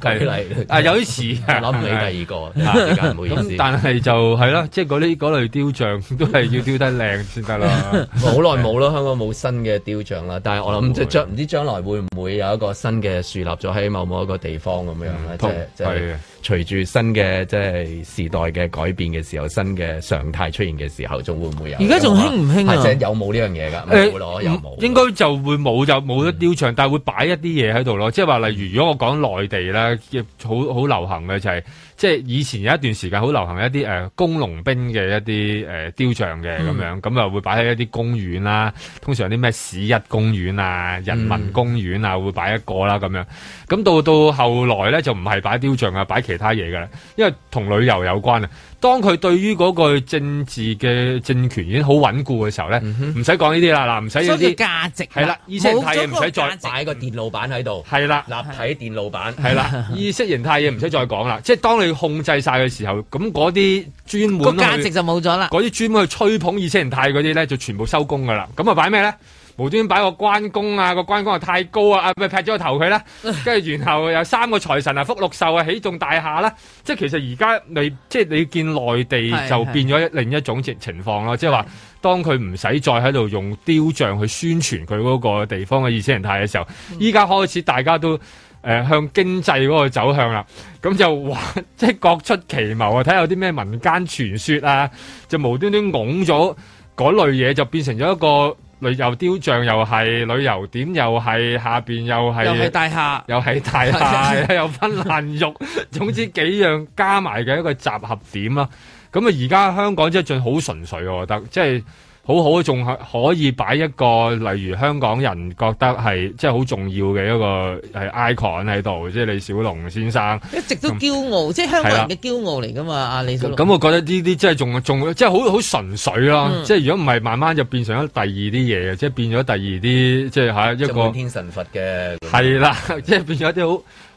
[SPEAKER 2] 舉例
[SPEAKER 3] 啊，有啲似啊，
[SPEAKER 2] 諗起 第二個突然間唔好意思
[SPEAKER 3] 咁但係就係咯，即係嗰啲嗰類雕像都係要雕得靚先得 啦。
[SPEAKER 2] 好耐冇啦，香港冇新嘅雕像啦。但係我諗即係將唔知將來會唔會有一個新嘅樹立咗喺某某一個地方咁樣咧？即係即嗯係啊
[SPEAKER 3] 啊
[SPEAKER 2] 隨住新嘅即係時代嘅改變嘅時候，新嘅常態出現嘅時候，仲會唔會有？
[SPEAKER 3] 而家仲興唔興啊
[SPEAKER 2] 係即係有冇呢樣嘢㗎？
[SPEAKER 3] 誒
[SPEAKER 2] 冇咯，有冇？
[SPEAKER 3] 呃應該就會冇就冇得雕像，但係會擺一啲嘢喺度咯。即係
[SPEAKER 2] 嗯
[SPEAKER 3] 話，例如如果我講內地咧，亦好好流行嘅就係、即係以前有一段時間好流行一啲誒、呃工農兵嘅一啲誒、呃雕像
[SPEAKER 2] 嗯
[SPEAKER 3] 嘅咁樣，咁啊、會擺喺一啲公園啦，通常啲咩市一公園啊、人
[SPEAKER 2] 嗯
[SPEAKER 3] 民公園啊，會擺一個啦咁樣。咁到到後來咧就唔係擺雕像啊，擺其他嘢㗎啦，因為同旅遊有關啊。當佢對於嗰個政治嘅政權已經好穩固嘅時候咧，唔使講呢啲啦，嗱唔使呢
[SPEAKER 4] 所以佢
[SPEAKER 3] 啲
[SPEAKER 4] 價值
[SPEAKER 3] 係啦，意識形態嘢唔使再
[SPEAKER 2] 擺個電路板喺度，
[SPEAKER 3] 係啦，
[SPEAKER 2] 立體電路板
[SPEAKER 3] 係啦， 意識形態嘢唔使再講啦，即係當你控制晒嘅時候，咁嗰啲專門
[SPEAKER 4] 個
[SPEAKER 3] 去
[SPEAKER 4] 價值就冇咗啦。
[SPEAKER 3] 嗰啲專門去吹捧意識形態嗰啲咧，就全部收工噶啦。咁啊擺咩咧？無端擺個關公啊，個關公啊太高啊，啊咪劈咗個頭 佢啦，跟住然後有三個財神啊，福祿壽啊，喜眾大廈啦，即係其實而家你即係你見內地
[SPEAKER 13] 係
[SPEAKER 3] 就
[SPEAKER 13] 係
[SPEAKER 3] 變咗另一種情情況咯，即係話當佢唔使再喺度用雕像去宣傳佢嗰個地方嘅意識形態嘅時候，依家開始大家都。誒、向經濟嗰個走向啦，咁就哇，即係各出奇謀啊！睇下有啲咩民間傳說啊，就無端端拱咗嗰類嘢，就變成咗一個旅遊雕像，又係旅遊點，又係下邊又係
[SPEAKER 4] 又係大廈
[SPEAKER 3] 又係 大廈，又分爛肉，總之幾樣加埋嘅一個集合點啦。咁啊，而家香港即係進好純粹，我覺得即係。好好，仲係可以擺一個例如香港人覺得係即係好重要嘅一個係 icon 喺度，即係李小龍先生。
[SPEAKER 4] 一直都驕傲，即係香港人嘅驕傲嚟噶嘛？阿李小龍
[SPEAKER 3] 咁我覺得呢啲真係仲仲即係好好純粹咯，
[SPEAKER 4] 嗯
[SPEAKER 3] 即係如果唔係慢慢就變成咗第二啲嘢，啊即係變咗第二啲即係嚇一
[SPEAKER 2] 即係滿
[SPEAKER 3] 個
[SPEAKER 2] 天神佛嘅咁樣
[SPEAKER 3] 係啦， 即係變咗啲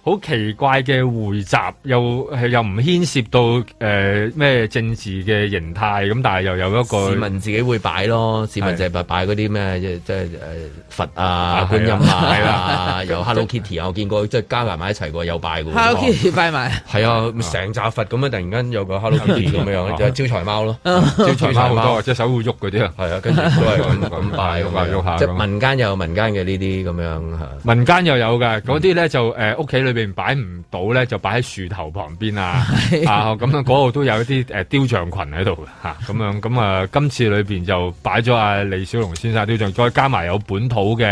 [SPEAKER 3] 好好奇怪嘅匯集，又係又唔牽涉到誒咩、政治嘅形態，咁但係又有一個
[SPEAKER 2] 市民自己會擺咯，市民就係擺嗰啲咩即即係誒呃佛啊、觀音
[SPEAKER 3] 係
[SPEAKER 2] 啊
[SPEAKER 3] 啦，
[SPEAKER 2] 有 Hello Kitty 啊，我見過即係加埋埋一齊個有拜嘅喎。
[SPEAKER 4] ，Hello Kitty 拜埋。
[SPEAKER 2] 係啊，咁成扎佛咁樣，突然間有個 Hello Kitty 咁樣，就係招財貓咯，
[SPEAKER 4] 啊
[SPEAKER 2] 招財
[SPEAKER 3] 招
[SPEAKER 2] 貓
[SPEAKER 3] 財貓好多即係手會喐嗰啲啊，
[SPEAKER 2] 係啊，跟住都係咁 咁拜
[SPEAKER 3] 喐下
[SPEAKER 2] 咁
[SPEAKER 3] 喐下
[SPEAKER 2] 樣，
[SPEAKER 3] 咁
[SPEAKER 2] 即係民間又有民間嘅呢啲咁樣嚇。
[SPEAKER 3] 民間又有
[SPEAKER 2] 嗯
[SPEAKER 3] 嘅，嗰啲咧就誒屋企裏邊擺唔到咧，就擺喺樹頭旁邊啊，啊咁樣嗰度都有一啲誒、呃雕像群喺度嘅嚇，咁樣咁啊，今次裏邊就擺咗阿李小龍先生雕像，再加埋有本土嘅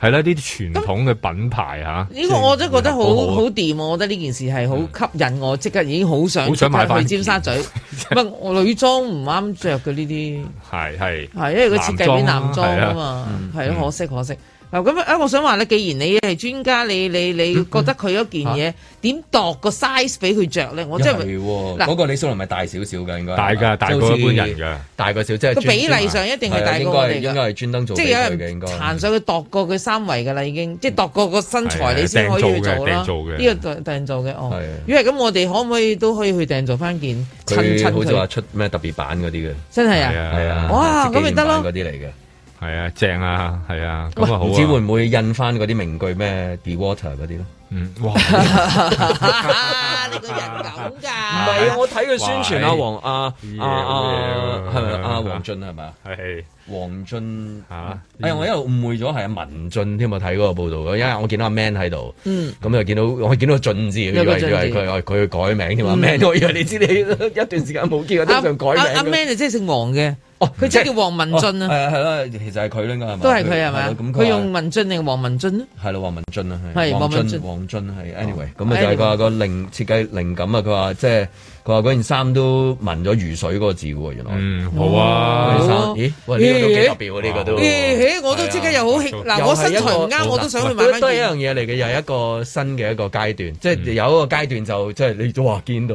[SPEAKER 3] 係啦，呢啲傳統嘅品牌啊嚇，
[SPEAKER 4] 呢個我真係覺得好
[SPEAKER 3] 好好
[SPEAKER 4] 好掂，我覺得呢件事係好
[SPEAKER 2] 嗯
[SPEAKER 4] 吸引我，即刻已經好想
[SPEAKER 3] 好想買
[SPEAKER 4] 即刻
[SPEAKER 3] 返
[SPEAKER 4] 去尖沙 咀。唔係我女裝唔啱着嘅呢啲，
[SPEAKER 3] 係係
[SPEAKER 4] 係因為佢設計俾男裝啊嘛，係
[SPEAKER 3] 係
[SPEAKER 2] 嗯
[SPEAKER 4] 咯，可惜可惜。嗱咁啊，我想話咧，既然你係專家，你你你
[SPEAKER 2] 嗯
[SPEAKER 4] 覺得佢嗰件嘢點度個 size 俾佢着咧？我真係
[SPEAKER 2] 係喎，
[SPEAKER 4] 嗱
[SPEAKER 2] 嗰個李小龍咪大少少嘅應該，
[SPEAKER 3] 大㗎大過一般人㗎，
[SPEAKER 2] 大過少即係
[SPEAKER 4] 個
[SPEAKER 2] 專
[SPEAKER 4] 比例上一定係大過我哋
[SPEAKER 2] 應
[SPEAKER 4] 㗎
[SPEAKER 2] 該係應該係專登做
[SPEAKER 4] 即
[SPEAKER 2] 俾
[SPEAKER 4] 係有
[SPEAKER 2] 佢嘅應
[SPEAKER 4] 人
[SPEAKER 2] 該。
[SPEAKER 4] 行上去度過佢三圍㗎啦，已經即係度過個身材
[SPEAKER 2] 係
[SPEAKER 4] 你先可以
[SPEAKER 2] 訂
[SPEAKER 4] 去
[SPEAKER 2] 做嘅
[SPEAKER 4] 做啦。
[SPEAKER 2] 訂做嘅
[SPEAKER 4] 呢個訂訂做嘅哦
[SPEAKER 2] 係。啊
[SPEAKER 4] 因為咁，我哋可唔可以都可以去訂做翻件襯襯
[SPEAKER 2] 佢好似話
[SPEAKER 4] 佢？
[SPEAKER 2] 出咩特別版嗰啲嘅，
[SPEAKER 4] 真係啊
[SPEAKER 2] 係啊，
[SPEAKER 4] 哇咁咪得咯
[SPEAKER 2] 嗰啲嚟嘅，
[SPEAKER 3] 係啊，正啊，係啊，咁啊好啊
[SPEAKER 2] 唔知會唔會印翻嗰啲名句咩 Be Water 嗰啲咧？
[SPEAKER 3] 嗯，哇！
[SPEAKER 2] 唔係啊，我睇佢宣傳啊，黃啊啊啊，
[SPEAKER 3] 嘢
[SPEAKER 2] 係咪啊？黃俊係咪啊？
[SPEAKER 3] 係啊
[SPEAKER 2] 黃俊嚇，哎呀，我一路誤會咗係阿文俊添啊！睇嗰個報道嘅，因為我見到阿 Man 喺度，
[SPEAKER 4] 嗯，
[SPEAKER 2] 咁又見到我見到個俊字，以為
[SPEAKER 4] 有
[SPEAKER 2] 以
[SPEAKER 4] 個俊字
[SPEAKER 2] 為佢佢改名添啊
[SPEAKER 4] 嗯
[SPEAKER 2] ！Man，我以為你知 你一段時間冇見，我通常
[SPEAKER 4] 阿
[SPEAKER 2] 改
[SPEAKER 4] 阿
[SPEAKER 2] 名嘅。
[SPEAKER 4] Man 就即係姓黃嘅，
[SPEAKER 2] 啊
[SPEAKER 4] 佢即係叫黃文俊
[SPEAKER 2] 哦係
[SPEAKER 4] 啊，
[SPEAKER 2] 啊係啦，其實係佢啦，應該係咪？
[SPEAKER 4] 都係佢係咪啊
[SPEAKER 2] 係咯咁
[SPEAKER 4] 佢
[SPEAKER 2] 佢
[SPEAKER 4] 用
[SPEAKER 2] 用
[SPEAKER 4] 文俊定黃文俊咧？
[SPEAKER 2] 係啦，黃文俊啊，
[SPEAKER 4] 係
[SPEAKER 2] 黃
[SPEAKER 4] 黃文俊哦
[SPEAKER 2] 俊，黃俊係 anyway，咁啊就係個個靈設計靈感啊！佢話即係佢話嗰件衫都紋咗如水嗰個字喎，原來
[SPEAKER 3] 嗯好啊
[SPEAKER 2] 嗰件衫咦，喂呢個都幾特別喎，呢個都
[SPEAKER 4] 咦，我都即刻又好興嗱，我身材唔啱，我都想去買
[SPEAKER 2] 都
[SPEAKER 4] 翻
[SPEAKER 2] 係一樣
[SPEAKER 4] 件。嗯
[SPEAKER 2] 嘢嚟嘅，又係一個新嘅一個階段，即係有一個階段就即係你都話見到，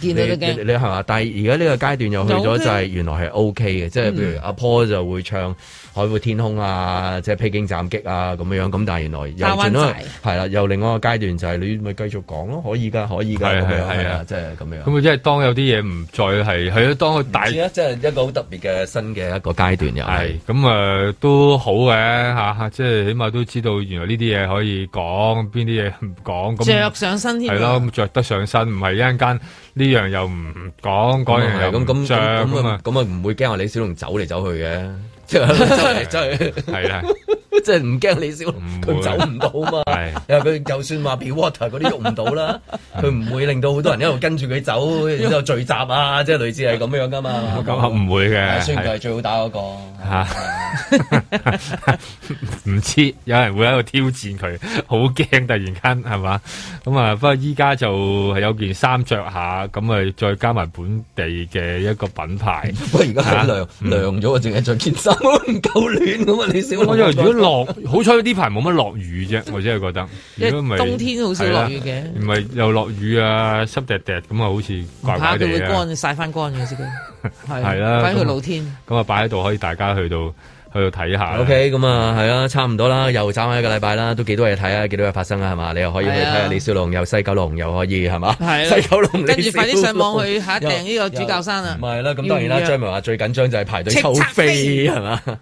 [SPEAKER 4] 見到都
[SPEAKER 2] 你
[SPEAKER 4] 驚
[SPEAKER 2] 你你係嘛？但係而家呢個階段又去
[SPEAKER 4] 有
[SPEAKER 2] 咗
[SPEAKER 4] 嘅
[SPEAKER 2] 就係原來係 O K 嘅，即係譬如
[SPEAKER 4] 嗯
[SPEAKER 2] 阿 Paul 就會唱《海闊天空》啊，即係《披荊斬棘》啊咁樣，咁但係原來
[SPEAKER 4] 大
[SPEAKER 2] 又
[SPEAKER 4] 灣
[SPEAKER 2] 轉咗
[SPEAKER 4] 仔
[SPEAKER 2] 係啦，又另外一個階段就係你咪繼續講咯，可以㗎，可以㗎
[SPEAKER 3] 係
[SPEAKER 2] 咁
[SPEAKER 3] 係
[SPEAKER 2] 樣
[SPEAKER 3] 係
[SPEAKER 2] 係
[SPEAKER 3] 啊
[SPEAKER 2] 啊，即係咁樣。
[SPEAKER 3] 咁啊，即係當有啲嘢唔再係係咯，當佢大
[SPEAKER 2] 唔知啊即係一個好特別嘅新嘅一個階段又係。
[SPEAKER 3] 係咁啊，都好嘅嚇，嚇即係起碼都知道原來呢啲嘢可以講，邊啲嘢唔講。咁
[SPEAKER 4] 着上身添啊
[SPEAKER 3] 係咯，咁着得上身，唔係一陣間呢樣又唔講，
[SPEAKER 2] 哦
[SPEAKER 3] 嗰樣又
[SPEAKER 2] 咁咁
[SPEAKER 3] 唔着
[SPEAKER 2] 咁
[SPEAKER 3] 咁
[SPEAKER 2] 啊
[SPEAKER 3] 啊，
[SPEAKER 2] 咁啊唔會驚話李小龍走嚟走 去嘅，即係走嚟走去，
[SPEAKER 3] 係啦，
[SPEAKER 2] 即係唔驚李小龍佢走唔到嘛。因為佢就算話 Be Water 嗰啲喐唔到 啦，佢唔會令到好多人一路跟住佢走，然之後聚集啊，即係類似係咁樣噶嘛。
[SPEAKER 3] 咁啊唔會嘅，
[SPEAKER 2] 雖然佢係
[SPEAKER 3] 係
[SPEAKER 2] 最好打嗰個，
[SPEAKER 3] 嚇 唔知有人會喺度挑戰佢，好驚突然間係嘛？咁啊，不過依家就係有件衫着下，咁啊再加埋本地嘅一個品牌。
[SPEAKER 2] 不過而家係涼涼咗，淨係着件衫唔夠暖咁啊！李小龍
[SPEAKER 3] 因為如果落，好彩呢排冇乜落雨啫，我真係覺得。如果唔係
[SPEAKER 4] 因為冬天好少落雨嘅
[SPEAKER 3] 係啦唔係又落雨啊，濕滴滴咁啊，好似怪
[SPEAKER 4] 怕
[SPEAKER 3] 怪
[SPEAKER 4] 佢會
[SPEAKER 3] 地啊。
[SPEAKER 4] 乾曬翻乾嘅 自己，
[SPEAKER 3] 係啦，
[SPEAKER 4] 擺佢
[SPEAKER 3] 咁
[SPEAKER 4] 露天。
[SPEAKER 3] 咁啊，擺喺度可以大家去到去到睇下啦。
[SPEAKER 2] OK，咁啊，係啊，差唔多啦，又眨下一個禮拜啦，都幾多嘢睇啊，幾多嘢發生啊，係嘛？你又可以去睇
[SPEAKER 4] 係
[SPEAKER 2] 下
[SPEAKER 4] 啊
[SPEAKER 2] 李小龍，又西九龍，又可以係嘛？
[SPEAKER 4] 係啊
[SPEAKER 2] 西九龍，
[SPEAKER 4] 跟
[SPEAKER 2] 李
[SPEAKER 4] 住
[SPEAKER 2] 小龍
[SPEAKER 4] 快啲上網去下訂呢個主教山啊！
[SPEAKER 2] 唔係啦，咁當然啦，
[SPEAKER 4] 要唔要
[SPEAKER 2] 張文話最緊張就係排隊抽
[SPEAKER 4] 叱咤
[SPEAKER 2] 飛
[SPEAKER 4] 飛
[SPEAKER 2] 係嘛？